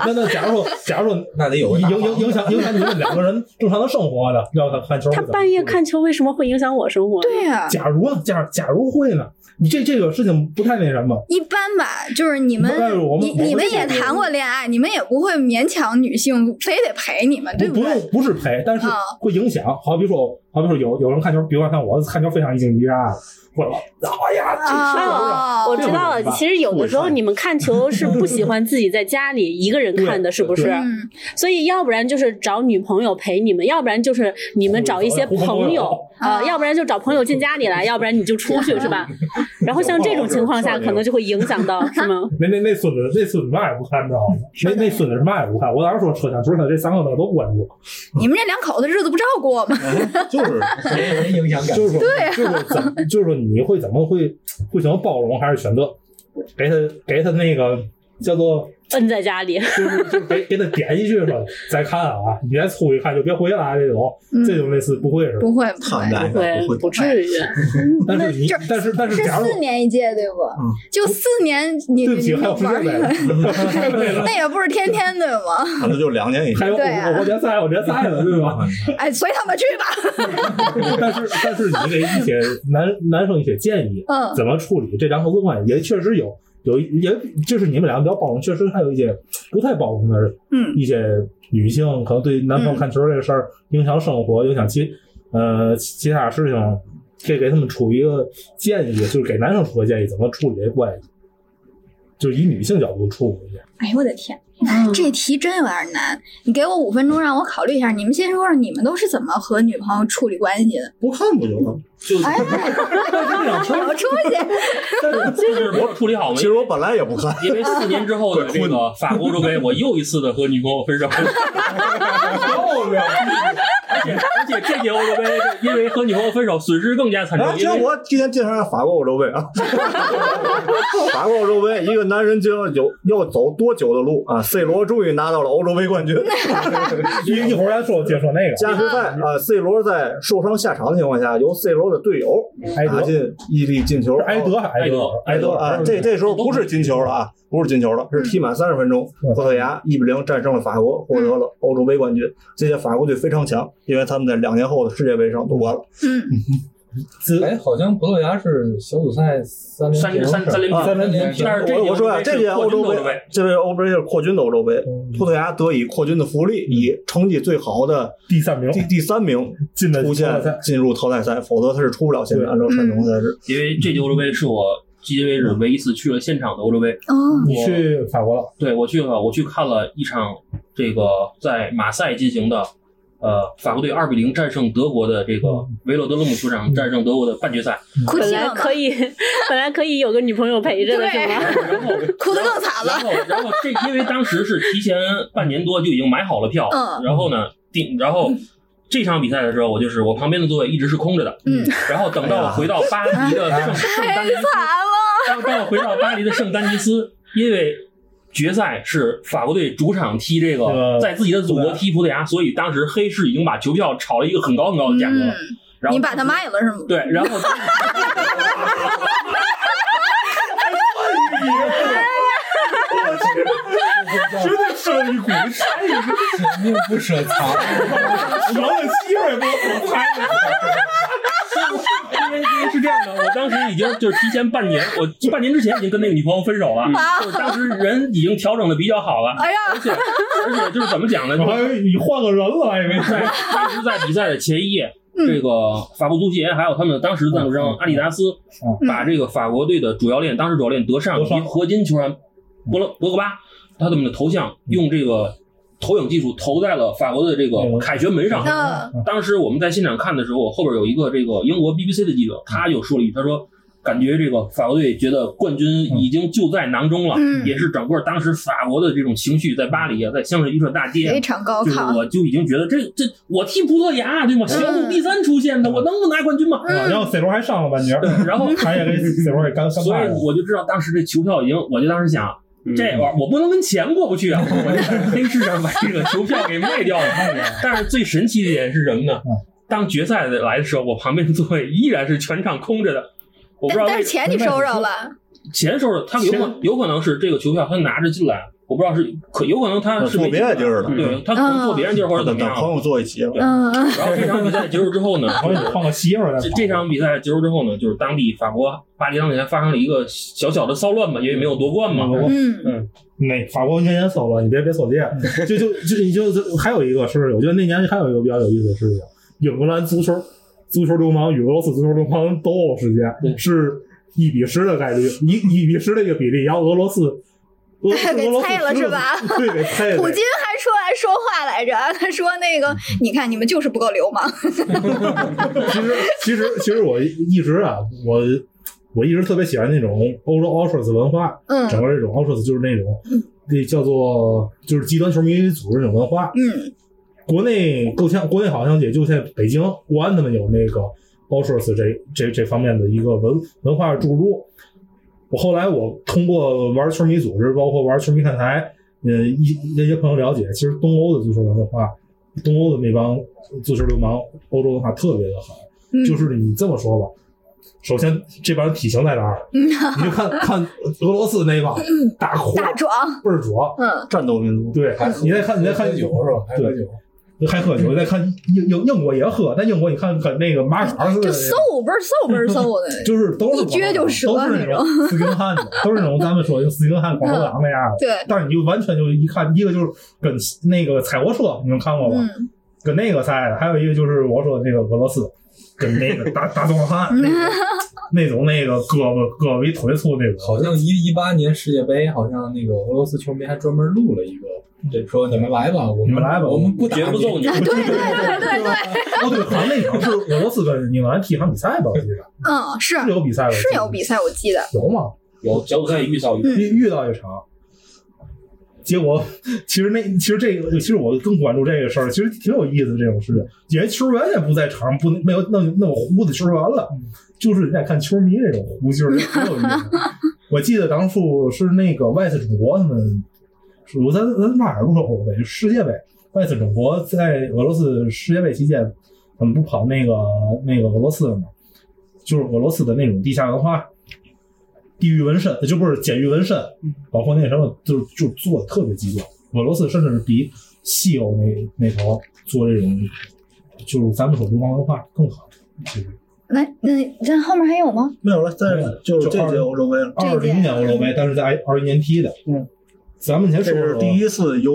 Speaker 4: 那那假如说假如说
Speaker 7: 那得有啊个
Speaker 4: 影
Speaker 7: 大
Speaker 4: 影影响影响你们两个人正常的生活的，要他看球会
Speaker 5: 他
Speaker 4: 怎么
Speaker 5: 半夜
Speaker 4: 处理
Speaker 5: 看球为什么会影响我生活？
Speaker 3: 对啊呀、
Speaker 4: 假如呢？假假如会呢？你这这个事情不太那什么，
Speaker 3: 一般吧，就是你们
Speaker 4: 不是我，们
Speaker 3: 你
Speaker 4: 我们
Speaker 3: 你们
Speaker 4: 这
Speaker 3: 也
Speaker 4: 个
Speaker 3: 谈过恋爱，你们也不会勉强女性非得陪你们，对
Speaker 4: 不不
Speaker 3: 对？
Speaker 4: 用不是赔，但是
Speaker 3: 啊
Speaker 4: 会影响。好比说，好比说有有人看球，比如说像我看球非常一惊一乍的，或者哎呀，这
Speaker 3: 啊，
Speaker 5: 我知道了。其实有的时候你们看球是不喜欢自己在家里一个人看的，是不是？
Speaker 3: 嗯，
Speaker 5: 所以要不然就是找女朋友陪你们，要不然就是你们找一些朋友，
Speaker 3: 啊
Speaker 5: 呃，要不然就找朋友进家里来，要不然你就出去是吧？然后像这种情况下，可能就会影响到，是
Speaker 4: <laughs>
Speaker 5: 吗？
Speaker 4: 那那那孙子那孙子嘛也不看，知道吗？那那孙子是嘛也不看。我当时说车厢就是他这三个都都关注，
Speaker 3: 你们这两口子日子不照过
Speaker 4: 嗯
Speaker 3: 吗？
Speaker 1: <laughs> 就是
Speaker 7: 人影响感
Speaker 4: 就。是说，就是说怎么，就是说你会怎么会会怎么包容，还是选择给他给他那个叫做
Speaker 5: 摁在家里。
Speaker 4: 就是就是给给他点一句说再看啊，你别出去看就别回来啊这种，
Speaker 3: 嗯
Speaker 4: 这种类似不会是吧？
Speaker 3: 不会不
Speaker 1: 他
Speaker 3: 会
Speaker 1: 们。俩应该
Speaker 5: 对
Speaker 1: 不，
Speaker 5: 不
Speaker 1: 会。
Speaker 5: 至于。
Speaker 4: <laughs> 但是你
Speaker 3: 这
Speaker 4: 但是但是
Speaker 3: 是
Speaker 4: 假如
Speaker 3: 四年一届对不？
Speaker 1: 嗯
Speaker 3: 就四年你
Speaker 4: 对不
Speaker 3: 你
Speaker 4: 起，还有世界
Speaker 3: 玩
Speaker 4: 杯，
Speaker 3: <laughs> 那也不是天天对吗？
Speaker 1: 可能就两年以上
Speaker 4: <laughs> 还。有我
Speaker 3: 对啊
Speaker 4: 我联赛我联赛了对
Speaker 3: <laughs>
Speaker 4: 吧？
Speaker 3: 哎，随他们去吧。
Speaker 4: 但是但是你给一些男男生一些建议，
Speaker 3: 嗯
Speaker 4: 怎么处理这两口子关系，也确实有有一也就是你们俩比较包容，确实还有一些不太包容的
Speaker 3: 嗯，
Speaker 4: 一些女性，可能对男朋友看球这个事儿影响生活，影响其呃其其他事情，可以给他们出一个建议，就是给男生出个建议，怎么处理这关系，就是以女性角度处理一下。
Speaker 3: 哎呦我的天，这题真有点难。你给我五分钟让我考虑一下。你们先说说你们都是怎么和女朋友处理关
Speaker 1: <laughs>
Speaker 3: 系的？
Speaker 1: 不看不就完了？就
Speaker 2: <laughs>
Speaker 3: 哎，我出去。
Speaker 2: 就是我处理好没
Speaker 1: 其？实我本来也不看，
Speaker 2: 因为四年之
Speaker 1: <laughs>
Speaker 2: 后的这个法国欧洲杯，我又一次的和女朋友分手。
Speaker 4: 漂亮！
Speaker 2: 而且啊而且这届欧洲杯，因为和女朋友分手，损失更加惨
Speaker 1: 哎，
Speaker 2: 重。因
Speaker 1: 行，
Speaker 2: 为
Speaker 1: 我今天介绍一下法国欧洲杯啊。 <laughs> 法国欧洲杯，一个男人究竟有要走多久的路啊？C 罗终于拿到了欧洲杯冠军。
Speaker 4: <laughs> 一一会儿咱说就说那个
Speaker 1: 加时赛啊，C 罗在受伤下场的情况下，由 C 罗的队友
Speaker 4: 埃
Speaker 1: 打
Speaker 4: 德，
Speaker 1: 进一粒进球
Speaker 4: 是。埃德还是埃德？
Speaker 1: 埃德啊，这这时候不是进球了啊，不是进球了，是踢满三十分钟，葡萄牙一比零战胜了法国，获得了欧洲杯冠军。这届法国队非常强，因为他们在两年后的世界杯上夺冠了。
Speaker 3: 嗯，
Speaker 4: 自
Speaker 7: 哎，好像葡萄牙是小组赛三连
Speaker 2: 三
Speaker 7: 平
Speaker 2: 三三连平
Speaker 1: 啊，
Speaker 7: 三连平
Speaker 2: 但是这届
Speaker 1: 我我说呀，啊这届欧
Speaker 2: 欧
Speaker 1: 洲
Speaker 2: 杯是
Speaker 1: 杯，这届欧洲杯是扩军的欧洲杯，嗯葡萄牙得以扩军的福利，以成绩最好的
Speaker 4: 第三名
Speaker 1: 第第三名
Speaker 4: 进的
Speaker 1: 出
Speaker 4: 淘汰赛
Speaker 1: 现嗯进入淘汰赛，否则他是出不了现在
Speaker 4: 对
Speaker 1: 按照传统赛制。
Speaker 2: 因为这届欧洲杯是我迄今为止唯一一次去了现场的欧洲杯。
Speaker 3: 哦，
Speaker 4: 你去法国了，
Speaker 2: 对我去了，我去看了一场这个在马赛进行的，呃，法国队二比零战胜德国的这个维洛德勒姆球场战胜德国的半决赛，
Speaker 3: 哭
Speaker 5: 本
Speaker 3: 泣
Speaker 5: 来
Speaker 3: 了吗？
Speaker 5: 可以，本来可以有个女朋友陪着的是吗？
Speaker 2: 然后
Speaker 3: 哭得更惨
Speaker 2: 然
Speaker 3: 了。
Speaker 2: 后，然后这因为当时是提前半年多就已经买好了票，
Speaker 3: 嗯
Speaker 2: 然后呢订，然后这场比赛的时候，我就是我旁边的座位一直是空着
Speaker 3: <laughs>
Speaker 2: 的，
Speaker 3: 嗯，
Speaker 2: <laughs> 然后等到我回到巴黎的
Speaker 3: 哎
Speaker 2: 圣圣丹尼斯，
Speaker 3: 惨了。
Speaker 2: <laughs> 当当我回到巴黎的圣丹尼斯，因为决赛是法国队主场踢这个
Speaker 4: 呃，
Speaker 2: 在自己的祖国
Speaker 4: 对
Speaker 2: 踢葡萄牙，所以当时黑市已经把球票炒了一个很高很高的价格，
Speaker 3: 嗯，
Speaker 2: 然后
Speaker 3: 你把他卖了是吗？
Speaker 2: 对，然后
Speaker 4: 绝对生一股
Speaker 7: 平命不舍藏。
Speaker 4: 什么媳妇也不我拍
Speaker 2: 因为因为是这样的，我当时已经就是提前半年，我半年之前已经跟那个女朋友分手了，就是当时人已经调整的比较好了，
Speaker 3: 哎呀，
Speaker 2: 而且而且就是怎么讲呢，就
Speaker 4: 我还
Speaker 2: 是
Speaker 4: 以为你换个人了，还
Speaker 2: <laughs>
Speaker 4: 以为啊
Speaker 2: 在当时在比赛的前一夜。这个法国足协还有他们的当时赞助
Speaker 4: 嗯
Speaker 2: 商阿迪达斯，把这个法国队的主教练，当时主教嗯练德尚嗯以及合金球员博勒博格巴，他们的头像用这个投影技术投在了法国的这个凯旋门上。
Speaker 3: 嗯
Speaker 2: 当时我们在现场看的时候，我后边有一个这个英国 BBC 的记者，他就说了一句，他说感觉这个法国队觉得冠军已经就在囊中了，
Speaker 3: 嗯
Speaker 2: 也是整个当时法国的这种情绪在巴黎啊，在香榭丽舍大街啊、
Speaker 3: 非常高
Speaker 2: 就是
Speaker 3: 亢。
Speaker 2: 我就已经觉得这这我踢葡萄牙
Speaker 3: 嗯
Speaker 2: 对吗？小组第三出现的，我能不拿冠军吗？
Speaker 4: 然后 C 罗还上了半截儿，
Speaker 2: 然后，
Speaker 4: 他也给 C 罗给干干
Speaker 2: 所
Speaker 4: 败
Speaker 2: 以
Speaker 4: 了。
Speaker 2: 我就知道当时这球票已经，我就当时想。
Speaker 1: 嗯
Speaker 2: 这玩意儿我不能跟钱过不去啊！我就在黑市上把这个球票给卖
Speaker 1: <laughs>
Speaker 2: 掉了。
Speaker 1: 哎
Speaker 2: 但是最神奇的一点是什么
Speaker 1: 嗯
Speaker 2: 呢？当决赛来的时候，我旁边座位依然是全场空着的。我不知道
Speaker 3: 但但
Speaker 2: 为
Speaker 3: 是钱你收着了，
Speaker 2: 钱收着，他有可有可能是这个球票他拿着进来，我不知道是可有可能他是
Speaker 1: 坐
Speaker 2: 没
Speaker 1: 别的地儿了
Speaker 2: 对他可能坐别人地儿或者怎
Speaker 1: 等
Speaker 2: 么样
Speaker 1: 等
Speaker 2: 了。
Speaker 1: 朋友坐一起了。
Speaker 3: 嗯嗯，
Speaker 2: 然后这场比赛结束之
Speaker 1: <laughs>
Speaker 2: 后呢，
Speaker 4: 我也换个媳妇儿
Speaker 2: 这
Speaker 4: 再
Speaker 2: 这场比赛结束之后呢，就是当地法国巴黎当地还发生了一个小小的骚乱吧，因为没有夺冠嘛。
Speaker 4: 我
Speaker 3: 嗯
Speaker 4: 那法国年年搜了，你别别搜街，就就就你就就还有一个是，我觉得那年还有一个比较有意思的事情，英格兰足球足球流氓与俄罗斯足球流氓斗殴事件是一比十的概率，一一比十的一个比例，然后俄罗斯俄
Speaker 3: <laughs> 给
Speaker 4: 俄罗斯
Speaker 3: 菜了是吧
Speaker 4: 输
Speaker 3: <laughs>
Speaker 4: 对，给菜了。
Speaker 3: 普京还说来说话来着，他说那个，你看你们就是不够流氓。
Speaker 4: 其实其实其实我一直啊，我我一直特别喜欢那种欧洲 Ultras 文化，
Speaker 3: 嗯
Speaker 4: 整个这种 Ultras 就是那种那叫做就是极端球迷组织那种文化。
Speaker 3: 嗯
Speaker 4: 国内够呛，国内好像也就在北京、武安他们有那个 Ultras 这这这方面的一个文文化注入。我后来我通过玩球迷组织，包括玩球迷看台，呃，一那些朋友了解，其实东欧的足球文化，东欧的那帮足球流氓，欧洲文化特别的狠。
Speaker 3: 嗯
Speaker 4: 就是你这么说吧，首先这帮人体型在哪儿？
Speaker 3: 嗯
Speaker 4: 你就看看俄罗斯那帮大块
Speaker 3: 大壮，
Speaker 4: 倍儿壮，
Speaker 3: 嗯，
Speaker 1: 战斗民族，
Speaker 4: 对
Speaker 7: 还，喝
Speaker 4: 你再看你再
Speaker 7: 还
Speaker 4: 看
Speaker 7: 喝酒是吧？还喝酒，
Speaker 4: 还喝酒，你再看英英英国也喝，但英国你看跟那个马卡似的那
Speaker 3: 就
Speaker 4: 个，
Speaker 3: 嗖倍儿嗖倍儿嗖的，
Speaker 4: 就是都是
Speaker 3: 一撅就折
Speaker 4: 都是那种斯金
Speaker 3: <laughs>
Speaker 4: 汉子，都是那种咱们说的斯金汉广州狼那样的。
Speaker 3: 对，
Speaker 4: 但是你就完全就一看，一个就是跟那个踩货车，你们看过吧？
Speaker 3: 嗯，
Speaker 4: 跟那个赛的，还有一个就是我说的那个俄罗斯，跟那个大大壮
Speaker 3: <laughs>
Speaker 4: 汉那种那种那个胳膊胳膊比腿粗那种。
Speaker 7: 好像一一八年世界杯，好像那个俄罗斯球迷还专门录了一个，说你们来吧，我
Speaker 4: 你们来吧
Speaker 7: 我们不打
Speaker 2: 绝不 <laughs> 揍你。
Speaker 3: 对对对对对，
Speaker 4: 哦，对，好像那场是俄罗斯跟英格兰踢一场比赛吧？我记得
Speaker 3: 嗯，是
Speaker 4: 是有比赛吧？
Speaker 3: 是有比赛，我记得，
Speaker 4: 有吗？
Speaker 2: 有小组赛遇到一个，
Speaker 4: 遇遇到一场，结果其实那其实这个其实我更关注这个事儿，其实挺有意思的这种事情，因为球员也不在场上，不没有那那么糊的球员了，就是你在看球迷这种糊劲儿，挺有意思的。我记得当初是那个外次中国他们，是我咱咱哪儿不说欧杯世界杯，外次中国在俄罗斯世界杯期间，他们不跑那个那个俄罗斯了吗？就是俄罗斯的那种地下文化，地狱纹身，就不是监狱纹身，包括那什么，就是就做的特别极端。俄罗斯甚至是比西欧那那头做这种，就是咱们说流氓文化更好。其实
Speaker 3: 那那咱后面还有吗？
Speaker 1: 没有了，但是嗯就是这届欧洲杯了，
Speaker 4: 二零年欧洲杯，但是在二一年踢的，
Speaker 7: 嗯，
Speaker 4: 咱们先
Speaker 1: 这
Speaker 4: 说
Speaker 1: 是
Speaker 4: 说
Speaker 1: 第一次由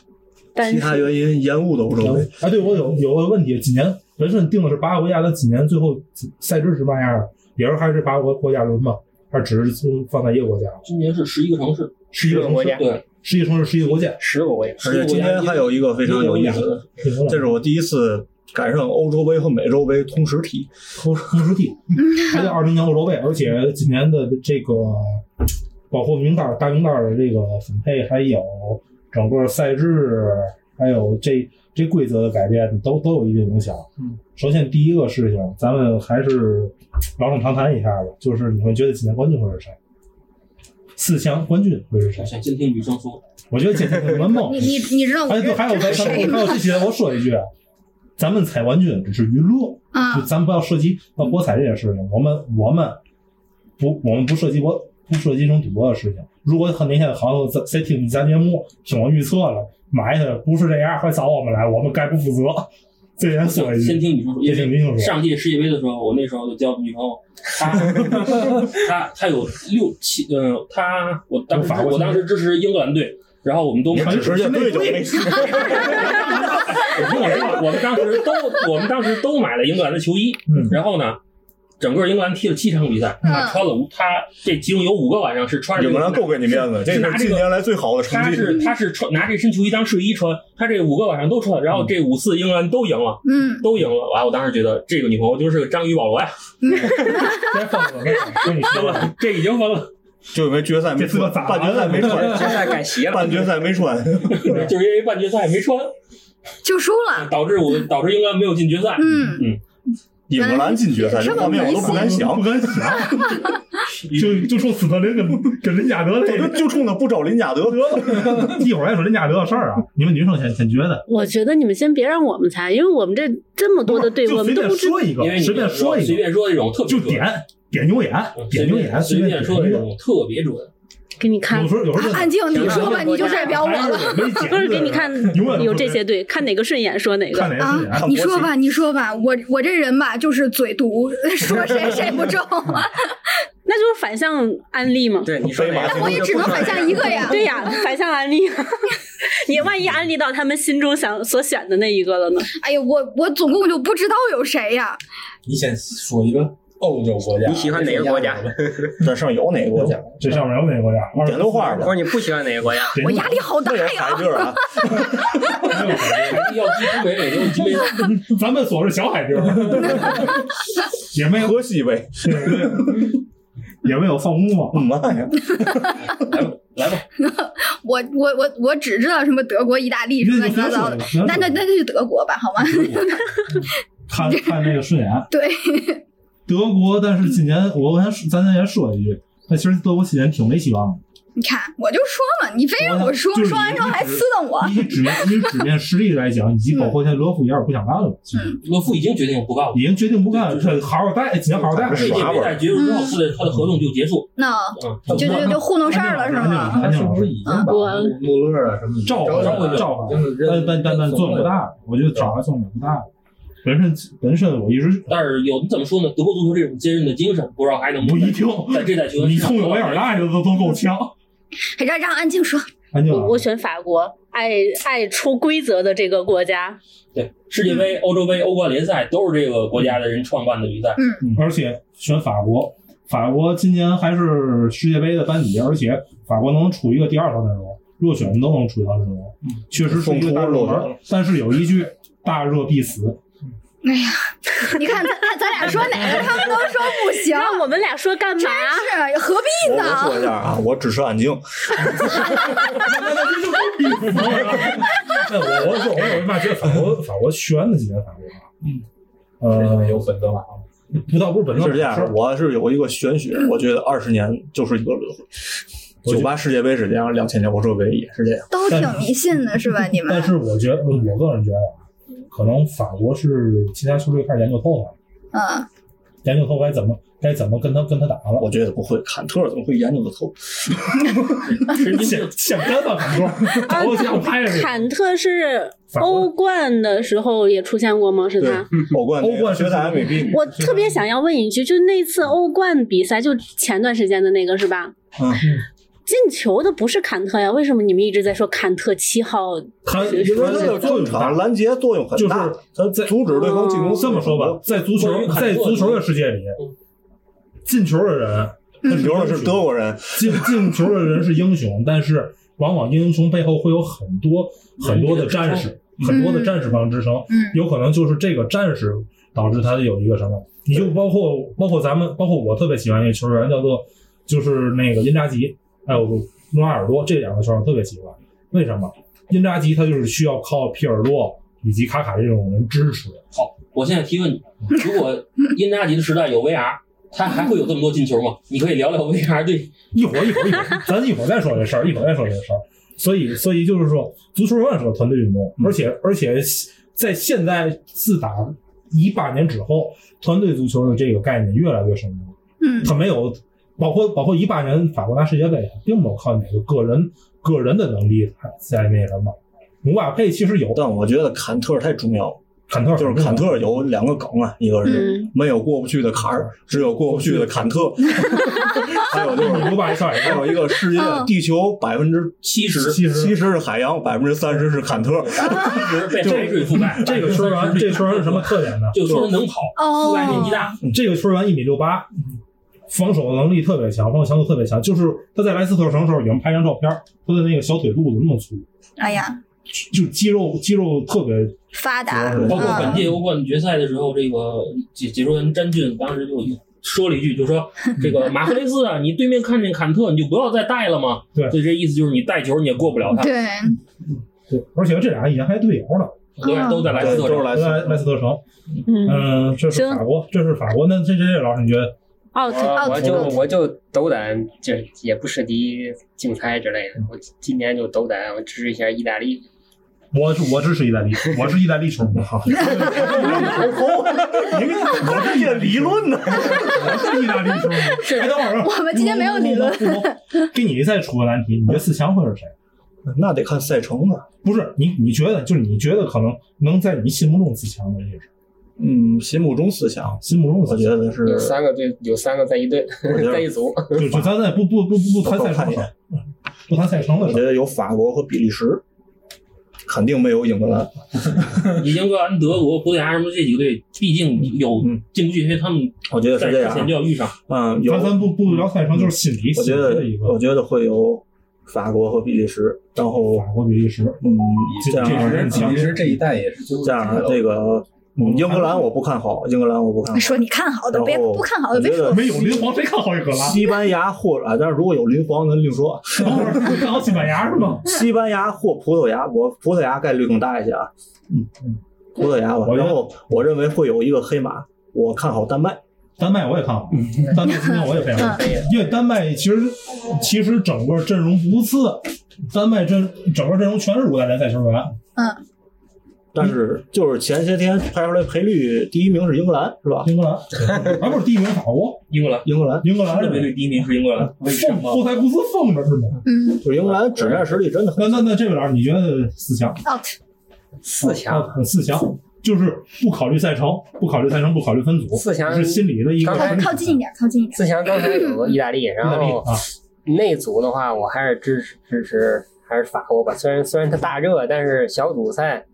Speaker 5: <laughs> 但
Speaker 1: 其他原因延误的欧洲杯。
Speaker 4: 哎，对我有有个问题，今年本身定的是八个国家，但今年最后赛制是嘛样的？也是还是八个国家轮吗？还是只是放在一个国家？
Speaker 2: 今年是十一个城市，
Speaker 4: 十一个城
Speaker 6: 国
Speaker 4: 市，
Speaker 6: 家
Speaker 2: 对，
Speaker 4: 十一个城市，十一个国家，
Speaker 6: 十个国家，
Speaker 1: 而且今天还有一个非常有意思的，
Speaker 4: 是什么
Speaker 1: 这是我第一次赶上欧洲杯和美洲杯同时踢。
Speaker 4: 同同时
Speaker 3: <laughs>
Speaker 4: 地，还在二零年欧洲杯，而且今年的这个包括名单儿大名单儿的这个分配，还有整个赛制，还有这这规则的改变，都都有一定影响。嗯，首先第一个事情，咱们还是老生常谈一下吧，就是你们觉得今年冠军会是谁？四强冠军会是谁
Speaker 2: 我？想先听女生说，
Speaker 4: 我觉得今天你们梦
Speaker 3: <laughs> 你。你你知道我
Speaker 4: 哎，对，
Speaker 3: 这
Speaker 4: 还有
Speaker 3: 这
Speaker 4: 咱
Speaker 3: 是谁
Speaker 4: 还
Speaker 3: 吗
Speaker 4: 有？这些，我说一句，咱们猜冠军只是娱乐。就
Speaker 3: 啊，
Speaker 4: 咱们不要涉及到博彩这件事情，我们我们不我们不涉及博不涉及这种赌博的事情。如果很明显的好友在在听你咱节目，听我预测了，埋汰不是这样，快找我们来，我们概不负责。这点
Speaker 2: 我
Speaker 4: 说
Speaker 2: 想
Speaker 4: 一
Speaker 2: 先
Speaker 4: 句，
Speaker 2: 听女生说，因
Speaker 4: 也挺
Speaker 2: 为
Speaker 4: 明显说，
Speaker 2: 上届世界杯的时候，我那时候就交女朋友，她她她有六七，呃，她我当时
Speaker 4: 法国
Speaker 2: 我当时支持英格兰队，然后我们都
Speaker 1: 你
Speaker 2: 买
Speaker 1: 只是接对酒
Speaker 4: 对
Speaker 1: 没事，
Speaker 2: 我们当时都我们当时都买了英格兰的球衣，
Speaker 4: 嗯
Speaker 2: 然后呢，整个英格兰踢了七场比赛，他穿了五，他这其中有五个晚上是穿着
Speaker 1: 英格兰够给你面子，这
Speaker 2: 是拿这
Speaker 1: 是近
Speaker 2: 个。
Speaker 1: 年来最好的成
Speaker 2: 他
Speaker 1: 绩。
Speaker 2: 是他是穿拿这身球衣当睡衣穿，他这五个晚上都穿，然后这五次英格兰都赢了，
Speaker 3: 嗯，
Speaker 2: 都赢了。哇！我当时觉得这个女朋友就是个章鱼保罗呀，
Speaker 4: 别放我们，跟你说
Speaker 2: 疯
Speaker 4: 了，
Speaker 2: 了， <laughs> 这已经疯了，
Speaker 1: 就因为决赛没
Speaker 4: 这次
Speaker 1: 穿，
Speaker 4: 咋
Speaker 1: 半决赛没
Speaker 6: 这
Speaker 1: 穿，
Speaker 6: 赛改邪了，
Speaker 1: 半决赛没穿。 <laughs>
Speaker 2: 就是因为半决赛没穿，
Speaker 3: 就输了，
Speaker 2: 导致我导致英格兰没有进决赛。
Speaker 3: 嗯，
Speaker 1: 英格兰进决赛，这画面我都不敢想
Speaker 4: 不。敢想，就就冲斯特林跟跟林加德这 <laughs> 个。
Speaker 1: <laughs> 就冲他不招林加德，
Speaker 4: 一会儿再说林加德的事儿啊，你们女生先先觉得，
Speaker 5: 我觉得你们先别让我们猜，因为我们这这么多的队，
Speaker 4: 就
Speaker 5: 我
Speaker 4: 随
Speaker 5: 们都
Speaker 4: 便
Speaker 5: 不知
Speaker 4: 说一
Speaker 2: 嗯因为
Speaker 4: 个，
Speaker 2: 你
Speaker 4: 随便说一
Speaker 2: 随
Speaker 4: 个，
Speaker 2: 便说一种特别
Speaker 4: 就
Speaker 2: 准嗯
Speaker 4: 点点牛眼，点牛眼，
Speaker 2: 随
Speaker 4: 便
Speaker 2: 说
Speaker 4: 一
Speaker 2: 一
Speaker 4: 个。
Speaker 2: 种特别准。
Speaker 5: 给你看
Speaker 4: 有，时候有时候
Speaker 5: 啊
Speaker 3: 安静，你说吧，你就代表我了。
Speaker 4: 了，没
Speaker 5: 不是给你看
Speaker 4: 永远都
Speaker 5: 有
Speaker 4: 不
Speaker 5: 这
Speaker 4: 是
Speaker 5: 些队，看哪个顺眼说哪
Speaker 4: 看
Speaker 5: 个。
Speaker 4: 哪
Speaker 3: 啊
Speaker 4: 个是眼。
Speaker 1: 看
Speaker 3: 你
Speaker 1: 国
Speaker 3: 说
Speaker 1: 旗
Speaker 3: 吧，你说吧，我我这人吧，就是嘴毒，说谁谁不中，
Speaker 5: 那就是反向安利嘛。
Speaker 6: 对你说 <laughs>
Speaker 1: 飞马
Speaker 3: 那我也只能反向一个呀。
Speaker 5: 对呀，反向安利，啊 <laughs> 你万一安利到他们心中想所选的那一个了呢？
Speaker 3: 哎呀，我我总共就不知道有谁呀。
Speaker 7: 你先说一个欧洲国家，
Speaker 6: 你喜欢哪个国家？
Speaker 1: 这上有哪个国家？
Speaker 4: 这上面有哪个国家？二
Speaker 1: 点头花
Speaker 6: 我
Speaker 1: 吧
Speaker 6: 说，你不喜欢哪个国家？
Speaker 3: 我压力好大
Speaker 1: 那也
Speaker 3: 呀
Speaker 1: 海！地儿啊，
Speaker 2: <laughs> 要击中北美洲，击没
Speaker 4: 咱们所是小海地
Speaker 3: <laughs>
Speaker 4: 儿，也没有
Speaker 1: 河西呗，
Speaker 4: 也没有放牧嘛。
Speaker 1: 妈呀！
Speaker 2: 来吧，
Speaker 3: 我我我我只知道什么德国、意大利什么乱七八糟的，那那那就德国吧，好吗？ <laughs>
Speaker 4: 看看那个顺眼，
Speaker 3: 对，
Speaker 4: 德国。但是今年我我先咱先也说一句，
Speaker 8: 那其实德国起点挺没希望的，
Speaker 3: 你看，我就说嘛，你非让我说，
Speaker 8: 就是
Speaker 3: 说完之后还
Speaker 8: 一直
Speaker 3: 撕瞪我。
Speaker 8: 以纸面以纸面实力来讲，以及包括现在罗夫也有点不想干了，其
Speaker 3: 嗯
Speaker 8: 实
Speaker 2: 勒夫已经决定不告了。
Speaker 8: 已经决定不干，这好好待，今年好好待。
Speaker 2: 这届
Speaker 1: 耍
Speaker 2: 比
Speaker 1: 会
Speaker 2: 赛
Speaker 1: 儿
Speaker 2: 结束之后，他的他的合同就结束。
Speaker 3: 那
Speaker 2: 嗯，
Speaker 3: 就就就糊弄事儿了是吗？
Speaker 7: 他是不是已经把
Speaker 5: 我
Speaker 7: 穆勒啊什么
Speaker 8: 照顾
Speaker 7: 照
Speaker 8: 照
Speaker 7: 顾
Speaker 8: 顾，
Speaker 7: 就是
Speaker 8: 但但但但作用不大，我觉得找还作用不大。本身本身我一直
Speaker 2: 但是有怎么说呢？德国足球这种坚韧的精神，不知道还能
Speaker 8: 不
Speaker 2: 能
Speaker 8: 一定，
Speaker 2: 在这代球员
Speaker 8: 你
Speaker 2: 身上
Speaker 8: 冲我眼儿大的都都够呛。
Speaker 3: 还让让安静说，
Speaker 8: <laughs> 安静
Speaker 5: 我
Speaker 4: 啊
Speaker 8: 了，
Speaker 5: 我选法国，爱爱出规则的这个国家，
Speaker 2: 对世界杯、欧洲杯、欧冠联赛都是这个国家的人创办的比赛。
Speaker 8: 而且选法国，法国今年还是世界杯的班底，而且法国能出一个第二套阵容，弱选都能出一套阵容，确实是一个大热
Speaker 1: 送出弱
Speaker 8: 门。但是有一句，大热必死。
Speaker 3: 你看咱咱咱俩说哪个，他们都说不行，
Speaker 5: 让我们俩说干嘛？
Speaker 3: 是何必
Speaker 1: 我我
Speaker 3: 呢？
Speaker 1: 说一下啊，我只是安静，
Speaker 4: 那我 <laughs> 我我我为嘛觉得法国法国悬的？今年法国啊，嗯，呃，
Speaker 7: 有本泽马，
Speaker 4: 不倒不是本
Speaker 1: 是
Speaker 4: 身
Speaker 1: 这样的。我是有一个玄学，我觉得二十年就是一个轮回。
Speaker 4: 我
Speaker 1: 九
Speaker 4: 觉
Speaker 1: 八世界杯是这样，两千年欧洲杯也是这样。
Speaker 3: 都挺迷信的是吧？你
Speaker 4: 但
Speaker 3: 们
Speaker 4: 是我觉得，呃我个人觉得啊，可能法国是其他球队开始研究透了，
Speaker 3: 嗯，
Speaker 4: 研究透该怎么该怎么跟他跟他打了。
Speaker 1: 我觉得不会，坎特怎么会研究的透？
Speaker 2: 神经病！
Speaker 4: 想干吧，反正
Speaker 5: 啊
Speaker 4: 找我想拍着
Speaker 5: 坎特是
Speaker 4: 法国
Speaker 5: 欧冠的时候也出现过吗？是他？
Speaker 1: 欧冠那个
Speaker 4: 欧冠是
Speaker 1: 决赛 MVP，
Speaker 5: 我特别想要问一句，就那次欧冠比赛，就前段时间的那个是吧？
Speaker 1: 嗯，
Speaker 5: 进球的不是坎特呀，为什么你们一直在说坎特七号？
Speaker 4: 他
Speaker 1: 因为他的中场拦截作用很大
Speaker 4: 就是，
Speaker 1: 他在阻止对方进攻。
Speaker 4: 这么说吧，，在足
Speaker 2: 关于
Speaker 4: 球
Speaker 2: 坎特
Speaker 4: 在足球的世界里
Speaker 2: 嗯，
Speaker 4: 进球的人
Speaker 1: 进
Speaker 4: 嗯
Speaker 1: 球的是德国人，
Speaker 4: <laughs> 进进球的人是英雄，但是往往英雄背后会有很多很多的战士，很多的战士帮支撑，
Speaker 3: 嗯
Speaker 4: 有可能就是这个战士导致他有一个什么，你就包括包括咱们，包括我特别喜欢一个球员叫做就是那个因扎吉，哎还有诺阿尔多这两个球员我特别喜欢，为什么？因扎吉他就是需要靠皮尔洛以及卡卡这种人支持，
Speaker 2: 我现在提问你，如果因扎吉的时代有 VR，他还会有这么多进球吗？你可以聊聊 VR 对
Speaker 4: 一会儿一会儿一 <laughs> 会儿，咱一会儿再说这事儿，一会儿再说这事儿。所以，所以就是说，足球永远是个团队运动，
Speaker 1: 嗯
Speaker 4: 而且而且在现在自打一八年之后，团队足球的这个概念越来越深入。
Speaker 3: 嗯
Speaker 4: 它没有，包括包括一八年法国拿世界杯，并没有靠哪个个人个人的能力在那什么。姆巴佩其实有，
Speaker 1: 但我觉得坎特太重要了。
Speaker 4: 坎特
Speaker 1: 就是坎特有两个梗啊，一个是
Speaker 5: 嗯
Speaker 1: 没有过不去的坎儿，只有过不去的坎特，
Speaker 4: 嗯
Speaker 1: <laughs> 还有
Speaker 4: <laughs>
Speaker 1: 就是
Speaker 4: 姆巴佩上海
Speaker 1: 还有一个世界
Speaker 4: 嗯
Speaker 1: 地球百分之
Speaker 2: 七十，
Speaker 4: 其实
Speaker 1: 七十是海洋，百分之三十是坎特。
Speaker 2: 七十被海水覆盖。
Speaker 4: 这个球员这球员是什么特点呢？
Speaker 2: 就说他能跑，覆
Speaker 3: 哦
Speaker 2: 盖面积大，
Speaker 4: 这个球员一米六八，防守能力特别强，防守强度特别强。就是他在莱斯特城的时候，你们拍张照片，他的那个小腿肚子那么粗，
Speaker 3: 哎呀，
Speaker 4: 就肌肉肌肉特别
Speaker 3: 发达，
Speaker 1: 主要是
Speaker 2: 包括本
Speaker 3: 嗯
Speaker 2: 届欧冠决赛的时候，这个解解说员詹俊当时就说了一句，就说这个马赫雷斯啊，你对面看见坎特，你就不要再带了嘛。
Speaker 4: 对
Speaker 2: 所以这意思就是你带球你也过不了他。
Speaker 3: 啊对，
Speaker 4: 对，而且这俩以前还队友呢，
Speaker 2: 对，都在莱斯特
Speaker 1: 对，都是
Speaker 2: 城。
Speaker 1: 莱
Speaker 4: 莱
Speaker 1: 斯
Speaker 4: 莱斯特城。
Speaker 5: 嗯，
Speaker 4: 嗯、这是法国，这是法国。那这这这老师，你觉得
Speaker 5: 奥特
Speaker 6: 我我就
Speaker 3: 奥
Speaker 6: 我就斗胆，就也不涉及竞猜之类的。我今年就斗胆，我支持一下意大利。
Speaker 4: 我是我支持意大
Speaker 3: <laughs>
Speaker 4: 利，我是意大利球迷。
Speaker 1: <laughs> 你我这些理论呢？
Speaker 4: 我是意大利球迷。哎，等会儿，
Speaker 3: 我们今天没有理论
Speaker 4: 不不不不给你再出个难题，你觉得四强会是谁？
Speaker 1: 那得看赛程呢。
Speaker 4: 不是你，你觉得就是你觉得可能能在你心目中四强的是谁？
Speaker 1: 嗯，心目中思想，
Speaker 4: 心目中的
Speaker 1: 我
Speaker 4: 四
Speaker 1: 觉
Speaker 4: 强。
Speaker 1: 得是
Speaker 6: 有三个队，有三个在一队
Speaker 1: 我觉，得
Speaker 6: <laughs> 在一组。
Speaker 4: 就就咱咱也不不不不不谈赛程的
Speaker 3: <laughs>
Speaker 4: 事儿，不谈赛程的
Speaker 1: 我
Speaker 4: 事
Speaker 1: 觉
Speaker 4: 儿。
Speaker 1: 得有法国和比利时，肯定没有英格兰。
Speaker 2: 已经格兰、德国、葡萄牙什么这几个队，毕竟有
Speaker 1: 嗯
Speaker 2: 进不去，因为他们
Speaker 1: 我觉得
Speaker 2: 在
Speaker 1: 是这
Speaker 2: 之
Speaker 1: 样
Speaker 2: 前就
Speaker 1: 啊。
Speaker 2: 要遇上。
Speaker 1: 嗯，有
Speaker 4: 咱咱不不聊赛程，就是心理，
Speaker 1: 我
Speaker 4: 心
Speaker 1: 觉
Speaker 4: 理
Speaker 1: 得
Speaker 4: 的一，个
Speaker 1: 我觉得会有法国和比利时，然后
Speaker 4: 法国比利时。
Speaker 1: 嗯，
Speaker 4: 这
Speaker 1: 这样
Speaker 4: 这是
Speaker 1: 啊
Speaker 4: 这
Speaker 7: 其实这一代也是最后
Speaker 1: 这样啊这个嗯英格兰我不看好，英格兰我不看好。
Speaker 3: 说你看好
Speaker 1: 嗯
Speaker 3: 的，
Speaker 1: 然
Speaker 3: 别
Speaker 1: 后
Speaker 3: 不看好的
Speaker 1: 我
Speaker 3: 别
Speaker 1: 觉
Speaker 3: 说。
Speaker 1: 得
Speaker 4: 没有林皇，谁看好英格 <laughs> 兰？
Speaker 1: 西班牙或啊，但是如果有林皇，咱另说。
Speaker 4: 等会儿你看好西班牙是吗？
Speaker 1: 西班牙或葡萄牙，我葡萄牙概率更大一些啊。嗯嗯，葡萄牙吧
Speaker 4: 我。觉得
Speaker 1: 然后我认为会有一个黑马，我看好丹麦。
Speaker 4: 丹麦我也看过，丹麦今天我也非常看好，
Speaker 6: 嗯
Speaker 4: 因为丹麦其实其实整个阵容不次，丹麦阵整个阵容全是五大联赛球员，
Speaker 3: 嗯
Speaker 1: 但是就是前些天拍出来赔率第一名是英格兰，是吧？
Speaker 4: 英格兰，啊不是第一名法国，
Speaker 2: 英格兰，
Speaker 1: 英格兰
Speaker 4: 英格兰
Speaker 2: 世界杯
Speaker 4: 是
Speaker 2: 队第一名是英格兰，为什
Speaker 4: 奉后
Speaker 2: 么？
Speaker 4: 台公司奉着是吗？
Speaker 8: 嗯
Speaker 1: 就是英格兰指战实力真的很。
Speaker 4: 那那那这位老师，你觉得四强？
Speaker 8: ，out，
Speaker 6: 四强，
Speaker 4: 啊四强就是不考虑赛程，不考虑赛程，不考虑分组，
Speaker 6: 四强
Speaker 4: 是心理的一个
Speaker 6: 刚才
Speaker 8: 靠靠近一点，靠近一点。
Speaker 6: 四强刚才有个意大利，然
Speaker 4: 压力
Speaker 6: 后
Speaker 4: 啊。
Speaker 6: 内组的话，我还是支持支持还是法国吧。虽然虽然它大热，但是小组赛，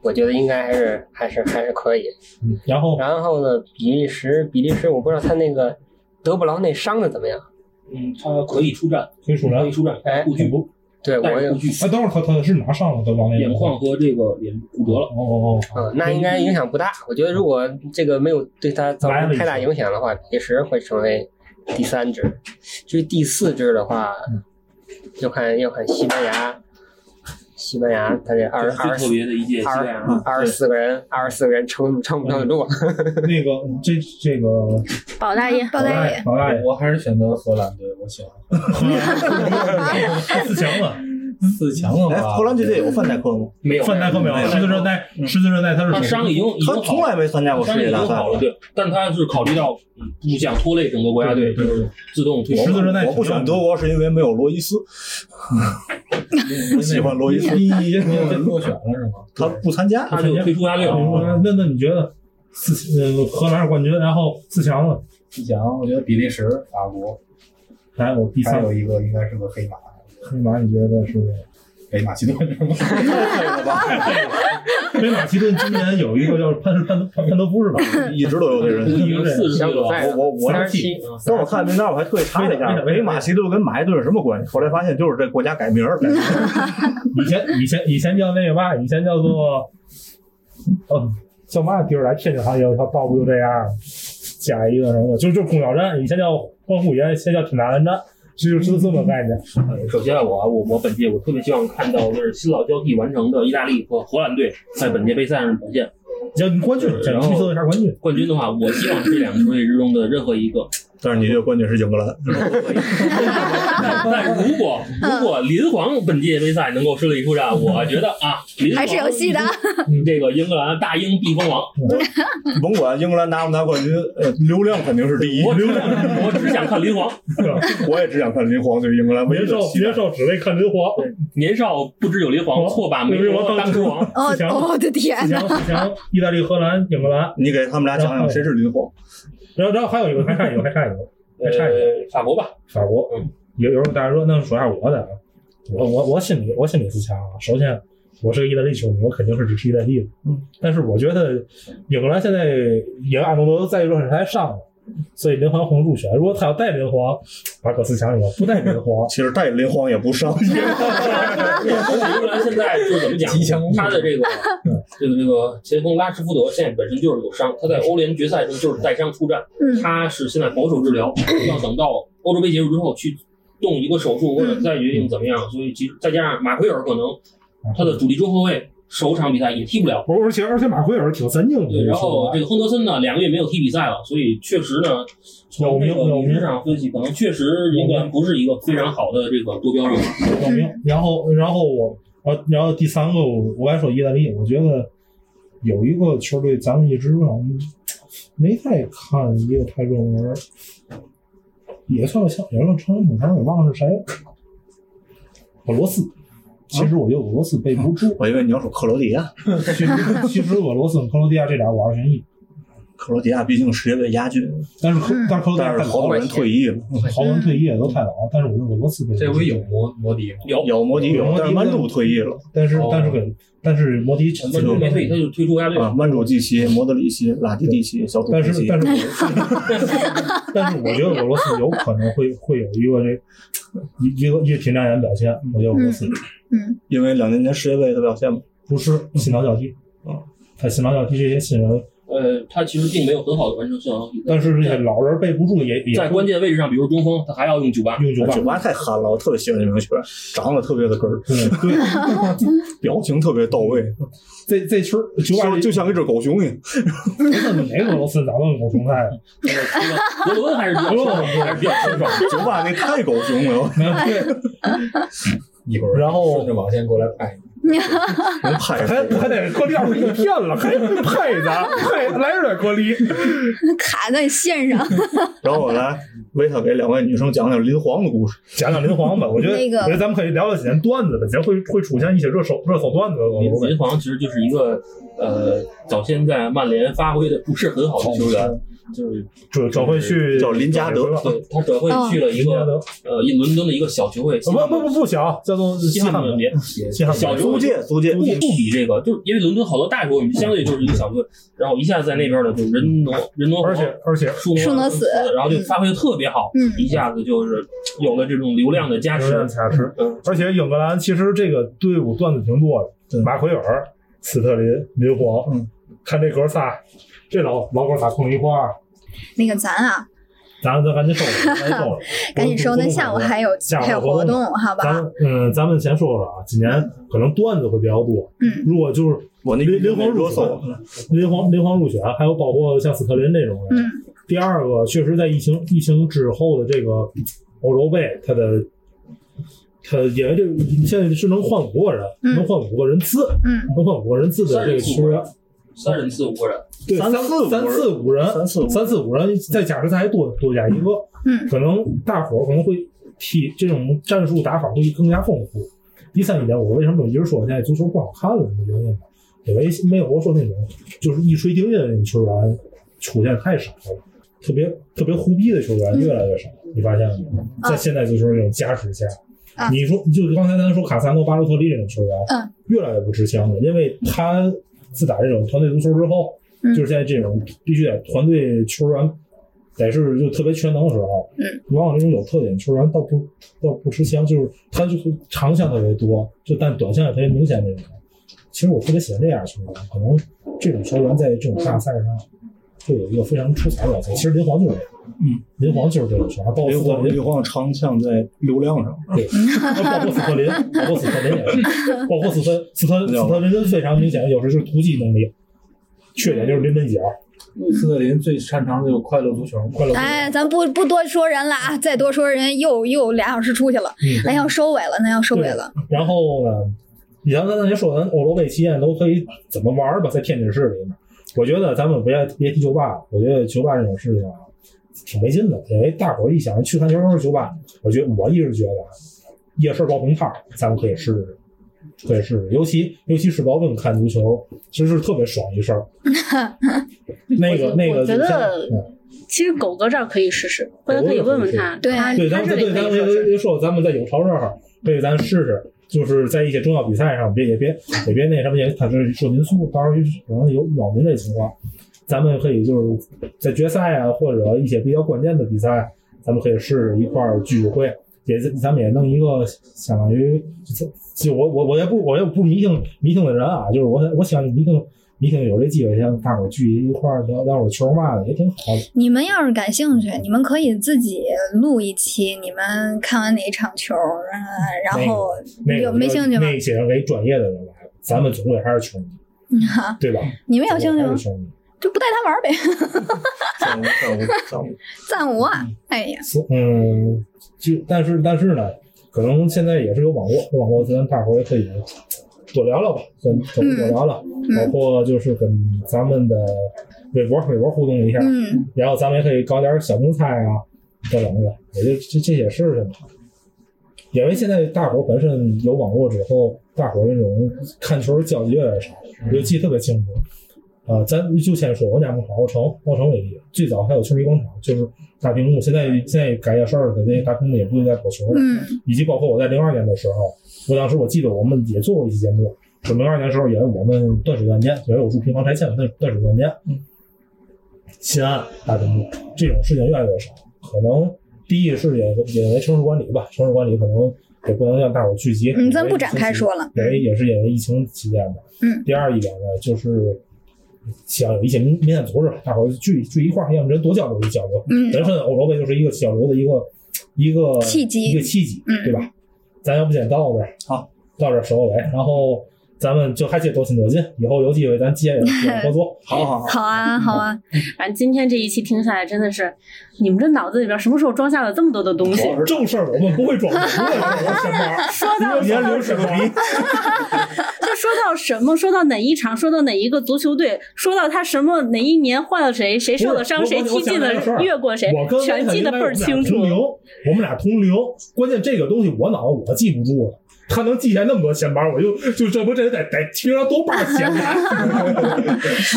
Speaker 6: 我觉得应该还是还是还是可以。
Speaker 4: 然后
Speaker 6: 然后呢，比利时，比利时我不知道他那个德布劳内伤的怎么样。
Speaker 2: 嗯，他可以出战，
Speaker 4: 黑鼠
Speaker 2: 可
Speaker 4: 人
Speaker 2: 以出战，
Speaker 6: 哎
Speaker 2: 故居
Speaker 4: 不，
Speaker 6: 对我
Speaker 2: 但
Speaker 6: 也
Speaker 2: 是故居
Speaker 4: 哎，等会儿他他是拿上了德布劳内
Speaker 2: 眼眶和这个脸骨折了。
Speaker 4: 哦哦哦，
Speaker 6: 嗯，那应该影响不大。我觉得如果这个没有对他造
Speaker 4: 来
Speaker 6: 成
Speaker 4: 了一
Speaker 6: 太大
Speaker 4: 次
Speaker 6: 影响的话，比利时会成为第三支。至于第四支的话，
Speaker 2: 嗯
Speaker 6: 要看要看西班牙，西班牙他这二
Speaker 2: 这是最
Speaker 6: 二
Speaker 2: 特
Speaker 6: 十
Speaker 2: 别的一届西班牙
Speaker 6: 二二十四个人，二十四个人撑撑不撑得住？啊
Speaker 4: 那个这这个
Speaker 5: 保大爷，
Speaker 8: 鲍大爷，
Speaker 4: 老大爷
Speaker 9: 我还是选择荷兰队，我喜欢荷
Speaker 4: 四强了，
Speaker 9: 兰四强的
Speaker 1: <laughs> 哎，
Speaker 9: 话，
Speaker 1: 荷兰队这有范戴克吗？
Speaker 2: 没有，
Speaker 4: 范戴克没有，嗯十字韧带，十字韧带他是
Speaker 2: 他伤已经已经
Speaker 1: 他
Speaker 2: 好
Speaker 1: 从
Speaker 2: 了。
Speaker 1: 来没参加过世
Speaker 2: 伤已
Speaker 1: 界
Speaker 2: 经
Speaker 1: 大赛
Speaker 2: 好。了，对，但他是考虑到嗯不想拖累整个国家队，
Speaker 4: 对对对
Speaker 2: 自动退
Speaker 4: 十
Speaker 2: 出
Speaker 4: 字。韧带
Speaker 1: 我不选德国是因为没有罗伊斯，我喜欢罗伊斯，
Speaker 4: 你你
Speaker 9: 你
Speaker 4: 你
Speaker 9: 落选了是吗？
Speaker 1: 他不参加。
Speaker 2: 他就退出国家队了。
Speaker 4: 哎那那你觉得四呃荷兰是冠军，然后四强了，
Speaker 9: 四强，我觉得比利时、法国，
Speaker 4: 还有第
Speaker 9: 还
Speaker 4: 三
Speaker 9: 有一个应该是个黑马，
Speaker 4: 黑马，你觉得是？
Speaker 9: 北马其顿是吗？
Speaker 4: 北马其顿今年有一个叫潘潘潘潘德夫是
Speaker 1: <laughs>
Speaker 4: 吧？
Speaker 1: 一直都有
Speaker 2: <laughs>
Speaker 1: 这人。
Speaker 2: 已经四十岁
Speaker 6: 小
Speaker 2: 了
Speaker 6: 组，赛
Speaker 1: 我我我
Speaker 6: 三十七，嗯
Speaker 1: <laughs> 当我看名单，我还特意查了一下，北马其顿跟马其顿是什么关系？后来发现就是这国家改名儿了。
Speaker 4: 以前以前以前叫那个嘛，以前叫做，呃，叫嘛地儿来天津还有他道不就这样儿，加一个什么，就就公交站，以前叫欢呼园，现在叫挺大南站，这就是这么概念。
Speaker 8: 嗯
Speaker 2: 首先啊我我我本届我特别希望看到就是新老交替完成的意大利和荷兰队在本届杯赛上表现。
Speaker 4: 叫冠军，想预测一下冠军。
Speaker 2: 冠军的话，我希望这两个队之中的任何一
Speaker 8: <laughs>
Speaker 2: 个。
Speaker 1: 但是你这个冠军是英格兰，
Speaker 2: 但如果
Speaker 8: 嗯
Speaker 2: 如果林皇本届杯赛能够顺利出战，我觉得啊， <laughs> 林嗯
Speaker 8: 还是有戏的。
Speaker 3: 哦
Speaker 2: 这个英格兰大英避风王，
Speaker 1: 甭管英格兰拿不拿冠军，呃，流量肯定是第一。
Speaker 2: 我只我只想看林皇。
Speaker 1: 我也只想看林皇对英格兰唯
Speaker 4: 年
Speaker 1: 一
Speaker 4: 少
Speaker 1: 的期待
Speaker 4: 年。少只为看林皇，
Speaker 2: 年少不知有林皇，
Speaker 4: 哦
Speaker 2: 错把梅罗当之 <laughs> 王。
Speaker 8: 哦，
Speaker 4: 四强
Speaker 8: 哦我的天
Speaker 4: 四
Speaker 8: 哪！
Speaker 4: 强四强，意大利、荷兰、英格兰，
Speaker 1: 你给他们俩讲讲谁是林皇？
Speaker 4: 然后然后还有一个还差一个还差一个还差一个
Speaker 2: 呃，法国吧，
Speaker 4: 法国。有有时候大家说那说一下我的，啊，我我我心里我心里四强啊，首先我是个意大利球迷，我肯定是支持意大利的。嗯，但是我觉得英格兰现在也阿诺德在热身赛上了。所以林皇红入选，如果他要带林皇，把葛四强里了；不带林皇，
Speaker 1: 其实带林皇也不上，
Speaker 2: 英格兰现在就是怎么讲？
Speaker 9: 吉祥物
Speaker 2: 他的这个 <laughs> 这个这个前锋拉什福德现在本身就是有伤，他在欧联决赛中就是带伤出战，
Speaker 8: 嗯，
Speaker 2: 他是现在保守治疗，要等到欧洲杯结束之后去动一个手术或者再决定怎么样。所以其实再加上马奎尔可能他的主力中后卫首场比赛也踢不了，
Speaker 4: 不是，而且而且马奎尔挺神经的。
Speaker 2: 对，然后这个亨德森呢两个月没有踢比赛了，所以确实呢。
Speaker 4: 有
Speaker 2: 从这
Speaker 4: 名
Speaker 2: 个
Speaker 4: 有
Speaker 2: 理
Speaker 4: 名
Speaker 2: 智上分析，可能确实英格兰不是一个非常好的这个夺标者。
Speaker 4: 有名。然后，然后我，呃，然后第三个，我我还说意大利，我觉得有一个球队咱们一直好像没太看一个太热门儿，也算像也算传统，咱也忘了是谁了，俄罗斯。其实我觉得俄罗斯备不住，
Speaker 1: 我以为你要说克罗地亚。
Speaker 4: 其实其实俄罗斯跟克罗地亚这俩我二选一，
Speaker 1: 克罗地亚毕竟世界杯亚军，
Speaker 4: 但是克但是克罗地
Speaker 1: 但
Speaker 4: 亚
Speaker 1: 是
Speaker 4: 太
Speaker 1: 好
Speaker 4: 老
Speaker 1: 多
Speaker 4: 了，
Speaker 1: 人退役了。
Speaker 4: 豪文退役也都太老，但是我觉得俄罗斯备不住。
Speaker 9: 这回有摩摩迪吗？
Speaker 2: 有
Speaker 1: 有摩迪有，但是曼主退役了
Speaker 4: 但是但是给但是摩迪
Speaker 2: 曼城没退，他就退出国家队。
Speaker 1: 啊！曼主季奇、摩德里奇、拉蒂蒂奇、小主
Speaker 4: 但
Speaker 1: 佩
Speaker 4: 是
Speaker 1: 奇，
Speaker 4: 但是我但是我觉得俄罗斯有可能会会有一个这一一个一个挺亮眼的表现，我觉得俄罗
Speaker 3: 嗯
Speaker 4: 斯
Speaker 1: 因为两年前世界杯的表现嘛。
Speaker 4: 不是新老交替
Speaker 1: 嗯，
Speaker 4: 他新老交替这些新人，
Speaker 2: 呃，他其实并没有很好的完成上场比赛。
Speaker 4: 但是这些老人背不住也也
Speaker 2: 在关键位置上，比如中锋，他还要用九八。
Speaker 4: 用九
Speaker 1: 酒吧太憨了，我特别喜欢这名球员，长得特别的根儿，
Speaker 4: 对对，
Speaker 5: <laughs>
Speaker 1: 表情特别到位，
Speaker 4: 这这球九八
Speaker 1: 就就像一只狗熊
Speaker 4: <laughs>
Speaker 1: 一样。
Speaker 4: 那哪个俄罗斯咋弄狗熊赛？
Speaker 2: 伯 <laughs> 伦还是比较清爽，还是比较清爽。
Speaker 1: 酒吧那太狗熊了，
Speaker 4: 没有对，
Speaker 8: <laughs> 一会儿
Speaker 4: 然后
Speaker 8: 顺着网线过来拍你，
Speaker 1: 能
Speaker 4: <laughs>
Speaker 1: 拍
Speaker 4: 还还得搁里奥给你骗了，还配咱配来点隔离。
Speaker 3: <laughs> 卡在线上。
Speaker 1: 然后我来维特给两位女生讲讲林皇的故事。
Speaker 4: 讲讲林皇吧，我觉得，
Speaker 3: 那个
Speaker 4: 我觉得咱们可以聊聊几件段子吧，咱会会出现一些热搜热搜段子的俄
Speaker 2: 林
Speaker 4: 罗斯。
Speaker 2: 林皇其实就是一个呃，早先在曼联发挥的不是很好的球员，就是
Speaker 4: 转转会去
Speaker 1: 叫林加德
Speaker 2: 对他转会去了一
Speaker 4: 林加
Speaker 2: 个
Speaker 4: 德，
Speaker 2: 呃一伦敦的一个小球会，
Speaker 4: 不不不不小，叫做
Speaker 2: 西
Speaker 4: 西
Speaker 2: 汉嗯
Speaker 4: 汉
Speaker 2: 姆
Speaker 4: 姆
Speaker 2: 联。
Speaker 4: 西汉姆
Speaker 2: 小
Speaker 1: 租借，租借
Speaker 2: 不，不比这个，就是因为伦敦好多大球，我们相对就是一个小球，然后一下在那边的就人挪人挪活，
Speaker 4: 而且而且
Speaker 2: 树挪
Speaker 3: 树挪死
Speaker 2: 然后就发挥的特别好，
Speaker 3: 嗯
Speaker 2: 一下子就是有了这种流量的加
Speaker 4: 有点
Speaker 2: 持。
Speaker 4: 卡吃
Speaker 2: 嗯，
Speaker 4: 而且英格兰其实这个队伍段子挺多
Speaker 3: 嗯
Speaker 4: 的，马奎尔、斯特林、林皇，看这哥仨，这老老哥仨碰一块儿，
Speaker 3: 那个咱啊，，
Speaker 4: 咱咱赶紧收了，赶紧收了
Speaker 3: <laughs> 赶紧收。那下午还有
Speaker 4: 下午
Speaker 3: 还有
Speaker 4: 活
Speaker 3: 活
Speaker 4: 动
Speaker 3: 动，好
Speaker 4: 咱
Speaker 3: 吧？
Speaker 4: 们嗯，咱们先说说啊，今年可能段子会比较多。
Speaker 3: 嗯，
Speaker 4: 如果就是
Speaker 1: 我那
Speaker 4: 林林皇入
Speaker 1: 热
Speaker 4: 选嗯
Speaker 1: 搜，，
Speaker 4: 林皇林皇入选，还有包括像斯特林这种人。
Speaker 3: 嗯
Speaker 4: 第二个，确实在疫情疫情之后的这个欧洲杯，它的它因为这个现在是能换五个人，
Speaker 3: 嗯
Speaker 4: 能换五个人次，
Speaker 3: 嗯，
Speaker 4: 能换五个人次的这个球员，
Speaker 2: 三人次五个人，
Speaker 4: 对，
Speaker 1: 三
Speaker 4: 三
Speaker 1: 四五
Speaker 4: 三四五人，
Speaker 1: 三四五
Speaker 4: 三四五人，再假设他还多多加一个，
Speaker 3: 嗯
Speaker 4: 可能大伙儿可能会替这种战术打法会更加丰富。第三一点，我为什么一直说现在足球不好看了的原因呢？因为没有我说那种就是一锤定音的球员出现太少了，特别特别忽逼的球员越来越少，你发现了吗？
Speaker 3: 啊
Speaker 4: 在现在足球这种加持下，
Speaker 3: 啊
Speaker 4: 你说就刚才咱说卡萨诺、巴洛特利这种球员，
Speaker 3: 嗯
Speaker 4: 越来越不吃香了，因为他自打这种团队足球之后，
Speaker 3: 嗯
Speaker 4: 就是现在这种必须得团队球员得是就特别全能的时候，
Speaker 3: 嗯，
Speaker 4: 往往这种有特点球员倒不倒不吃香，就是他就是长项特别多，就但短项也特别明显这种。其实我特别喜欢这样的球员，可能这种球员在这种大赛上会有一个非常出彩的表现。其实林皇就是这样，
Speaker 1: 嗯，
Speaker 4: 林皇就是这种球员，包括
Speaker 1: 林
Speaker 4: 斯特
Speaker 1: 皇
Speaker 4: 林
Speaker 1: 林皇长项在流量上，
Speaker 4: 包括斯特林，包括斯特林也是，包括斯特斯特斯特林非常明显，有时候就是突击能力，缺点就是临门一脚，
Speaker 8: 斯特林最擅长的就是快乐足球嘛。
Speaker 4: 快乐不了。
Speaker 3: 哎，咱不不多说人了啊，再多说人又又俩小时出去了，
Speaker 4: 嗯
Speaker 3: 那要收尾了，那要收尾了。
Speaker 4: 然后呢，你像刚才您说咱欧洲杯期间啊都可以怎么玩儿吧，在天津市里面，我觉得咱们不要别提酒吧，我觉得酒吧这种事情啊，挺没劲的，因为大伙儿一想去看球都是酒吧，我觉得我一直觉得啊夜市爆红摊儿咱们可以试试。可以试试，尤其尤其是老兵看足球，其实是特别爽一事儿。那个那个，
Speaker 5: 我觉得
Speaker 4: 嗯
Speaker 5: 其实狗哥这儿可以试试，回头可以问问他，
Speaker 3: 对
Speaker 5: 他
Speaker 4: 对，咱
Speaker 5: 他
Speaker 4: 们
Speaker 5: 这
Speaker 4: 对
Speaker 5: 里可
Speaker 4: 咱
Speaker 5: 以试
Speaker 4: 们
Speaker 5: 试。
Speaker 4: 别说，咱们在有朝这儿可以咱试试，就是在一些重要比赛上，别也别也别那什么，也他这说民宿，到时候可能有扰民这情况，咱们可以就是在决赛啊，或者一些比较关键的比赛，咱们可以试试一块儿聚聚会，也咱们也弄一个相当于，就我我我也不我也不是迷信迷信的人啊，就是我我想迷信。迷信有这机会，像大伙儿聚一块儿聊聊会儿球嘛的，也挺好的。
Speaker 3: 你们要是感兴趣，你们可以自己录一期，你们看完哪一场球，呃然后
Speaker 4: 那个
Speaker 3: 有没兴趣吗？
Speaker 4: 那些人给专业的人来，咱们总归还是球迷，对吧？
Speaker 3: 嗯你们有兴趣
Speaker 4: 还
Speaker 3: 吗
Speaker 4: 是？球迷。
Speaker 3: 就不带他玩儿呗， <laughs>
Speaker 1: 上午上午上午，
Speaker 3: 暂无啊。哎呀，
Speaker 4: 所嗯，就但是但是呢，可能现在也是有网络，有网络咱大伙儿也可以多聊聊吧，跟跟多聊聊，
Speaker 3: 嗯
Speaker 4: 包括就是跟咱们的微博微博互动一下，
Speaker 3: 嗯，
Speaker 4: 然后咱们也可以搞点小竞赛啊，等等的，也就这这些事情吧。因为现在大伙儿本身有网络之后，大伙儿那种看球儿交集越来越少，我就记得特别清楚。啊、咱就先说我家门口奥城，奥城为例，最早还有球迷广场，就是大屏幕，现在现在改一下事儿了，那大屏幕也不会再播球了。
Speaker 3: 嗯
Speaker 4: 以及包括我在零二年的时候，我当时我记得我们也做过一期节目，就零二年的时候，也是我们断水断电，也有住平房拆迁的断断水断电，嗯，西安大屏幕这种事情越来越少，可能第一是也也为城市管理吧，城市管理可能也不能让大伙聚集，
Speaker 3: 嗯，咱不展开说了。
Speaker 4: 也也是因为疫情期间的。
Speaker 3: 嗯
Speaker 4: 第二一点呢，就是想有一些明明显组织，大伙儿聚聚一块儿，要么人多交流一交流。
Speaker 3: 嗯
Speaker 4: 本身欧洲杯就是一个交流的一个一个
Speaker 3: 契机
Speaker 4: 一个契机，
Speaker 3: 嗯
Speaker 4: 对吧？咱要不先到这儿，
Speaker 1: 好，
Speaker 4: 到这儿收个尾，然后咱们就还得多亲多近，以后有机会咱接着接着合
Speaker 5: <laughs>
Speaker 4: 作。
Speaker 1: 好好好，
Speaker 3: 好啊，好啊，
Speaker 5: 反正今天这一期听下来，真的是你们这脑子里边什么时候装下了这么多的东西？
Speaker 4: 正事儿我们不会装
Speaker 3: <laughs>
Speaker 4: 的，不会装什么，
Speaker 5: 说到
Speaker 4: 别留什么逼。
Speaker 5: 就说到什么，说到哪一场，说到哪一个足球队，说到他什么哪一年换了谁，谁受了伤，
Speaker 4: 不是
Speaker 5: 谁
Speaker 4: 我
Speaker 5: 踢进了
Speaker 4: 我想起来一个事儿，
Speaker 5: 越过谁
Speaker 4: 我跟，
Speaker 5: 全记得倍儿清楚
Speaker 4: 我。们俩同龄我们俩同龄，关键这个东西我脑子我记不住了。他能记下那么多钱包，我就就这不这得得听上多半钱 <laughs> 牌。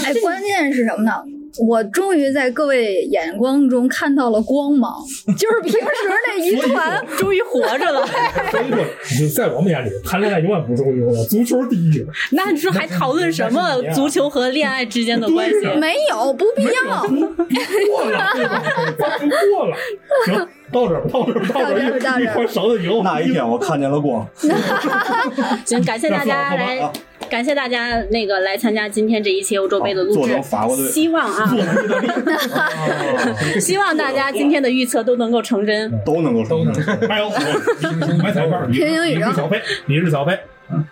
Speaker 3: 哎，关键是什么呢？我终于在各位眼光中看到了光芒，就是平时那一团
Speaker 5: 终于活着
Speaker 4: <laughs>
Speaker 5: 了，
Speaker 4: 所以说，你就在我们眼里，谈恋爱永远不重要，足球第一。
Speaker 5: 那你说还讨论什么
Speaker 4: 啊
Speaker 5: 足球和恋爱之间的关系？
Speaker 3: 没有，不必要。
Speaker 4: 过了，对吧？咱不过了。行，到这儿吧，到这儿吧，
Speaker 3: 到这
Speaker 4: 这
Speaker 3: 儿
Speaker 4: 儿
Speaker 3: 吧到
Speaker 4: 吧，
Speaker 3: 这儿吧
Speaker 4: 一会儿勺子赢。
Speaker 1: 那一天我看见了光，
Speaker 4: 啊
Speaker 5: 行，感谢大家
Speaker 1: 那
Speaker 5: 来
Speaker 1: 好吧，
Speaker 5: 感谢大家那个来参加今天这一期欧洲
Speaker 4: 啊
Speaker 5: 杯的录
Speaker 1: 坐
Speaker 5: 制
Speaker 1: 等。法国队。
Speaker 5: 希望啊，
Speaker 1: 啊
Speaker 4: <laughs>
Speaker 5: 希望大家今天的预测都能够成真。
Speaker 1: 都能够
Speaker 7: 都能
Speaker 4: 还有我买彩票，你
Speaker 3: 平行宇
Speaker 4: 你
Speaker 3: 宙
Speaker 4: 是小费，你是小费，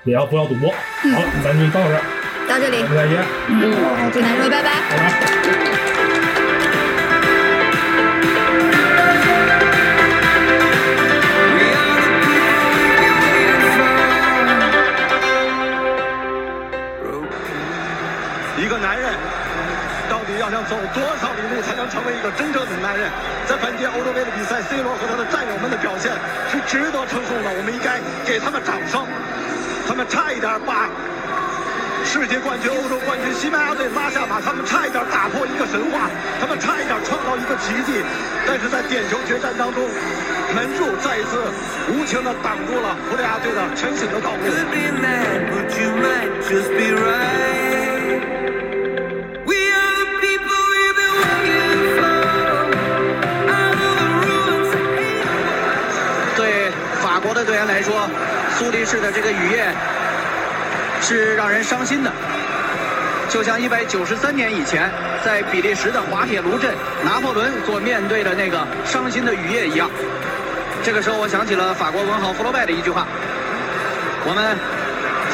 Speaker 4: 也要不要赌博？好，咱就到这儿，
Speaker 3: 到这里
Speaker 4: 咱，们再见。
Speaker 3: 嗯，跟大家说拜拜。
Speaker 10: 一个男人到底要想走多少里路才能成为一个真正的男人？在本届欧洲杯的比赛，C 罗和他的战友们的表现是值得称颂的，我们应该给他们掌声。他们差一点把世界冠军、欧洲冠军西班牙队拉下马，他们差一点打破一个神话，他们差一点创造一个奇迹，但是在点球决战当中，门柱再一次无情地挡住了葡萄牙队的陈醒的道路。
Speaker 11: could be mad, but you might just be right. We are the people we've been waiting for. Out of the ruins,
Speaker 10: 对法国的队员来说，苏黎世的这个雨夜是让人伤心的。就像一百九十三年以前，在比利时的滑铁卢镇，拿破仑所面对的那个伤心的雨夜一样。这个时候，我想起了法国文豪福楼拜的一句话：“我们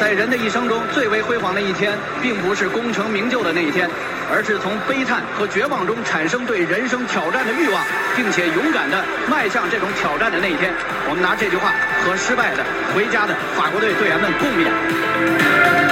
Speaker 10: 在人的一生中最为辉煌的一天，并不是功成名就的那一天，而是从悲叹和绝望中产生对人生挑战的欲望，并且勇敢地迈向这种挑战的那一天。我们拿这句话和失败的、回家的法国队队员们共勉。
Speaker 11: I